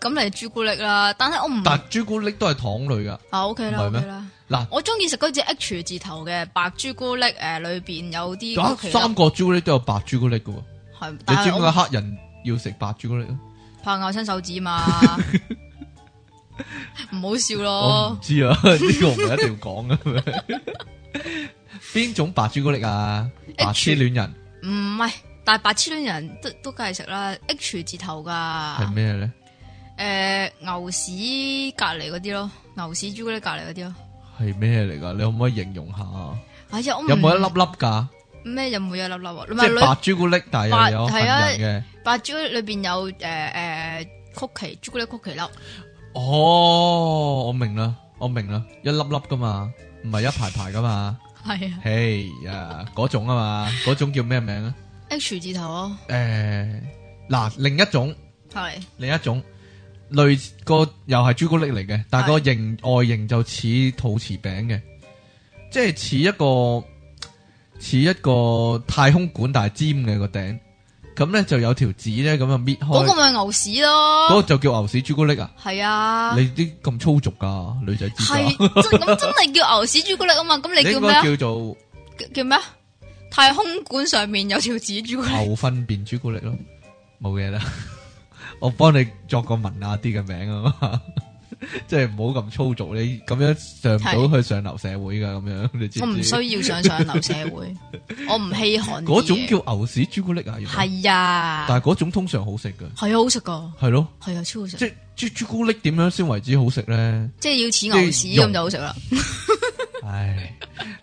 Speaker 2: 咁你朱古力啦，但係我唔
Speaker 1: 但朱古力都係糖類噶。
Speaker 2: 啊 OK 啦
Speaker 1: 唔係咩
Speaker 2: ，OK 啦。
Speaker 1: 嗱，
Speaker 2: 我中意食嗰只 H 字頭嘅白朱古力，誒裏邊有啲
Speaker 1: 啊
Speaker 2: 曲奇
Speaker 1: 三角朱古力都有白朱古力噶，你
Speaker 2: 粒係，但
Speaker 1: 知唔啊知
Speaker 2: 係
Speaker 1: 解
Speaker 2: 我
Speaker 1: 黑人要食白朱古力啊？
Speaker 2: 怕咬親手 指嘛，唔好笑
Speaker 1: 我唔
Speaker 2: 咯。
Speaker 1: 知啊，呢個唔係一定要講嘅咩？邊種白朱古力啊？
Speaker 2: H
Speaker 1: 白痴戀人
Speaker 2: 唔係，但係白痴戀人都都梗係食啦，H 字頭
Speaker 1: 係
Speaker 2: 㗎。
Speaker 1: 咩咧？
Speaker 2: 诶、呃牛屎隔離嗰啲咯，牛屎朱古力隔離嗰啲咯。
Speaker 1: 系咩嚟噶？你可唔可以形容下？
Speaker 2: 哎呀，我唔
Speaker 1: 有冇一粒粒噶？
Speaker 2: 咩有冇一粒粒啊？唔
Speaker 1: 即系
Speaker 2: 係
Speaker 1: 白朱古力，但
Speaker 2: 白
Speaker 1: 系有
Speaker 2: 係啊
Speaker 1: 杏仁嘅。
Speaker 2: 女白朱古力裏邊有诶诶曲奇朱古力曲奇粒，
Speaker 1: 哦，我明啦，我明啦，一粒粒噶嘛，唔系一排排噶嘛。
Speaker 2: 係啊
Speaker 1: 嘿呀，嗰种啊嘛，嗰种叫咩名啊？
Speaker 2: H 字頭咯，
Speaker 1: 诶，嗱，另一种，
Speaker 2: 係
Speaker 1: 另一种类似个又系朱古力嚟嘅，但系个形外形就似陶瓷饼嘅，即系似一个似一个太空管，但系尖嘅个顶。咁咧就有条纸咧，咁啊搣开，
Speaker 2: 嗰個
Speaker 1: 嗰
Speaker 2: 咪牛屎咯
Speaker 1: 個，就叫牛屎朱古力啊！
Speaker 2: 係啊
Speaker 1: 你。啲咁粗俗噶，女仔知
Speaker 2: 係
Speaker 1: 㗎
Speaker 2: 真咁真係叫牛屎朱古力啊嘛，咁你
Speaker 1: 你
Speaker 2: 叫
Speaker 1: 應
Speaker 2: 咩
Speaker 1: 該
Speaker 2: 啊？
Speaker 1: 叫做
Speaker 2: 叫叫咩啊？太空館上面有條紙朱古力，
Speaker 1: 牛粪便朱古力咯，冇嘢啦。我幫你作個文雅啲嘅名 啊嘛，即係唔好咁粗俗，你咁樣上唔到去上流社會噶，咁樣你 知
Speaker 2: 我唔
Speaker 1: 唔知？
Speaker 2: 需要上上流社 會，我唔稀罕呢啲嘢。
Speaker 1: 嗰種叫牛屎朱古力啊，原來
Speaker 2: 係啊，
Speaker 1: 但係嗰種通常好食噶，
Speaker 2: 係啊，好食噶，
Speaker 1: 係咯，
Speaker 2: 係啊，超好食，
Speaker 1: 即係朱朱古力點樣先為之好食咧？
Speaker 2: 即系要似牛屎咁就好食啦。
Speaker 1: 唉，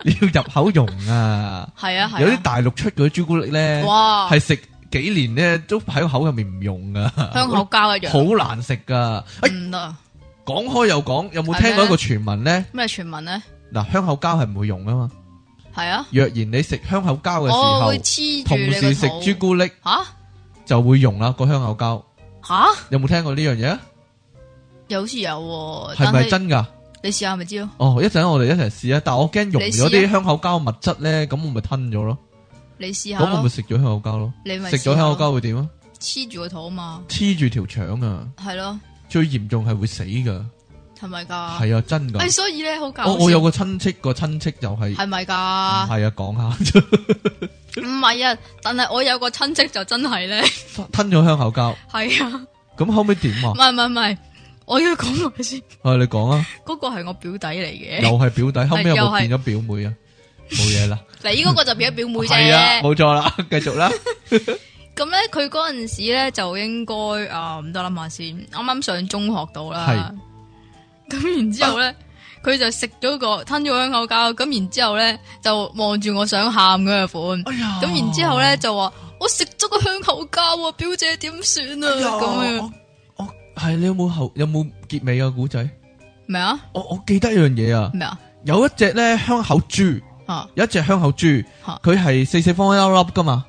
Speaker 1: 你 要入口溶啊！
Speaker 2: 係啊，係啊
Speaker 1: 有啲大陸出嗰啲朱古力咧，
Speaker 2: 哇
Speaker 1: 係食幾年咧都喺個口入面唔溶噶，
Speaker 2: 香口膠一
Speaker 1: 好
Speaker 2: 樣，
Speaker 1: 難食噶。哎
Speaker 2: 唔得啊。
Speaker 1: 讲开又讲，有冇听过一个传闻咧？
Speaker 2: 咩傳聞咧？
Speaker 1: 嗱，香口胶系唔会用噶嘛。
Speaker 2: 係啊，
Speaker 1: 若然你食香口胶嘅
Speaker 2: 我哦會
Speaker 1: 时
Speaker 2: 黐
Speaker 1: 候，同
Speaker 2: 住你
Speaker 1: 时
Speaker 2: 個
Speaker 1: 食朱
Speaker 2: 肚。
Speaker 1: 古力
Speaker 2: 吓
Speaker 1: 就会用啦个香口胶。
Speaker 2: 吓，
Speaker 1: 有冇听过呢样嘢啊？
Speaker 2: 又好似有喎，
Speaker 1: 系
Speaker 2: 但
Speaker 1: 咪
Speaker 2: 哦係
Speaker 1: 真噶？
Speaker 2: 你試下咪知咯。
Speaker 1: 哦，一阵我哋一齐试啊！但我惊溶咗
Speaker 2: 你試
Speaker 1: 啲香口胶物质咧，咁我咪吞咗咯。
Speaker 2: 你試下
Speaker 1: 咁我咪
Speaker 2: 咯，
Speaker 1: 食咗香口胶咯。
Speaker 2: 你咪
Speaker 1: 食咗
Speaker 2: 試下
Speaker 1: 香口
Speaker 2: 咯
Speaker 1: 胶会点啊？
Speaker 2: 黐住個肚啊嘛，
Speaker 1: 黐住条肠啊！
Speaker 2: 係咯，
Speaker 1: 最严重系会死噶。
Speaker 2: 係咪㗎？
Speaker 1: 系啊，真噶
Speaker 2: 诶，。所以哎咧好搞
Speaker 1: 我
Speaker 2: 笑，
Speaker 1: 我有个亲戚，个亲戚就系系
Speaker 2: 係咪
Speaker 1: 啊，
Speaker 2: 㗎？
Speaker 1: 讲下
Speaker 2: 唔係啊，但係我有個親戚就真係咧，
Speaker 1: 吞咗香口胶，
Speaker 2: 係啊，
Speaker 1: 咁后尾点啊
Speaker 2: 唔？係唔係唔係，我要講埋先，
Speaker 1: 啊，你讲啊。
Speaker 2: 嗰個係我表弟嚟嘅，
Speaker 1: 又系表弟，后尾有
Speaker 2: 又
Speaker 1: 冇
Speaker 2: 係
Speaker 1: 变咗表妹啊？冇嘢啦，
Speaker 2: 你嗰個就變咗表妹
Speaker 1: 係啊，
Speaker 2: 啫。
Speaker 1: 冇错 啦，继续啦，
Speaker 2: 咁咧，佢嗰陣時咧就應該啊，唔得諗下先，啱啱上中學到啦。咁然之後咧，佢就食咗個吞咗香口膠，咁然之後咧就望住我想喊嗰個款。
Speaker 1: 哎呀
Speaker 2: 咁然之後咧，就話我食咗個香口膠啊，表姐點算啊？
Speaker 1: 哎
Speaker 2: 咁樣
Speaker 1: 我我系你有冇后有冇结尾啊？古仔，
Speaker 2: 咩啊
Speaker 1: 我我记得一样嘢啊，
Speaker 2: 咩啊
Speaker 1: 有一只咧香口猪，
Speaker 2: 啊
Speaker 1: 有一只香口猪，
Speaker 2: 嚇
Speaker 1: 佢系四四方方一粒粒噶嘛，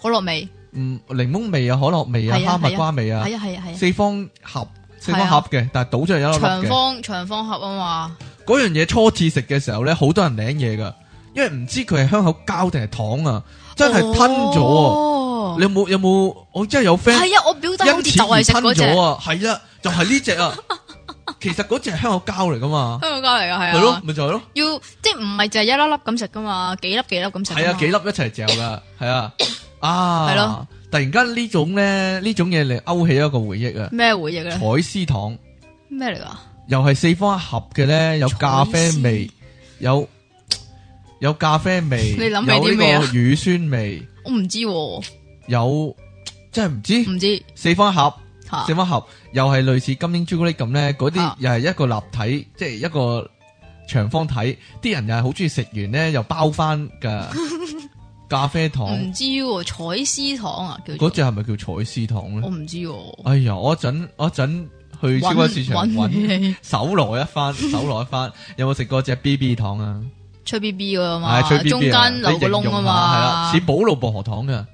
Speaker 2: 可樂味。
Speaker 1: 嗯，柠檬味啊，可乐味啊，
Speaker 2: 係啊
Speaker 1: 哈密瓜味啊，
Speaker 2: 系啊系啊系
Speaker 1: 四方盒。四方盒嘅，但系倒咗係一粒
Speaker 2: 啊，長
Speaker 1: 粒嘅。
Speaker 2: 方長方盒啊嘛，
Speaker 1: 嗰樣嘢初次食嘅時候咧，好多人領嘢噶，因為唔知佢係香口膠定係糖啊，真係吞咗啊！
Speaker 2: 哦
Speaker 1: 你，有冇有冇？我真系有 friend
Speaker 2: 係啊，我表弟好
Speaker 1: 因
Speaker 2: 似
Speaker 1: 此
Speaker 2: 就
Speaker 1: 而
Speaker 2: 係食
Speaker 1: 吞
Speaker 2: 嗰只
Speaker 1: 咗啊，係啦，就係呢只啊。 其實嗰只係香口膠嚟噶嘛，
Speaker 2: 香港膠嚟㗎，
Speaker 1: 係
Speaker 2: 係
Speaker 1: 咯
Speaker 2: 啊，，
Speaker 1: 咪就係咯，
Speaker 2: 要即系唔係就係一粒粒咁食噶嘛，幾粒幾粒咁食㗎嘛。
Speaker 1: 係啊，幾粒一齊嚼噶，係 啊，啊，
Speaker 2: 係咯，
Speaker 1: 突然間呢種咧，呢種嘢嚟勾起一個回憶啊，
Speaker 2: 咩回憶咧
Speaker 1: 彩？絲糖
Speaker 2: 咩嚟㗎？
Speaker 1: 又係四方一盒嘅咧，有咖啡味，有有咖啡味，
Speaker 2: 你諗起
Speaker 1: 有呢
Speaker 2: 啲咩啊
Speaker 1: 個乳酸味，
Speaker 2: 我唔知喎，唔
Speaker 1: 有真係唔知
Speaker 2: 知
Speaker 1: 四方一盒。
Speaker 2: 吓
Speaker 1: 四方盒又係類似金鷹朱古力咁咧，嗰啲
Speaker 2: 啊
Speaker 1: 又係一個立體，即係一個長方體。啲人又係好中意食完咧，又包翻 噶咖啡糖。
Speaker 2: 唔知喎，彩絲糖啊叫
Speaker 1: 嗰
Speaker 2: 做
Speaker 1: 只，係咪叫彩絲糖
Speaker 2: 我
Speaker 1: 咧？
Speaker 2: 唔知喎。
Speaker 1: 哎呀，我一陣我一陣去超級市場
Speaker 2: 搵
Speaker 1: 揾
Speaker 2: 你
Speaker 1: 搜羅一 番，搜羅一番。有冇食過只 B B 糖啊？
Speaker 2: 吹 B B 噶嘛
Speaker 1: 係，吹 B
Speaker 2: 中
Speaker 1: B 啊，
Speaker 2: 間
Speaker 1: 你
Speaker 2: 留個
Speaker 1: 形容
Speaker 2: 窿
Speaker 1: 下
Speaker 2: 啊
Speaker 1: 係啦，
Speaker 2: 嘛
Speaker 1: 似，寶路薄荷糖噶。
Speaker 2: 係啊，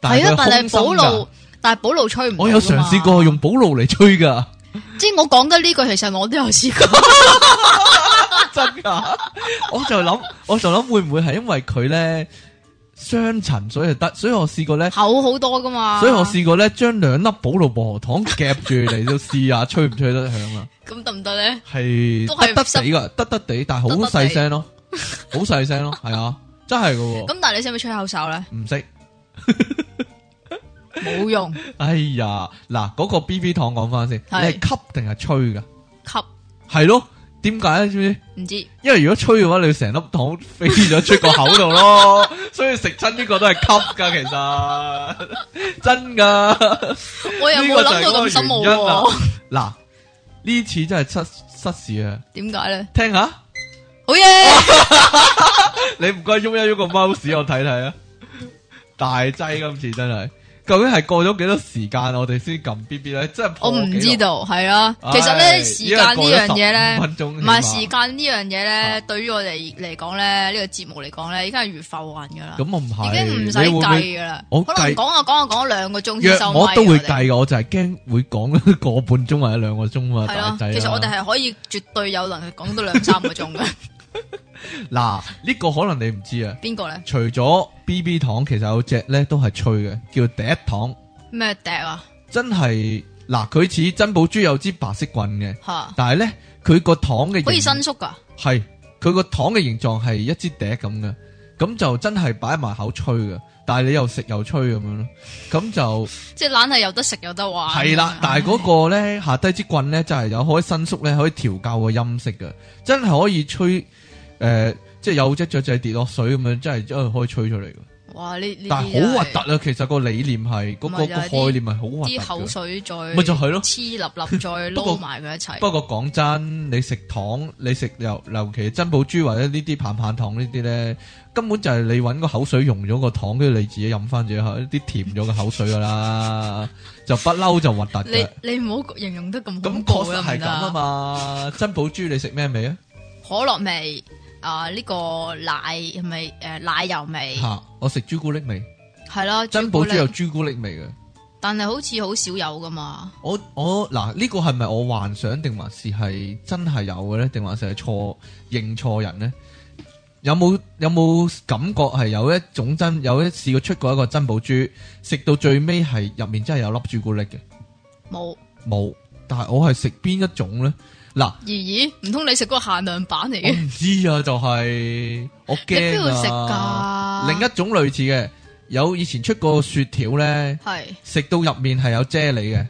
Speaker 2: 但
Speaker 1: 係佢
Speaker 2: 係保
Speaker 1: 空心㗎
Speaker 2: 露，但係保露吹唔到㗎嘛。
Speaker 1: 我有嘗試過用寶路嚟吹噶。
Speaker 2: 即系我講緊呢句，其實我都有試過。
Speaker 1: 真 噶，我就谂，我就谂会唔会系因为佢咧双层，所以就得，所以我试过咧，
Speaker 2: 厚好多噶 嘛，
Speaker 1: 所以我试过咧，将两粒保露薄荷糖夹住嚟到试下吹唔吹得响啊，
Speaker 2: 咁得唔得咧？
Speaker 1: 系
Speaker 2: 都係
Speaker 1: 得得地噶，得得地，但系好细声咯， 好细声咯，系啊，真系噶，
Speaker 2: 咁但系你識唔識吹口哨咧？
Speaker 1: 唔识，
Speaker 2: 冇用，
Speaker 1: 哎呀，嗱，嗰个 B B 糖讲翻先，
Speaker 2: 係
Speaker 1: 你系吸定系吹噶？
Speaker 2: 吸
Speaker 1: 系咯，点解咧？知唔知？
Speaker 2: 唔知
Speaker 1: 因为如果吹嘅话，你成粒糖飞咗出个口度 咯，所以食亲呢个都系吸噶，其实 真噶。
Speaker 2: 我又冇諗到咁深奧喎，
Speaker 1: 嗱，呢次真系失失事啊！
Speaker 2: 點解咧？
Speaker 1: 听下，
Speaker 2: 好嘢，
Speaker 1: 你唔该喐一喐个 mouse 我睇睇啊！大剂今次真系，究竟系过咗几多时间我哋先揿 B B 咧？真系
Speaker 2: 我唔知。道，係啦。其實
Speaker 1: 唉
Speaker 2: 咧，時間呢樣
Speaker 1: 因為
Speaker 2: 嘢
Speaker 1: 過咗15
Speaker 2: 咧，
Speaker 1: 分鐘
Speaker 2: 唔
Speaker 1: 起碼啊
Speaker 2: 係時間呢樣嘢咧，對於我哋嚟講咧，呢個節目嚟講咧，已經係如浮雲噶啦，
Speaker 1: 咁我唔係
Speaker 2: 已經唔使
Speaker 1: 你會唔會
Speaker 2: 計噶啦。
Speaker 1: 我
Speaker 2: 可能
Speaker 1: 計
Speaker 2: 講下講下講兩個鐘先
Speaker 1: 約
Speaker 2: 收咪啊
Speaker 1: 我都會
Speaker 2: 哋
Speaker 1: 計噶，我就係驚會講個半鐘或者兩個鐘啊，
Speaker 2: 係
Speaker 1: 大
Speaker 2: 咯，
Speaker 1: 仔啊。
Speaker 2: 其實我哋係可以絕對有能力講到兩三個鐘 嘅。
Speaker 1: 嗱呢個可能你唔知啊。
Speaker 2: 邊個咧？
Speaker 1: 除咗 B B 糖，其實有隻咧都係脆嘅，叫第一糖，
Speaker 2: 咩笛啊？
Speaker 1: 真係嗱佢似珍寶珠有支白色棍嘅，
Speaker 2: 吓，好
Speaker 1: 但係咧佢個糖嘅
Speaker 2: 似
Speaker 1: 形
Speaker 2: 伸縮噶，
Speaker 1: 係佢個糖嘅形狀係一支笛咁嘅，咁就真係擺埋口吹嘅，但係你又食又吹咁樣咯，咁就。
Speaker 2: 即係懶係有得食有得玩。
Speaker 1: 系啦， 但系嗰個咧下低支棍咧就係有可以伸縮咧，可以調校個音色嘅，真係可以吹诶、呃即係有隻雀仔跌落水咁樣，真係真系可以吹出嚟嘅。
Speaker 2: 哇！呢呢啲
Speaker 1: 但係好核
Speaker 2: 真係
Speaker 1: 突啊！其實個理念係嗰、個
Speaker 2: 咪
Speaker 1: 个
Speaker 2: 就
Speaker 1: 個
Speaker 2: 係
Speaker 1: 概
Speaker 2: 啲
Speaker 1: 念係好核
Speaker 2: 啲口
Speaker 1: 突嘅。
Speaker 2: 水再
Speaker 1: 咪就係咯
Speaker 2: 黐粒粒再
Speaker 1: 不過
Speaker 2: 撈埋佢一齊。
Speaker 1: 不過講真，你食糖，你食尤尤其珍寶珠或者呢啲棒棒糖呢啲咧，根本就係你搵個口水溶咗個糖，跟住你自己飲翻自己口啲甜咗嘅口水噶 啦，就不嬲就核突嘅
Speaker 2: 你。你唔好形容得咁恐
Speaker 1: 咁
Speaker 2: 怖
Speaker 1: 確實
Speaker 2: 啦，
Speaker 1: 係咁啊
Speaker 2: 唔得。
Speaker 1: 嘛，珍寶珠你食咩味 啊？
Speaker 2: 可樂味啊，呢個奶係咪誒奶油味？
Speaker 1: 吓，我食朱古力味，
Speaker 2: 係啦，
Speaker 1: 珍寶珠
Speaker 2: 朱哎古力
Speaker 1: 有朱古力味嘅。
Speaker 2: 但係好似好少有噶嘛。
Speaker 1: 我我嗱呢個係咪我幻想定還是係真係有嘅咧？定還是係錯認錯人咧？有冇有冇感覺係有一種真有一試過出過一個珍寶珠，食到最尾係入面真係有粒朱古力嘅？
Speaker 2: 冇，
Speaker 1: 冇，但係我係食邊一種咧？嗱，
Speaker 2: 咦咦，唔通你食嗰個限量版嚟
Speaker 1: 我
Speaker 2: 嘅？
Speaker 1: 唔知啊，就係我
Speaker 2: 你邊度食
Speaker 1: 驚啊！
Speaker 2: 㗎？
Speaker 1: 另一種類似嘅，有以前出過雪條咧，
Speaker 2: 係
Speaker 1: 食到入面係有啫喱嘅，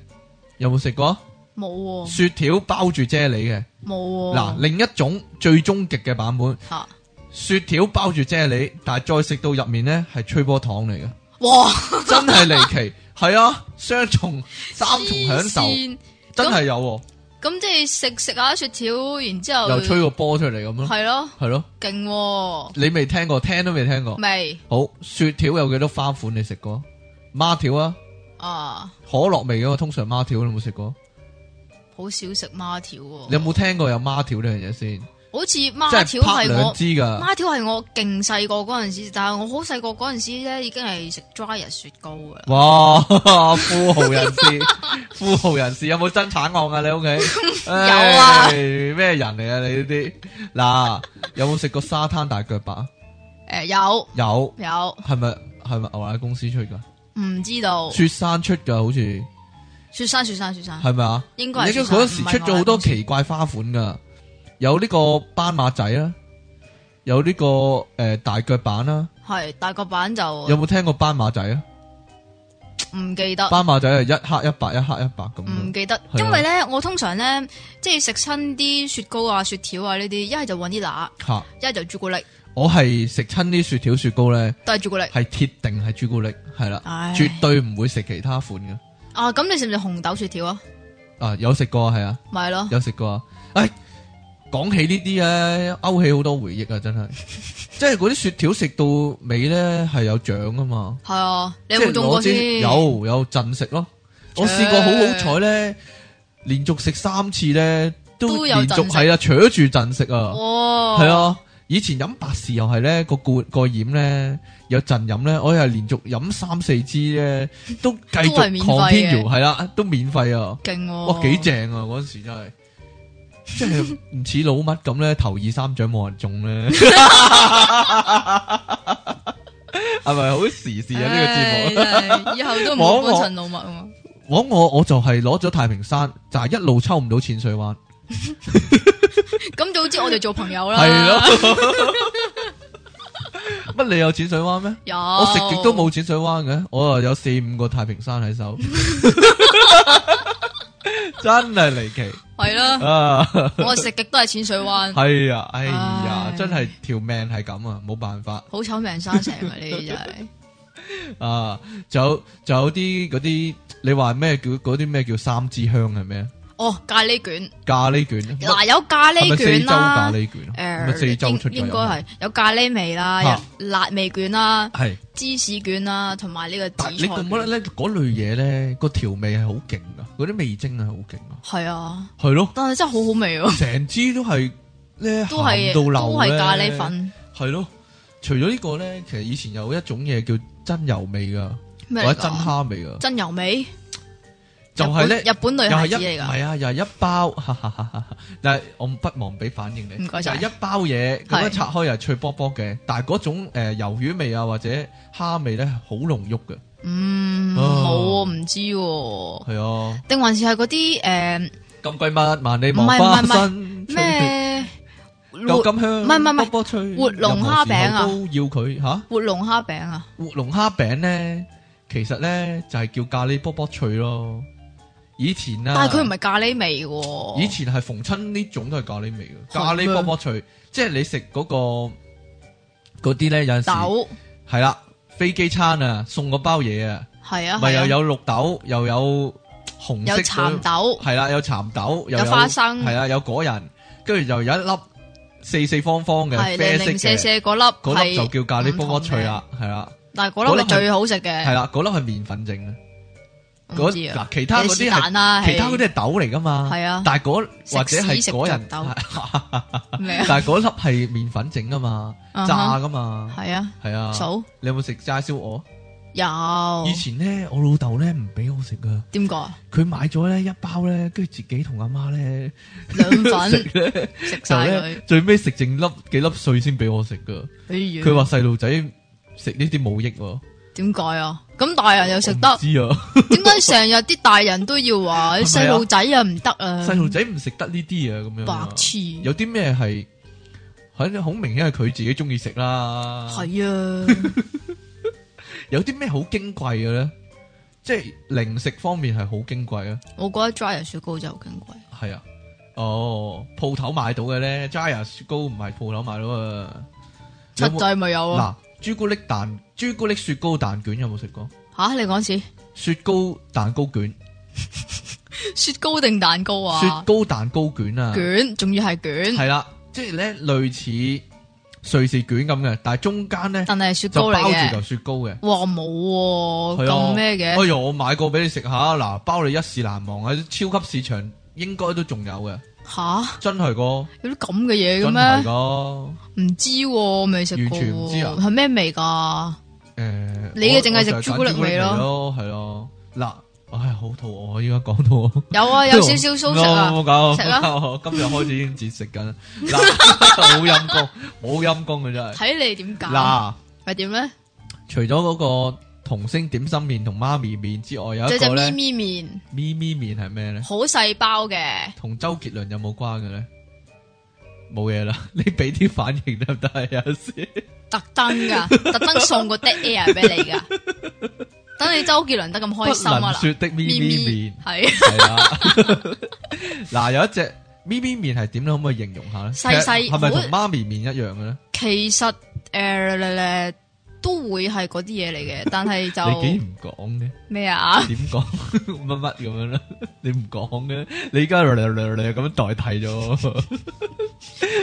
Speaker 1: 有冇食過？
Speaker 2: 哦冇喎，
Speaker 1: 雪條包住啫喱嘅，
Speaker 2: 冇喎。
Speaker 1: 嗱、另一種最終極嘅版本，
Speaker 2: 嚇
Speaker 1: 雪條包住啫喱，但係再食到入面咧係吹波糖 嚟嘅，
Speaker 2: 哇！
Speaker 1: 真係離奇，係啊，雙重三重享受，
Speaker 2: 黐線
Speaker 1: 真係有喎，
Speaker 2: 咁即係食食下雪條，然之後
Speaker 1: 又吹個波出嚟咁咯，
Speaker 2: 係咯，
Speaker 1: 係咯，
Speaker 2: 勁喎
Speaker 1: 你未聽過，聽都未聽過。
Speaker 2: 味
Speaker 1: 好，雪條有幾多花款你食過？孖條啊，
Speaker 2: 啊！
Speaker 1: 可樂味嘅，通常孖條你有冇食過？
Speaker 2: 好少食孖條喎。
Speaker 1: 你有冇聽過有孖條呢樣嘢先？
Speaker 2: 好似
Speaker 1: 即
Speaker 2: 孖
Speaker 1: 係
Speaker 2: 條
Speaker 1: 拍
Speaker 2: 係
Speaker 1: 兩
Speaker 2: 我
Speaker 1: 支㗎，
Speaker 2: 孖條係我勁細個嗰陣時，但係我好細個嗰陣時咧已經係食 dry 日雪糕噶啦。
Speaker 1: 哇！ 富豪人 士，富豪人士有冇真產案啊？你屋 企
Speaker 2: 有啊
Speaker 1: 唉咩人嚟啊？你呢啲嗱，有冇食過沙灘大腳白啊？
Speaker 2: 誒有
Speaker 1: 有，
Speaker 2: 有
Speaker 1: 係咪係咪牛奶公司出㗎？
Speaker 2: 唔知道
Speaker 1: 雪山出㗎，好似
Speaker 2: 雪山雪山雪山
Speaker 1: 係咪啊？
Speaker 2: 應該係
Speaker 1: 你
Speaker 2: 雪
Speaker 1: 記得
Speaker 2: 山
Speaker 1: 嗰時出咗好多奇怪花款㗎，有呢個斑馬仔啦，有呢個诶大腳板啦，
Speaker 2: 係大個版就
Speaker 1: 有冇聽過斑馬仔啊？
Speaker 2: 唔記得。
Speaker 1: 斑馬仔係一黑一白，一黑一白咁
Speaker 2: 唔
Speaker 1: 樣。
Speaker 2: 記得，
Speaker 1: 係啊
Speaker 2: 因為咧，我通常咧，即係食親啲雪糕啊、雪條啊呢啲，一係就搵啲乸，
Speaker 1: 吓、
Speaker 2: 一係就朱古力，
Speaker 1: 我係食親啲雪條雪糕咧，
Speaker 2: 都係朱古力。
Speaker 1: 係鐵定係朱古力，係啦，
Speaker 2: 唉
Speaker 1: 絕對唔會食其他款嘅。
Speaker 2: 啊，咁你食唔食紅豆雪條啊？
Speaker 1: 啊，有食過啊，係啊，
Speaker 2: 咪係咯，
Speaker 1: 有食過啊。唉、講起呢啲咧，勾起好多回憶啊，真 係。即係嗰啲雪條食到尾咧，係有獎啊嘛。
Speaker 2: 係啊，你有冇中過
Speaker 1: 即係攞
Speaker 2: 先？
Speaker 1: 支有有陣食咯。我試過好好彩咧，連續食三次咧，都
Speaker 2: 都有
Speaker 1: 連續
Speaker 2: 陣食
Speaker 1: 係啊，扯住陣食啊。
Speaker 2: 哇，
Speaker 1: 系，啊，以前飲百事又係咧個罐個染咧有陣飲咧，我又係連續飲三四支咧，都繼
Speaker 2: 都係
Speaker 1: 續
Speaker 2: 免費嘅哦
Speaker 1: 抗天搖係啦，都免費啊！
Speaker 2: 勁喎，
Speaker 1: 哇，幾正啊！嗰陣時真係，即係唔似老乜咁咧，頭二三獎冇人中咧， 係咪好時事啊？呢個節目，
Speaker 2: 呢個節目，以後都唔好幫陳老麥啊嘛。
Speaker 1: 我我我就係攞咗太平山，就係一路抽唔到淺水灣。
Speaker 2: 咁早知我哋做朋友啦，
Speaker 1: 系咯。乜你有淺水灣咩？
Speaker 2: 有
Speaker 1: 我食極都冇淺水灣嘅，我啊有 四五個太平山喺手，真係離奇。
Speaker 2: 系啦，
Speaker 1: 啊，
Speaker 2: 我食极都系浅水湾，
Speaker 1: 系啊，哎呀
Speaker 2: 唉，
Speaker 1: 真系条命系咁啊，冇办法
Speaker 2: 好丑命生成啊！你真 系
Speaker 1: 啊。仲有仲有啲嗰啲，你话咩叫嗰啲咩叫三支香系咩？
Speaker 2: 哦，咖喱卷
Speaker 1: 咖喱卷乜
Speaker 2: 嗱有咖
Speaker 1: 係
Speaker 2: 喱
Speaker 1: 咪四
Speaker 2: 卷啊
Speaker 1: 周咖
Speaker 2: 啦，呃
Speaker 1: 喱卷啊，
Speaker 2: 诶
Speaker 1: 咪，四周出嘅
Speaker 2: 应该系有咖喱味啦，
Speaker 1: 嚇
Speaker 2: 有辣味卷啦，
Speaker 1: 系。
Speaker 2: 芝士卷啦，同埋呢个
Speaker 1: 但
Speaker 2: 紫
Speaker 1: 你
Speaker 2: 菜
Speaker 1: 覺唔覺得
Speaker 2: 卷。
Speaker 1: 咧嗰類嘢咧個調味係好勁噶，嗰啲味精係好勁啊，
Speaker 2: 系啊，
Speaker 1: 係咯，
Speaker 2: 但系真系好好味喎，
Speaker 1: 成支都係咧
Speaker 2: 都系
Speaker 1: 鹹到漏
Speaker 2: 都系
Speaker 1: 咧
Speaker 2: 咖喱，粉
Speaker 1: 係咯。除咗呢個咧，其實以前有一種嘢叫真油味噶，
Speaker 2: 咩
Speaker 1: 或
Speaker 2: 嚟
Speaker 1: 者
Speaker 2: 㗎
Speaker 1: 真蝦味噶，
Speaker 2: 真油味，
Speaker 1: 就係咧
Speaker 2: 日本日本女
Speaker 1: 又係
Speaker 2: 孩子
Speaker 1: 一
Speaker 2: 嚟
Speaker 1: 唔
Speaker 2: 噶，
Speaker 1: 係啊，又係一包，哈哈哈哈但係我不忘俾反應你，
Speaker 2: 唔該
Speaker 1: 就
Speaker 2: 晒
Speaker 1: 係一包嘢咁
Speaker 2: 係
Speaker 1: 樣拆開又係脆卜卜嘅，但係嗰種誒魷魚味啊或者蝦味咧係好濃郁嘅，
Speaker 2: 嗯，
Speaker 1: 哦
Speaker 2: 冇啊唔知喎，
Speaker 1: 係啊，
Speaker 2: 定还是系嗰啲呃诶
Speaker 1: 咁貴乜萬里
Speaker 2: 唔
Speaker 1: 望
Speaker 2: 係唔係
Speaker 1: 花
Speaker 2: 唔係
Speaker 1: 生吹
Speaker 2: 咩
Speaker 1: 有
Speaker 2: 活
Speaker 1: 咁香，
Speaker 2: 唔係唔係唔係
Speaker 1: 波波脆，
Speaker 2: 活龍
Speaker 1: 任何
Speaker 2: 蝦餅啊
Speaker 1: 時候都要佢吓
Speaker 2: 活龙虾饼啊？
Speaker 1: 活龍蝦餅咧，其實咧就係叫咖喱波波脆咯。以前啊，
Speaker 2: 但系佢唔系咖喱味喎，
Speaker 1: 以前係逢親呢種都係咖喱味嘅，
Speaker 2: 係
Speaker 1: 咖喱
Speaker 2: 咩
Speaker 1: 波波脆，即係你食嗰個嗰啲咧有陣時
Speaker 2: 豆
Speaker 1: 係啦，飛機餐啊，送嗰包嘢啊，
Speaker 2: 系啊，
Speaker 1: 咪
Speaker 2: 係啊
Speaker 1: 又有綠豆，又有紅
Speaker 2: 有
Speaker 1: 色
Speaker 2: 蚕豆，
Speaker 1: 系啦，有蠶豆，又
Speaker 2: 有花生
Speaker 1: 系啦，有果仁，跟住就有一粒四四方方嘅
Speaker 2: 系
Speaker 1: 啡
Speaker 2: 零
Speaker 1: 色
Speaker 2: 零舍
Speaker 1: 嘅
Speaker 2: 舍。嗰粒，
Speaker 1: 嗰粒就叫咖喱波波脆啦，係啦，
Speaker 2: 但系嗰粒係最好食
Speaker 1: 係
Speaker 2: 嘅，
Speaker 1: 啦，嗰粒係麵粉整嘅。嗰
Speaker 2: 我唔知啊，
Speaker 1: 嗱，其他嗰
Speaker 2: 你
Speaker 1: 啲
Speaker 2: 是
Speaker 1: 係
Speaker 2: 但啦，
Speaker 1: 其他
Speaker 2: 係
Speaker 1: 嗰啲係豆嚟噶嘛，
Speaker 2: 係啊
Speaker 1: 但係嗰
Speaker 2: 食
Speaker 1: 或者
Speaker 2: 屎
Speaker 1: 係
Speaker 2: 食
Speaker 1: 嗰人
Speaker 2: 著豆，咩啊
Speaker 1: 但係嗰粒係麵粉整噶嘛，
Speaker 2: 嗯哼
Speaker 1: 炸噶嘛，
Speaker 2: 系啊，
Speaker 1: 係啊。
Speaker 2: 數
Speaker 1: 你有冇食齋燒鵝？以
Speaker 2: 有
Speaker 1: 前咧，我老豆咧唔俾我食噶，
Speaker 2: 點講啊？
Speaker 1: 佢買咗咧一包咧，跟住自己同阿媽咧
Speaker 2: 兩
Speaker 1: 食
Speaker 2: 粉
Speaker 1: 咧，
Speaker 2: 食
Speaker 1: 就
Speaker 2: 晒
Speaker 1: 咧
Speaker 2: 佢，
Speaker 1: 最尾食剩粒幾粒碎先俾我食噶。佢
Speaker 2: 佢哎
Speaker 1: 話細路仔食呢啲冇益喎，
Speaker 2: 點解啊？咁大人又食 得
Speaker 1: 我唔，知啊。
Speaker 2: 點解成日啲大人都要
Speaker 1: 係
Speaker 2: 話啲
Speaker 1: 咪啊
Speaker 2: 細路仔啊唔得啊？
Speaker 1: 细路仔唔食得呢啲啊，咁样啊
Speaker 2: 白痴，
Speaker 1: 有啲咩系，肯好明顯係佢自己中意食啦。
Speaker 2: 係啊，
Speaker 1: 有啲咩好矜貴嘅咧？即係零食方面係好矜貴啊，
Speaker 2: 我覺得 dry 雪糕就好矜貴。
Speaker 1: 係啊。哦，鋪頭買到嘅咧 j a y a 雪糕唔係鋪頭買到啊。
Speaker 2: 七
Speaker 1: 有冇
Speaker 2: 仔咪有啊？
Speaker 1: 嗱，朱古力蛋、朱古力雪糕蛋卷有冇食過？
Speaker 2: 吓，你講次
Speaker 1: 雪糕蛋糕卷、
Speaker 2: 雪糕定蛋糕
Speaker 1: 雪
Speaker 2: 啊？
Speaker 1: 糕蛋糕卷啊，
Speaker 2: 卷，仲要係卷，
Speaker 1: 係啦，即係咧類似瑞士卷咁嘅，但係中間咧
Speaker 2: 但係雪
Speaker 1: 就
Speaker 2: 糕
Speaker 1: 包
Speaker 2: 嚟
Speaker 1: 住
Speaker 2: 嘅
Speaker 1: 嚿。雪糕嘅。
Speaker 2: 哇冇
Speaker 1: 係
Speaker 2: 喎，
Speaker 1: 啊
Speaker 2: 咁咩
Speaker 1: 哎
Speaker 2: 嘅？
Speaker 1: 呀，我買過俾你食下，嗱，包你一試難忘喺超級市場應該都仲有嘅，
Speaker 2: 吓，
Speaker 1: 真係個，
Speaker 2: 有啲咁嘅嘢
Speaker 1: 真係
Speaker 2: 嘅
Speaker 1: 個，
Speaker 2: 咩？唔知喎，未食過
Speaker 1: 完全唔知啊
Speaker 2: 喎。係咩味㗎？
Speaker 1: 誒，
Speaker 2: 你嘅
Speaker 1: 我
Speaker 2: 淨
Speaker 1: 我
Speaker 2: 係食
Speaker 1: 就揀
Speaker 2: 朱古力味咯
Speaker 1: 朱古力味咯，係咯，嗱，唉，好肚餓，依家講到我
Speaker 2: 有啊，有少少酥食啊。
Speaker 1: 冇搞，
Speaker 2: 食啊
Speaker 1: 冇搞今日開始已經節食緊 啦，嗱，好陰功，好陰功嘅真係，
Speaker 2: 睇你點揀，
Speaker 1: 嗱，
Speaker 2: 係啊點咧？
Speaker 1: 除咗嗰個童星點心麵同媽咪麵之外，有
Speaker 2: 就
Speaker 1: 一
Speaker 2: 隻
Speaker 1: 個
Speaker 2: 咪
Speaker 1: 咧，
Speaker 2: 咪面，
Speaker 1: 咪咪麵係咩咧？
Speaker 2: 好細包嘅，
Speaker 1: 同周杰伦有冇關嘅咧？冇嘢啦， 你俾啲反應得唔得啊？有時
Speaker 2: 特登㗎，特登送個 dead air 俾你㗎。 等你周杰倫得咁
Speaker 1: 不
Speaker 2: 開心啊
Speaker 1: 能
Speaker 2: 嗱，
Speaker 1: 说的咪
Speaker 2: 咪
Speaker 1: 咪
Speaker 2: 咪
Speaker 1: 面
Speaker 2: 係
Speaker 1: 係啦。嗱，有一隻咪咪面係點咧？可唔可以形容下咧？
Speaker 2: 細細
Speaker 1: 其實係咪
Speaker 2: 好
Speaker 1: 同媽咪面一樣嘅咧？
Speaker 2: 其實呃誒都會係嗰啲嘢嚟嘅，但係
Speaker 1: 你竟
Speaker 2: 就
Speaker 1: 然唔講嘅，
Speaker 2: 咩啊？
Speaker 1: 點講乜乜咁樣咧？你唔講嘅，你而家咁樣代替咗，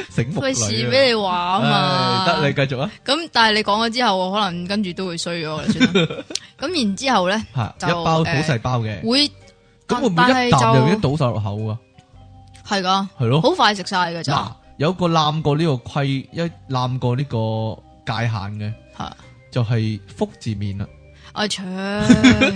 Speaker 1: 醒目
Speaker 2: 費事
Speaker 1: 女啊
Speaker 2: 俾你話啊嘛。
Speaker 1: 唉得你繼續啊，
Speaker 2: 咁但系你講咗之後，我可能跟住都會衰咗啦，算 啦。咁然之後咧，
Speaker 1: 吓
Speaker 2: 就
Speaker 1: 一包好
Speaker 2: 誒
Speaker 1: 細包嘅，
Speaker 2: 會
Speaker 1: 咁
Speaker 2: 但
Speaker 1: 會唔會一
Speaker 2: 但係
Speaker 1: 啖
Speaker 2: 就
Speaker 1: 就已經倒晒落口啊？
Speaker 2: 係噶，
Speaker 1: 係咯。
Speaker 2: 好快食晒噶
Speaker 1: 嗱
Speaker 2: 咋，，
Speaker 1: 有個攬過呢個規，一攬過呢個界限嘅，
Speaker 2: 吓
Speaker 1: 就係福字面啦。
Speaker 2: 阿長，
Speaker 1: 嗱，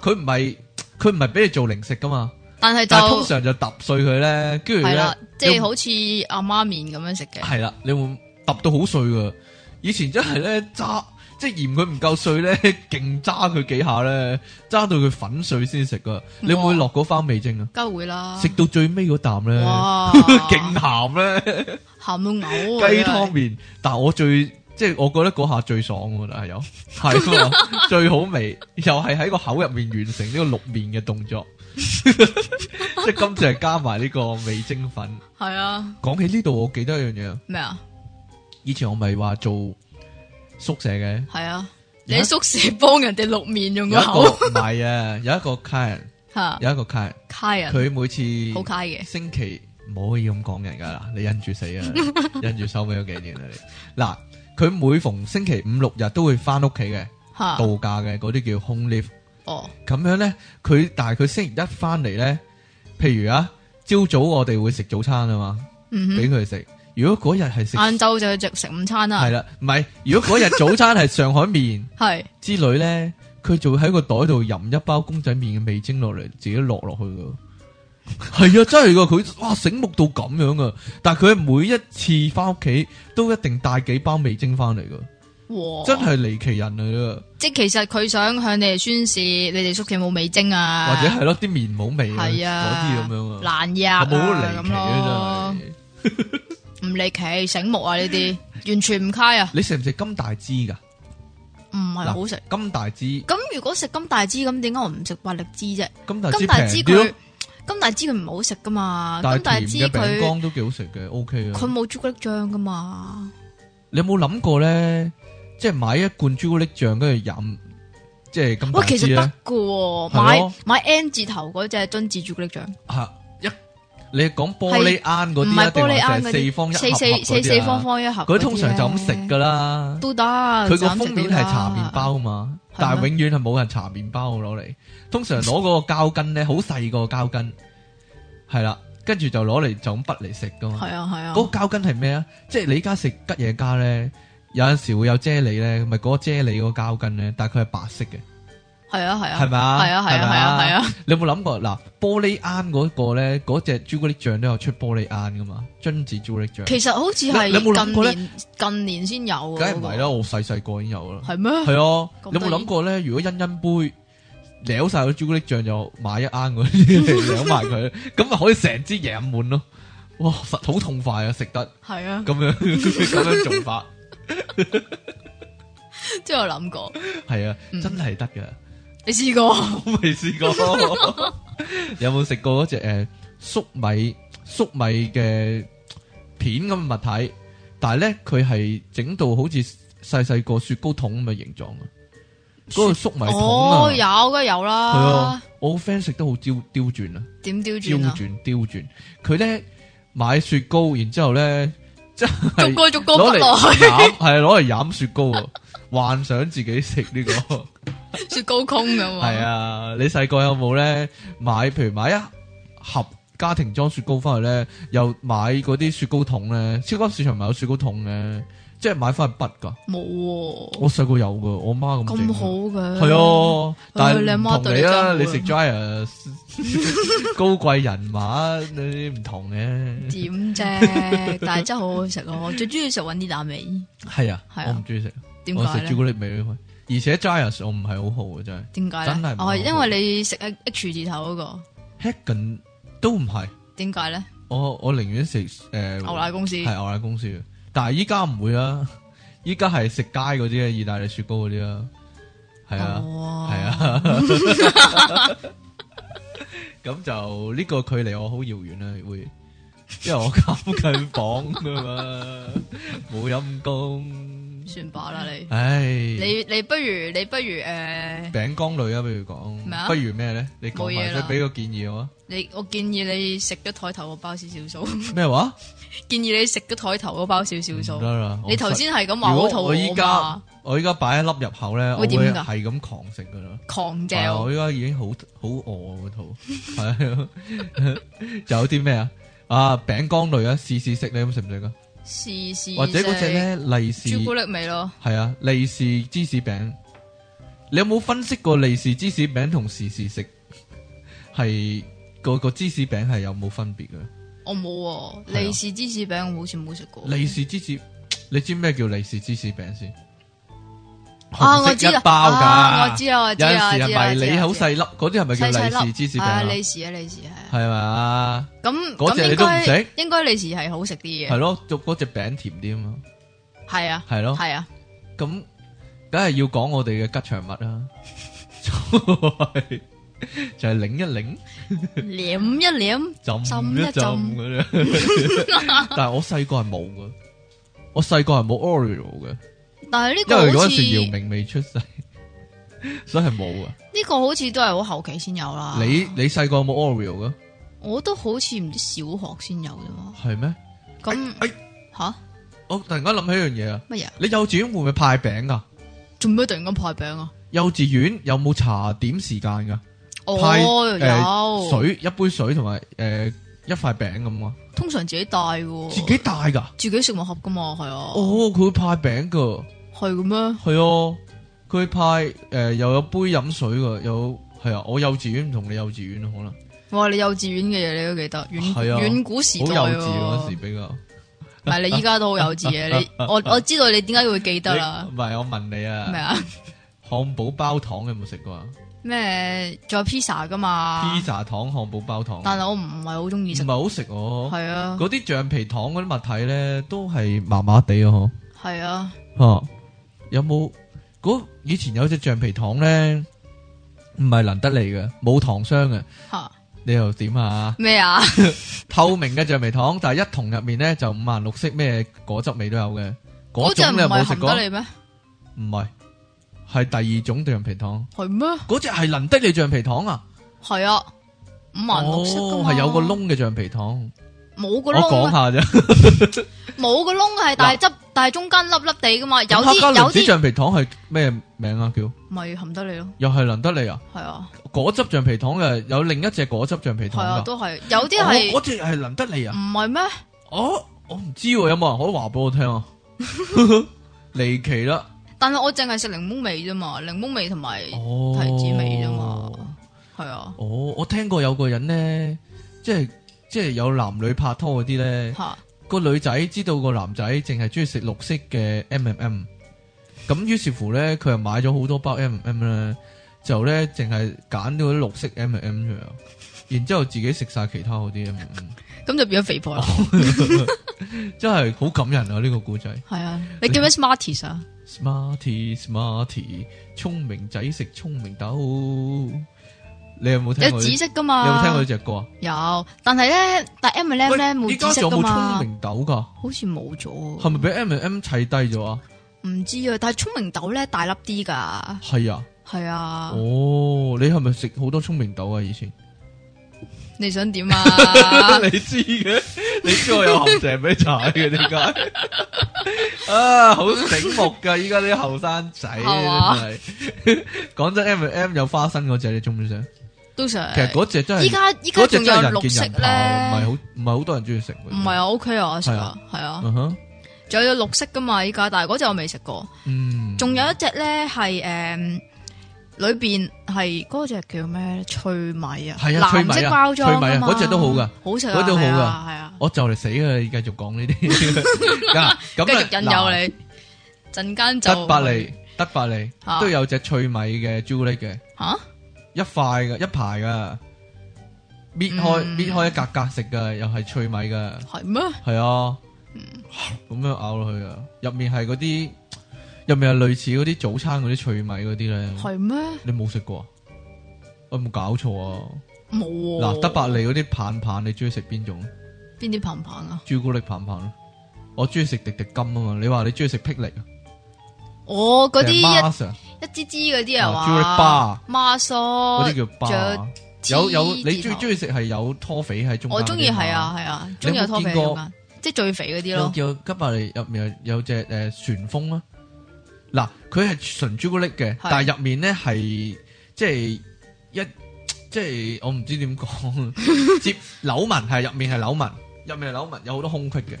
Speaker 1: 佢唔係佢唔係俾你做零食噶嘛，
Speaker 2: 但係
Speaker 1: 但係通
Speaker 2: 就
Speaker 1: 常就揼碎佢咧，跟住
Speaker 2: 係啦
Speaker 1: 咧，
Speaker 2: 即係
Speaker 1: 你
Speaker 2: 好似阿媽面咁樣食嘅，
Speaker 1: 係啦，你會揼到好碎噶。以前真係咧揸，即係嫌佢唔夠碎咧， 勁揸佢幾下咧，揸到佢粉碎先食噶。你會唔會落嗰花味精啊？
Speaker 2: 梗係會啦
Speaker 1: 食。到最尾嗰啖咧，
Speaker 2: 哇，
Speaker 1: 勁鹹咧。
Speaker 2: 鹹到嘔啊！
Speaker 1: 雞湯面，但我最即係我覺得嗰下最爽喎，但係 有係啊嘛最好味，又係喺個口入面完成呢個淥面嘅動作， 即系今次系加埋呢个味精粉。
Speaker 2: 系啊，
Speaker 1: 讲起呢度，我記得一樣嘢，
Speaker 2: 咩啊，
Speaker 1: 以前我咪話做宿舍嘅，
Speaker 2: 系啊，你
Speaker 1: 有一
Speaker 2: 喺宿舍帮人哋碌面用
Speaker 1: 有一
Speaker 2: 个
Speaker 1: 個
Speaker 2: 口
Speaker 1: 唔係啊，有一個客人，
Speaker 2: 吓，
Speaker 1: 有一個客人，
Speaker 2: 卡人
Speaker 1: 佢每
Speaker 2: 好
Speaker 1: 次
Speaker 2: 卡嘅，
Speaker 1: 星期唔可以咁講人噶啦，你忍住死啊，忍住收尾嗰幾年啊你。嗱，佢每逢星期五六日都會翻屋企嘅，
Speaker 2: 吓，
Speaker 1: 度假嘅嗰啲叫 home live。
Speaker 2: 哦，
Speaker 1: 咁樣咧，佢但係佢星期一翻嚟咧，譬如啊，朝早我哋會食早餐啊嘛，
Speaker 2: 嗯啊
Speaker 1: 俾
Speaker 2: 哼，
Speaker 1: 佢食。如果嗰日係食
Speaker 2: 晏昼就去食食午餐啦
Speaker 1: 系，啦，唔系如果嗰日早餐系上海面
Speaker 2: 系，
Speaker 1: 之類咧，佢就會喺個袋度吟一包公仔面嘅味精落嚟，自己落落去噶。係啊，真係噶，佢哇醒目到咁樣噶，但系佢每一次翻屋企都一定帶幾包味精翻嚟噶，
Speaker 2: 哇，
Speaker 1: 真係離奇人嚟噶，
Speaker 2: 即系其实佢想向你哋宣示，你哋宿舍冇味精啊，
Speaker 1: 或者係咯啲面冇味
Speaker 2: 系啊
Speaker 1: 嗰啲咁樣啊，
Speaker 2: 难药
Speaker 1: 有
Speaker 2: 啊，
Speaker 1: 冇好離
Speaker 2: 咁
Speaker 1: 奇啊
Speaker 2: 咯，
Speaker 1: 真係。
Speaker 2: 唔离奇，醒目啊呢啲，
Speaker 1: 嗯
Speaker 2: 完全唔卡啊，
Speaker 1: 你食唔食金大枝㗎？
Speaker 2: 唔系好食。
Speaker 1: 金大枝，
Speaker 2: 咁如果食金大枝咁，點解我唔食百力枝啫？
Speaker 1: 金大枝
Speaker 2: 金
Speaker 1: 平
Speaker 2: 大枝
Speaker 1: 啲
Speaker 2: 佢
Speaker 1: 咯，
Speaker 2: 金大枝佢唔好食噶嘛，
Speaker 1: 但
Speaker 2: 金大
Speaker 1: 係
Speaker 2: 枝
Speaker 1: 甜嘅餅
Speaker 2: 佢
Speaker 1: 乾都幾好食嘅，OK 啊。
Speaker 2: 佢冇朱古力醬噶嘛，
Speaker 1: 你有冇諗過咧？即係買一罐朱古力醬跟住飲，即係咁
Speaker 2: 喂，
Speaker 1: 大
Speaker 2: 其
Speaker 1: 支
Speaker 2: 實得
Speaker 1: 咧
Speaker 2: 噶喎，
Speaker 1: 係
Speaker 2: 買
Speaker 1: 咯
Speaker 2: 買 N 字頭嗰只榛子朱古力醬，
Speaker 1: 吓一。你講玻璃罂嗰啲
Speaker 2: 唔係
Speaker 1: 啊，定
Speaker 2: 玻璃
Speaker 1: 係
Speaker 2: 啱
Speaker 1: 就係
Speaker 2: 嗰啲
Speaker 1: 四方一盒
Speaker 2: 四四四四方
Speaker 1: 盒
Speaker 2: 方一盒，
Speaker 1: 嗰啲啊嗰啲通常就咁食噶
Speaker 2: 啦，
Speaker 1: 啦。
Speaker 2: 都得。
Speaker 1: 佢
Speaker 2: 就
Speaker 1: 個
Speaker 2: 啊咁食
Speaker 1: 封面
Speaker 2: 都
Speaker 1: 係
Speaker 2: 得
Speaker 1: 茶麵包啊嘛，
Speaker 2: 係
Speaker 1: 但係
Speaker 2: 咩
Speaker 1: 永遠係冇人茶麵包攞嚟。通常攞嗰個膠巾咧，好細個膠巾，係啦，跟住就攞嚟就咁筆嚟食噶嘛。
Speaker 2: 係啊係啊，
Speaker 1: 嗰個膠巾係咩啊？即係你而家食吉野家咧，有陣時會有啫喱咧，咪嗰個啫喱嗰個膠巾咧，但係佢係白色嘅。
Speaker 2: 係啊係啊，
Speaker 1: 係咪啊
Speaker 2: 係啊
Speaker 1: 係
Speaker 2: 係啊
Speaker 1: 咪
Speaker 2: 係
Speaker 1: 啊
Speaker 2: 啊係啊，
Speaker 1: 你有冇諗過嗱？玻璃罂嗰個咧，嗰只朱古力醬都有出玻璃罂噶嘛？榛子朱古力醬，
Speaker 2: 其實好似
Speaker 1: 你你有冇
Speaker 2: 係
Speaker 1: 諗
Speaker 2: 近
Speaker 1: 過呢
Speaker 2: 年近年先有啊，
Speaker 1: 梗係唔係
Speaker 2: 嗰
Speaker 1: 啦？我細細個已經有啦
Speaker 2: 個，，係咩？
Speaker 1: 係啊！
Speaker 2: 咁
Speaker 1: 你有冇
Speaker 2: 得
Speaker 1: 諗
Speaker 2: 意
Speaker 1: 過咧？如果欣欣杯撩晒個朱古力醬，就買一罂嗰 啲嚟撩埋佢，咁咪可以成支飲滿咯！哇，實好痛快啊！食得
Speaker 2: 係啊，
Speaker 1: 咁樣 咁樣做法，
Speaker 2: 即係我諗過，
Speaker 1: 係啊，
Speaker 2: 嗯
Speaker 1: 真係得㗎。
Speaker 2: 你試過？
Speaker 1: 我未試過， 有冇食過嗰只诶粟米粟米嘅片咁嘅物體？但係咧佢係整到好似細細個雪糕筒咁嘅形狀啊！嗰個粟米筒啊
Speaker 2: 哦，，有梗係有
Speaker 1: 係
Speaker 2: 啦
Speaker 1: 啊，，我個 friend 食得好刁刁轉啊，
Speaker 2: 點刁
Speaker 1: 刁
Speaker 2: 轉 啊？
Speaker 1: 轉刁轉。佢咧買雪糕，然之後咧真係
Speaker 2: 逐個逐個
Speaker 1: 攞
Speaker 2: 筆
Speaker 1: 嚟
Speaker 2: 落去，
Speaker 1: 飲，係啊攞嚟飲雪糕啊！ 幻想自己食呢個。
Speaker 2: 雪糕空咁啊！
Speaker 1: 系，啊，你細個有冇咧買？譬如買一盒家庭裝雪糕翻去咧，又買嗰啲雪糕筒咧，超級市場咪有雪糕筒嘅，即係買翻去筆噶。
Speaker 2: 冇喎
Speaker 1: 我細個有噶，我媽咁整啊
Speaker 2: 咁好。啊嘅，
Speaker 1: 係啊，但
Speaker 2: 嗯哦你
Speaker 1: 係
Speaker 2: 阿
Speaker 1: 唔
Speaker 2: 媽
Speaker 1: 同
Speaker 2: 對
Speaker 1: 你
Speaker 2: 你真
Speaker 1: 啦，
Speaker 2: 好啊
Speaker 1: 你食 dry 高貴人馬你唔同嘅。
Speaker 2: 點 啫？但係真係好好食啊！我最中意食搵啲蛋味，
Speaker 1: 係啊，
Speaker 2: 係啊
Speaker 1: 我唔中意食，
Speaker 2: 點
Speaker 1: 我
Speaker 2: 解
Speaker 1: 食朱古
Speaker 2: 咧？
Speaker 1: 力味因為而且 dry 我唔係好好啊，真係。
Speaker 2: 點解
Speaker 1: 真係
Speaker 2: 咧
Speaker 1: 唔？好
Speaker 2: 哦，因為你食 H 字頭嗰個，
Speaker 1: Hagen 都唔係，
Speaker 2: 點解咧？
Speaker 1: 我我寧願食誒
Speaker 2: 牛奶公司
Speaker 1: 系牛奶公司嘅，但系依家唔會啦，依家係食街嗰啲啊，意大利雪糕嗰啲啦，係啊，
Speaker 2: 哦
Speaker 1: 係，啊，咁就呢個距離我好遙遠啦，會，因為我監緊房 噶嘛，冇陰功，
Speaker 2: 算吧啦你，
Speaker 1: 唉，
Speaker 2: 你你不如你不如
Speaker 1: 餅
Speaker 2: 誒，
Speaker 1: 乾類啊，不如講
Speaker 2: 咩，啊
Speaker 1: 不如咩咧？你講
Speaker 2: 冇
Speaker 1: 埋
Speaker 2: 嘢
Speaker 1: 即
Speaker 2: 啦
Speaker 1: 係俾個建議我啊，
Speaker 2: 你我建議你食咗台頭個包少少數，
Speaker 1: 咩話？
Speaker 2: 建議你食咗台頭個包少少
Speaker 1: 唔
Speaker 2: 數。
Speaker 1: 得啦，我
Speaker 2: 你頭
Speaker 1: 實
Speaker 2: 先係咁話
Speaker 1: 如
Speaker 2: 好
Speaker 1: 果
Speaker 2: 肚
Speaker 1: 我依
Speaker 2: 餓
Speaker 1: 家
Speaker 2: 嘛，
Speaker 1: 我依家擺一粒入口咧，我會
Speaker 2: 會點㗎
Speaker 1: 係咁狂食噶啦。
Speaker 2: 狂
Speaker 1: 係啊
Speaker 2: 嚼
Speaker 1: 我。依家已經好好餓啊個肚，係啊， 仲有啲咩啊？啊，餅乾類啊，試試食你咁食唔食啊？
Speaker 2: 試試
Speaker 1: 或者嗰只咧利是，
Speaker 2: 朱古力味咯，
Speaker 1: 係啊，利是芝士餅，你有冇分析過利是芝士餅同時時食係個個芝士餅係有冇分別嘅？
Speaker 2: 我冇喎。
Speaker 1: 係啊
Speaker 2: 利是芝士餅我好似冇食過。
Speaker 1: 利是芝士，你知咩叫利是芝士餅先？
Speaker 2: 啊，
Speaker 1: 紅色
Speaker 2: 我知啦
Speaker 1: 一包㗎
Speaker 2: 啊我知啦，我知
Speaker 1: 有
Speaker 2: 啦，
Speaker 1: 陣時
Speaker 2: 我知啦
Speaker 1: 係迷你好，
Speaker 2: 我知啦
Speaker 1: 細粒，嗰啲係咪
Speaker 2: 細細
Speaker 1: 叫利是
Speaker 2: 粒
Speaker 1: 芝士餅
Speaker 2: 啊
Speaker 1: 啊？
Speaker 2: 利是啊，利是係啊。
Speaker 1: 係咪啊？
Speaker 2: 咁
Speaker 1: 嗰隻
Speaker 2: 咁
Speaker 1: 你
Speaker 2: 應
Speaker 1: 都唔食
Speaker 2: 該應該利是係好食啲
Speaker 1: 系
Speaker 2: 嘅，
Speaker 1: 咯，做嗰只餅甜啲啊嘛，
Speaker 2: 係啊，
Speaker 1: 係咯，
Speaker 2: 係啊，
Speaker 1: 啊 咁梗係要講我哋嘅吉祥物啦，就係擰一擰，
Speaker 2: 舐一舐，
Speaker 1: 浸
Speaker 2: 浸
Speaker 1: 一
Speaker 2: 一
Speaker 1: 浸
Speaker 2: 浸
Speaker 1: 嗰 啲。但係我細個係冇噶，我細個係冇 Oreo 嘅，
Speaker 2: 但系呢
Speaker 1: 因為
Speaker 2: 個好
Speaker 1: 嗰陣
Speaker 2: 似
Speaker 1: 時姚明未出世，所以係冇啊。
Speaker 2: 呢個好似都係好後期先有啦。
Speaker 1: 你你細個有冇 Oreo 噶？
Speaker 2: 我都好似唔知小學先有啫嘛。
Speaker 1: 係咩？
Speaker 2: 咁
Speaker 1: 哎，
Speaker 2: 吓
Speaker 1: 我突然間諗起一樣嘢啊！
Speaker 2: 乜嘢啊？
Speaker 1: 你幼稚園會唔會派餅噶？
Speaker 2: 做咩突然間派餅啊？
Speaker 1: 幼稚園有冇茶點時間噶？派
Speaker 2: 哦，
Speaker 1: 誒
Speaker 2: 有，
Speaker 1: 水一杯水同埋誒一塊餅咁啊！
Speaker 2: 通常自己帶嘅，
Speaker 1: 自己帶噶？
Speaker 2: 自己食物盒噶嘛，係啊，
Speaker 1: 哦，佢會派餅噶。
Speaker 2: 係嘅咩？
Speaker 1: 系啊，佢派诶、呃又有杯飲水噶，有系啊，我幼稚園唔同你幼稚園可能
Speaker 2: 哇！你幼稚園嘅嘢你都記得，遠
Speaker 1: 係啊
Speaker 2: 遠古時代
Speaker 1: 好幼稚嗰時
Speaker 2: 喎，
Speaker 1: 比較。
Speaker 2: 係你依家都好幼稚 嘅。你我我知道你點解會記得啦
Speaker 1: 你，唔係我問你
Speaker 2: 咩
Speaker 1: 啊，
Speaker 2: 啊？
Speaker 1: 漢堡包糖有冇食過啊
Speaker 2: 咩？仲有 pizza 噶嘛？
Speaker 1: ？pizza 糖、漢堡包糖，
Speaker 2: 啊
Speaker 1: 啊
Speaker 2: 但係我唔係好中意
Speaker 1: 唔
Speaker 2: 食，
Speaker 1: 係好食哦。
Speaker 2: 係啊，
Speaker 1: 嗰啲橡皮糖嗰啲物體咧，都係麻麻地啊！嗬，
Speaker 2: 係啊。
Speaker 1: 吓哦有冇嗰以前有隻橡皮糖咧，唔係能得嚟嘅，冇糖霜嘅，
Speaker 2: 吓
Speaker 1: 你又點啊？
Speaker 2: 咩啊？
Speaker 1: 透明嘅橡皮糖，但系一桶入面咧就五顏六色，咩果汁味都有嘅。嗰
Speaker 2: 嗰只
Speaker 1: 種
Speaker 2: 唔
Speaker 1: 你有冇
Speaker 2: 係
Speaker 1: 食
Speaker 2: 含
Speaker 1: 過？
Speaker 2: 得你咩？
Speaker 1: 唔係，係第二種橡皮糖。
Speaker 2: 係咩？
Speaker 1: 嗰只係林德利橡皮糖啊！
Speaker 2: 係啊，五顏六色噶
Speaker 1: 哦，
Speaker 2: 嘛，
Speaker 1: 係有個，窿嘅橡皮糖。
Speaker 2: 冇個
Speaker 1: 我講
Speaker 2: 窿啊，
Speaker 1: 下啫。
Speaker 2: 冇個窿係但係汁，但係中間粒粒地噶嘛，有
Speaker 1: 黑加
Speaker 2: 啲
Speaker 1: 侖
Speaker 2: 有
Speaker 1: 子
Speaker 2: 啲
Speaker 1: 橡皮糖係咩名啊？叫
Speaker 2: 咪含得你咯，
Speaker 1: 又係林德利啊！
Speaker 2: 係啊，
Speaker 1: 果汁橡皮糖嘅有另一隻果汁橡皮
Speaker 2: 係
Speaker 1: 糖
Speaker 2: 啊，
Speaker 1: 㗎。
Speaker 2: 都係有啲
Speaker 1: 哦
Speaker 2: 係
Speaker 1: 嗰只係林德利啊！
Speaker 2: 唔係咩？
Speaker 1: 哦，我唔知喎，有冇人可以話俾我聽啊？ 離奇啦！
Speaker 2: 但係我淨係食檸檬味啫嘛，檸檬味同埋
Speaker 1: 哦，
Speaker 2: 提子味啫嘛係啊
Speaker 1: 哦，我聽過有個人咧，即係即係有男女拍拖嗰啲咧，
Speaker 2: 吓，
Speaker 1: 個女仔知道個男仔淨係中意食綠色嘅 M M M，咁於是乎咧，佢又買咗好多包 M M 咧，就咧淨係揀咗啲綠色 M M 出嚟，然之後自己食晒其他嗰啲 M M，
Speaker 2: 咁就變咗肥婆
Speaker 1: 哦
Speaker 2: 啦。
Speaker 1: 真係好感人啊！呢、個故仔
Speaker 2: 係啊，你叫咩 Smarties 啊？
Speaker 1: ，Smarty Smarty，聰明仔食聰明豆，你有冇聽
Speaker 2: 有
Speaker 1: 過呢？
Speaker 2: 紫色噶
Speaker 1: 你有冇
Speaker 2: 嘛？
Speaker 1: 聽過呢只歌啊？
Speaker 2: 有，但係咧，但 M and M
Speaker 1: 喂
Speaker 2: 咧
Speaker 1: 依
Speaker 2: 冇
Speaker 1: 家
Speaker 2: 紫色
Speaker 1: 仲有
Speaker 2: 噶
Speaker 1: 冇
Speaker 2: 嘛
Speaker 1: 聰，明豆噶？
Speaker 2: 好似冇咗。
Speaker 1: 系咪俾 M M 砌低咗啊？
Speaker 2: 唔知啊，但系聪明豆咧大粒啲噶，
Speaker 1: 系啊，
Speaker 2: 系啊，
Speaker 1: 哦，你系咪食好多聪明豆啊？以前
Speaker 2: 你想点啊？
Speaker 1: 你知嘅，你知我有陷阱俾踩嘅，點 解？啊，好醒目噶！依家啲後生仔真
Speaker 2: 係嘛
Speaker 1: 係講真，M M 有花生嗰只你中唔中意食？
Speaker 2: 都想。
Speaker 1: 其實嗰只真
Speaker 2: 依
Speaker 1: 係，
Speaker 2: 家依家
Speaker 1: 嗰
Speaker 2: 仲
Speaker 1: 只
Speaker 2: 有
Speaker 1: 真係人
Speaker 2: 綠色
Speaker 1: 見人怕，唔係好
Speaker 2: 咧，
Speaker 1: 唔係好多人中意食嘅。
Speaker 2: 唔係啊，OK 啊，食啊，係啊，
Speaker 1: 嗯哼，
Speaker 2: 仲有綠色噶嘛依家，但係嗰只我未食過。
Speaker 1: 嗯，
Speaker 2: 仲有一隻咧係诶，裏边係嗰隻叫咩？脆米啊，
Speaker 1: 係啊脆米啊
Speaker 2: 藍色包
Speaker 1: 脆
Speaker 2: 裝
Speaker 1: 米啊
Speaker 2: 㗎嘛
Speaker 1: 嗰隻都好㗎，
Speaker 2: 好食啊，
Speaker 1: 嗰隻都好㗎
Speaker 2: 係啊，係啊，
Speaker 1: 我就嚟死啦！你繼續講 呢啲嗱，咁
Speaker 2: 繼
Speaker 1: 啊
Speaker 2: 續引
Speaker 1: 嗱
Speaker 2: 誘你，陣間就
Speaker 1: 德伯利，德伯利
Speaker 2: 啊
Speaker 1: 都有隻脆米嘅朱古力嘅，
Speaker 2: 吓，
Speaker 1: 一塊嘅，一排噶，搣開
Speaker 2: 嗯
Speaker 1: 搣開一格格食噶，又係脆米噶，
Speaker 2: 係咩？
Speaker 1: 係啊，咁樣咬落去啊，入面係嗰啲，入面係類似嗰啲早餐嗰啲脆米嗰啲咧，
Speaker 2: 係咩？
Speaker 1: 你冇食過啊？我有冇搞錯啊！
Speaker 2: 冇喎
Speaker 1: 嗱，德伯利嗰啲棒棒，你中意食邊種？
Speaker 2: 邊啲棒棒啊？
Speaker 1: 朱古力棒棒咯，我中意食滴滴金啊嘛！你話你中意食霹靂啊？
Speaker 2: 我哦嗰啲
Speaker 1: 定係
Speaker 2: 一
Speaker 1: Mars 啊
Speaker 2: 一支支嗰啲啊
Speaker 1: 啊朱古力
Speaker 2: 嘛
Speaker 1: 巴，
Speaker 2: 孖梳
Speaker 1: 嗰啲叫巴
Speaker 2: 哦仲
Speaker 1: 啊有
Speaker 2: 有。黐
Speaker 1: 有，你中
Speaker 2: 電
Speaker 1: 中意食係有拖肥喺中間嗰啲嘛？
Speaker 2: 我中意係啊係啊，中意有拖肥
Speaker 1: 你有冇
Speaker 2: 嗰間，即係最肥嗰啲
Speaker 1: 有
Speaker 2: 咯。
Speaker 1: 叫吉百利入面有有隻诶旋風啦。嗱，佢係純朱古力嘅，
Speaker 2: 係
Speaker 1: 但係入面咧係即係一即係我唔知點 講，接扭紋係入面係扭紋，入面係扭紋有好多空隙嘅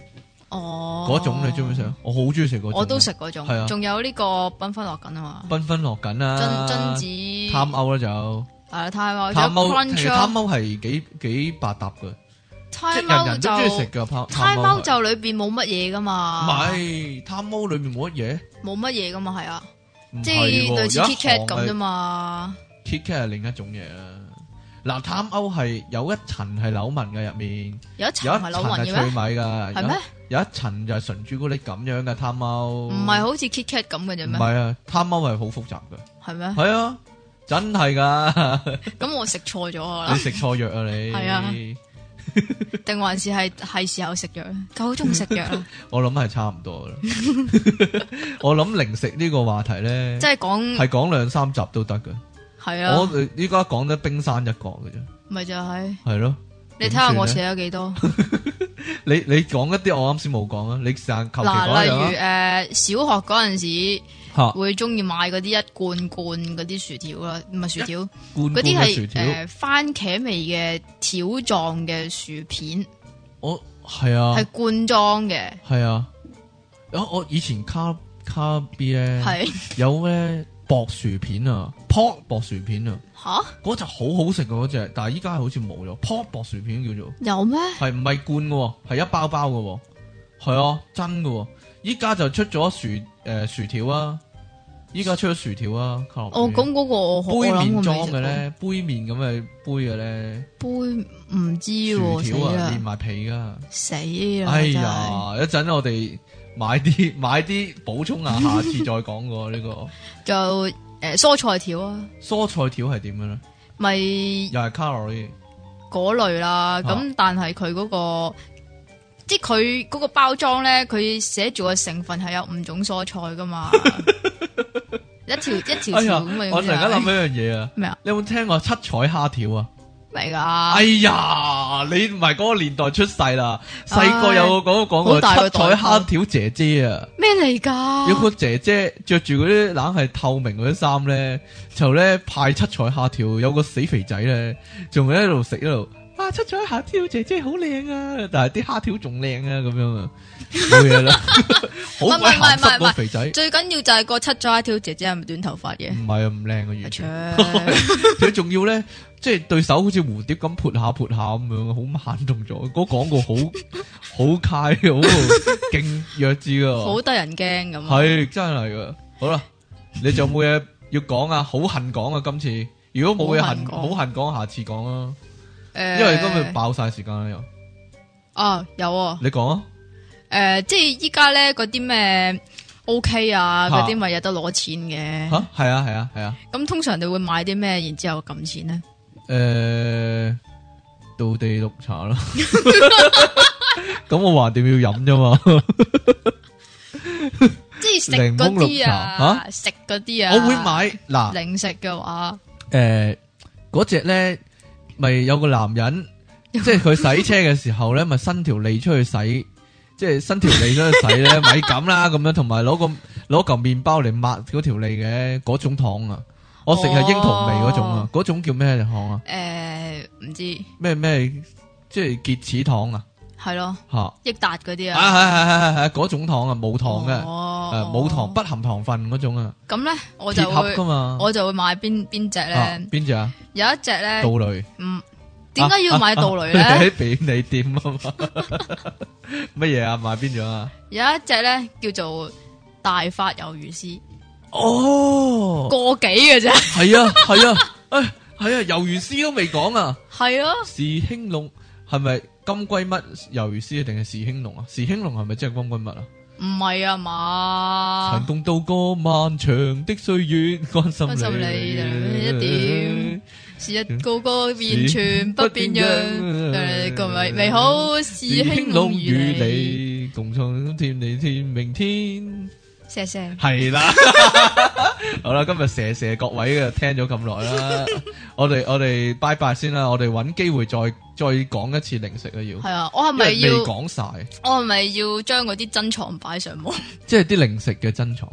Speaker 2: 哦，
Speaker 1: 嗰種，你中唔中意食？？啊我好中意食嗰種。
Speaker 2: 我都。食嗰
Speaker 1: 係啊
Speaker 2: 種，仲有呢個繽紛樂緊啊嘛，
Speaker 1: 繽紛落緊啦
Speaker 2: 榛榛，子
Speaker 1: 貪歐啦就
Speaker 2: 係啊 time out，
Speaker 1: 貪
Speaker 2: 仲有
Speaker 1: 歐，其
Speaker 2: crunch
Speaker 1: 實貪
Speaker 2: 啊
Speaker 1: 歐係幾幾百搭嘅，即係
Speaker 2: time
Speaker 1: 人
Speaker 2: out
Speaker 1: 人都中意食
Speaker 2: 就
Speaker 1: 嘅貪
Speaker 2: time
Speaker 1: 歐
Speaker 2: out
Speaker 1: 係
Speaker 2: 就裏邊冇乜嘢噶
Speaker 1: 唔
Speaker 2: 嘛，
Speaker 1: 係貪毛裏面冇乜嘢，
Speaker 2: 冇乜嘢噶嘛係啊，
Speaker 1: 唔
Speaker 2: 即
Speaker 1: 係
Speaker 2: 係
Speaker 1: 喎
Speaker 2: 類似
Speaker 1: 有一
Speaker 2: Kit Kat
Speaker 1: 行
Speaker 2: 咁啫
Speaker 1: 係
Speaker 2: 嘛，
Speaker 1: ，Kit Kat 係另一種嘢啦。嗱，貪歐係有一層係扭紋嘅入面，
Speaker 2: 有
Speaker 1: 有
Speaker 2: 一層
Speaker 1: 一
Speaker 2: 係
Speaker 1: 層
Speaker 2: 扭紋
Speaker 1: 係脆
Speaker 2: 嘅咩？
Speaker 1: 米噶，
Speaker 2: 係咩？
Speaker 1: 有？有一層就係純朱古力咁樣嘅貪歐，
Speaker 2: 唔係好似 Kit Kat 咁嘅啫
Speaker 1: 唔
Speaker 2: 咩？
Speaker 1: 係啊，貪歐係好複雜嘅，
Speaker 2: 係咩？
Speaker 1: 係啊，真系噶，
Speaker 2: 咁我食錯咗 可
Speaker 1: 你
Speaker 2: 能，
Speaker 1: 食错药啊你。
Speaker 2: 係啊定還是係係時候食藥咧？夠鐘食藥啊啦，
Speaker 1: 我諗係差唔多啦。 我諗零食呢個話題咧，
Speaker 2: 即係 講
Speaker 1: 係講兩三集都得嘅。
Speaker 2: 係
Speaker 1: 我
Speaker 2: 啊，
Speaker 1: 哋依家講得冰山一角嘅啫，
Speaker 2: 咪就係
Speaker 1: 係咯。
Speaker 2: 你睇下我
Speaker 1: 點算咧
Speaker 2: 寫咗幾多
Speaker 1: 你你講一啲我啱先冇講啊，你成求其
Speaker 2: 嗱，
Speaker 1: 講一
Speaker 2: 例
Speaker 1: 樣
Speaker 2: 如
Speaker 1: 啊
Speaker 2: 诶小學嗰陣時
Speaker 1: 嚇
Speaker 2: 會中意買嗰啲一罐罐嗰啲薯條啦，唔係薯條，
Speaker 1: 罐
Speaker 2: 嗰
Speaker 1: 罐
Speaker 2: 啲
Speaker 1: 嘅薯
Speaker 2: 係呃
Speaker 1: 條，
Speaker 2: 诶番茄味嘅條狀嘅薯片，
Speaker 1: 我係啊
Speaker 2: 係罐裝嘅，
Speaker 1: 係啊。啊我以前卡卡 B 咧
Speaker 2: 係
Speaker 1: 有咧薄薯片啊，pop 薄薯片啊，
Speaker 2: 吓
Speaker 1: 嗰隻好好食嘅啊嗰隻，但係依家好似冇咗 pop 薄薯片叫做。
Speaker 2: 有咩？
Speaker 1: 系唔系罐嘅喎，系一包包嘅喎，系啊，真嘅喎。依家就出咗薯诶、薯條啊，依家出咗薯條啊，卡樂
Speaker 2: 哦，
Speaker 1: 比
Speaker 2: 咁嗰個我我
Speaker 1: 杯
Speaker 2: 諗我
Speaker 1: 麵
Speaker 2: 未
Speaker 1: 裝
Speaker 2: 食
Speaker 1: 嘅
Speaker 2: 過
Speaker 1: 咧，杯麵咁嘅杯嘅咧，
Speaker 2: 杯唔知
Speaker 1: 薯條
Speaker 2: 喎，死
Speaker 1: 啊，連
Speaker 2: 啦
Speaker 1: 埋皮噶。
Speaker 2: 死啦！
Speaker 1: 哎
Speaker 2: 真係
Speaker 1: 呀，一陣我哋買啲 買啲補充 下，下次再講喎呢個
Speaker 2: 就诶蔬菜條啊，
Speaker 1: 蔬菜條係點嘅咧？
Speaker 2: 咪
Speaker 1: 又係卡路里，
Speaker 2: 嗰類啦。
Speaker 1: 啊
Speaker 2: 咁但係佢嗰個，即係佢嗰個包裝咧，佢寫住嘅成分係有五種蔬菜噶 嘛，一條一條
Speaker 1: 哎呀，
Speaker 2: 條咁嘅。啊
Speaker 1: 我突然間諗起一樣嘢啊，
Speaker 2: 咩啊？
Speaker 1: 你有冇聽過七彩蝦條啊？
Speaker 2: 嚟
Speaker 1: 哎
Speaker 2: 噶，
Speaker 1: 呀，你唔係嗰個年代出世啦，細個有個廣告講過
Speaker 2: 好大個
Speaker 1: 七彩
Speaker 2: 代溝
Speaker 1: 蝦條姐姐啊，
Speaker 2: 咩嚟噶？
Speaker 1: 有個姐姐着住嗰啲冷係透明嗰啲衫咧，就咧派七彩蝦條，有個死肥仔咧，仲喺度食一路。啊！七彩蝦條姐姐好靚啊，但係啲蝦條仲靚啊，咁樣啊，冇嘢 啦，好鬼鹹濕
Speaker 2: 唔係唔係唔係唔
Speaker 1: 個
Speaker 2: 係
Speaker 1: 肥仔，
Speaker 2: 最緊要就係個七咗一條姐姐係咪短頭髮嘅？
Speaker 1: 唔係啊，唔靚啊，
Speaker 2: 阿
Speaker 1: 完全。
Speaker 2: 卓
Speaker 1: 佢仲要咧，即系對手好似蝴蝶咁潑下潑下咁樣，好慢動作。嗰廣告好 好卡，好勁弱智啊！
Speaker 2: 好得人驚咁啊！
Speaker 1: 係真係噶。好啦，你仲有冇嘢要講啊？好恨講啊！今次如果冇嘢恨，
Speaker 2: 好
Speaker 1: 好
Speaker 2: 恨講
Speaker 1: 恨講，下次講啦。
Speaker 2: 因
Speaker 1: 因為今日爆晒時間啦，又
Speaker 2: 啊有啊。
Speaker 1: 你講啊，
Speaker 2: 诶、即系依家咧嗰啲咩 O K 啊，
Speaker 1: 嚇
Speaker 2: 嗰啲咪有得攞錢嘅。
Speaker 1: 吓係啊係啊係啊。
Speaker 2: 咁通常你會買啲咩，然之后撳錢咧？
Speaker 1: 诶，到地綠茶 啦。咁我橫掂要飲啫嘛。
Speaker 2: 即係食嗰
Speaker 1: 檸
Speaker 2: 啲
Speaker 1: 檬綠
Speaker 2: 啊，食嗰啲啊，
Speaker 1: 我會買嗱。
Speaker 2: 零食嘅話，
Speaker 1: 诶，呃嗰只咧，咪有個男 人，即係佢洗車嘅時候咧，咪伸條脷出去洗，即係伸條脷出去洗咧，咪咁啦咁樣，同埋攞個攞嚿麵包嚟抹嗰條脷嘅嗰種糖啊，我食係櫻桃味嗰種啊
Speaker 2: 哦，
Speaker 1: 嗰種叫咩糖啊？
Speaker 2: 诶、唔知
Speaker 1: 咩咩即係潔齒糖啊？
Speaker 2: 係咯，
Speaker 1: 吓
Speaker 2: 益達嗰啲
Speaker 1: 啊
Speaker 2: 啊，
Speaker 1: 係係係係係嗰種糖啊，冇糖嘅，
Speaker 2: 哦
Speaker 1: 诶冇糖不含糖分嗰種啊，
Speaker 2: 咁咧，我
Speaker 1: 鐵
Speaker 2: 就
Speaker 1: 盒
Speaker 2: 會
Speaker 1: 噶嘛，
Speaker 2: 我就會買邊邊只
Speaker 1: 啊
Speaker 2: 咧，
Speaker 1: 邊只啊？
Speaker 2: 有一隻咧，
Speaker 1: 杜蕾。
Speaker 2: 唔點解要買杜 蕾
Speaker 1: 啊啊啊你
Speaker 2: 咧？
Speaker 1: 喺便利店啊嘛， 乜嘢啊？買邊種啊？
Speaker 2: 有一隻咧叫做大發魷魚絲，
Speaker 1: 哦，
Speaker 2: 個幾嘅啫，
Speaker 1: 係啊，係啊，诶，係啊，魷魚絲都未講啊。
Speaker 2: 係咯。
Speaker 1: 時興隆係咪金龜乜魷魚絲定係時興隆啊？時興隆係咪真係金龜乜啊？
Speaker 2: 唔係啊
Speaker 1: 曾
Speaker 2: 嘛，
Speaker 1: 共度過漫長的歲月，關心
Speaker 2: 關心你
Speaker 1: 你
Speaker 2: 一點是日高歌完全不變樣，誒各位美好
Speaker 1: 時
Speaker 2: 是興
Speaker 1: 興隆
Speaker 2: 隆如
Speaker 1: 與
Speaker 2: 你，
Speaker 1: 你共創天地天明天。
Speaker 2: 謝謝。
Speaker 1: 系啦，好啦，今日射射各位嘅聽咗咁耐啦，我哋我哋拜拜先啦，我哋揾機會再再講一次零食啦，要，
Speaker 2: 係啊，我係
Speaker 1: 因
Speaker 2: 咪
Speaker 1: 為
Speaker 2: 要
Speaker 1: 未講晒，
Speaker 2: 我係咪要將嗰啲珍藏擺上網？
Speaker 1: 即係啲零食嘅珍藏，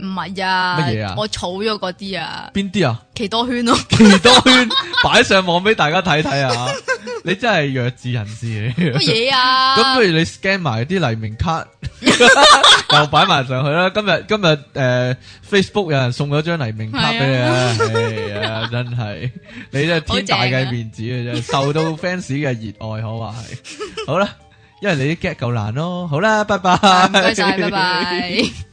Speaker 2: 唔係啊，
Speaker 1: 乜嘢啊
Speaker 2: 我儲咗嗰啲啊，
Speaker 1: 邊啲啊？
Speaker 2: 奇多圈咯，
Speaker 1: 奇多圈擺上網俾大家睇睇啊！你真係弱智人士
Speaker 2: 乜
Speaker 1: 嚟。
Speaker 2: 嘢啊？
Speaker 1: 咁不如你 scan 埋啲黎明 卡，又擺埋上去啦。今日今日诶，Facebook 有人送咗張黎明卡俾你啊！哎呀，真係你真係天大嘅面子嘅啫，受到 fans 嘅熱愛可話
Speaker 2: 啊
Speaker 1: 係。好啦，因為你啲 get 夠難咯。好啦，拜拜，
Speaker 2: 唔該晒，拜拜。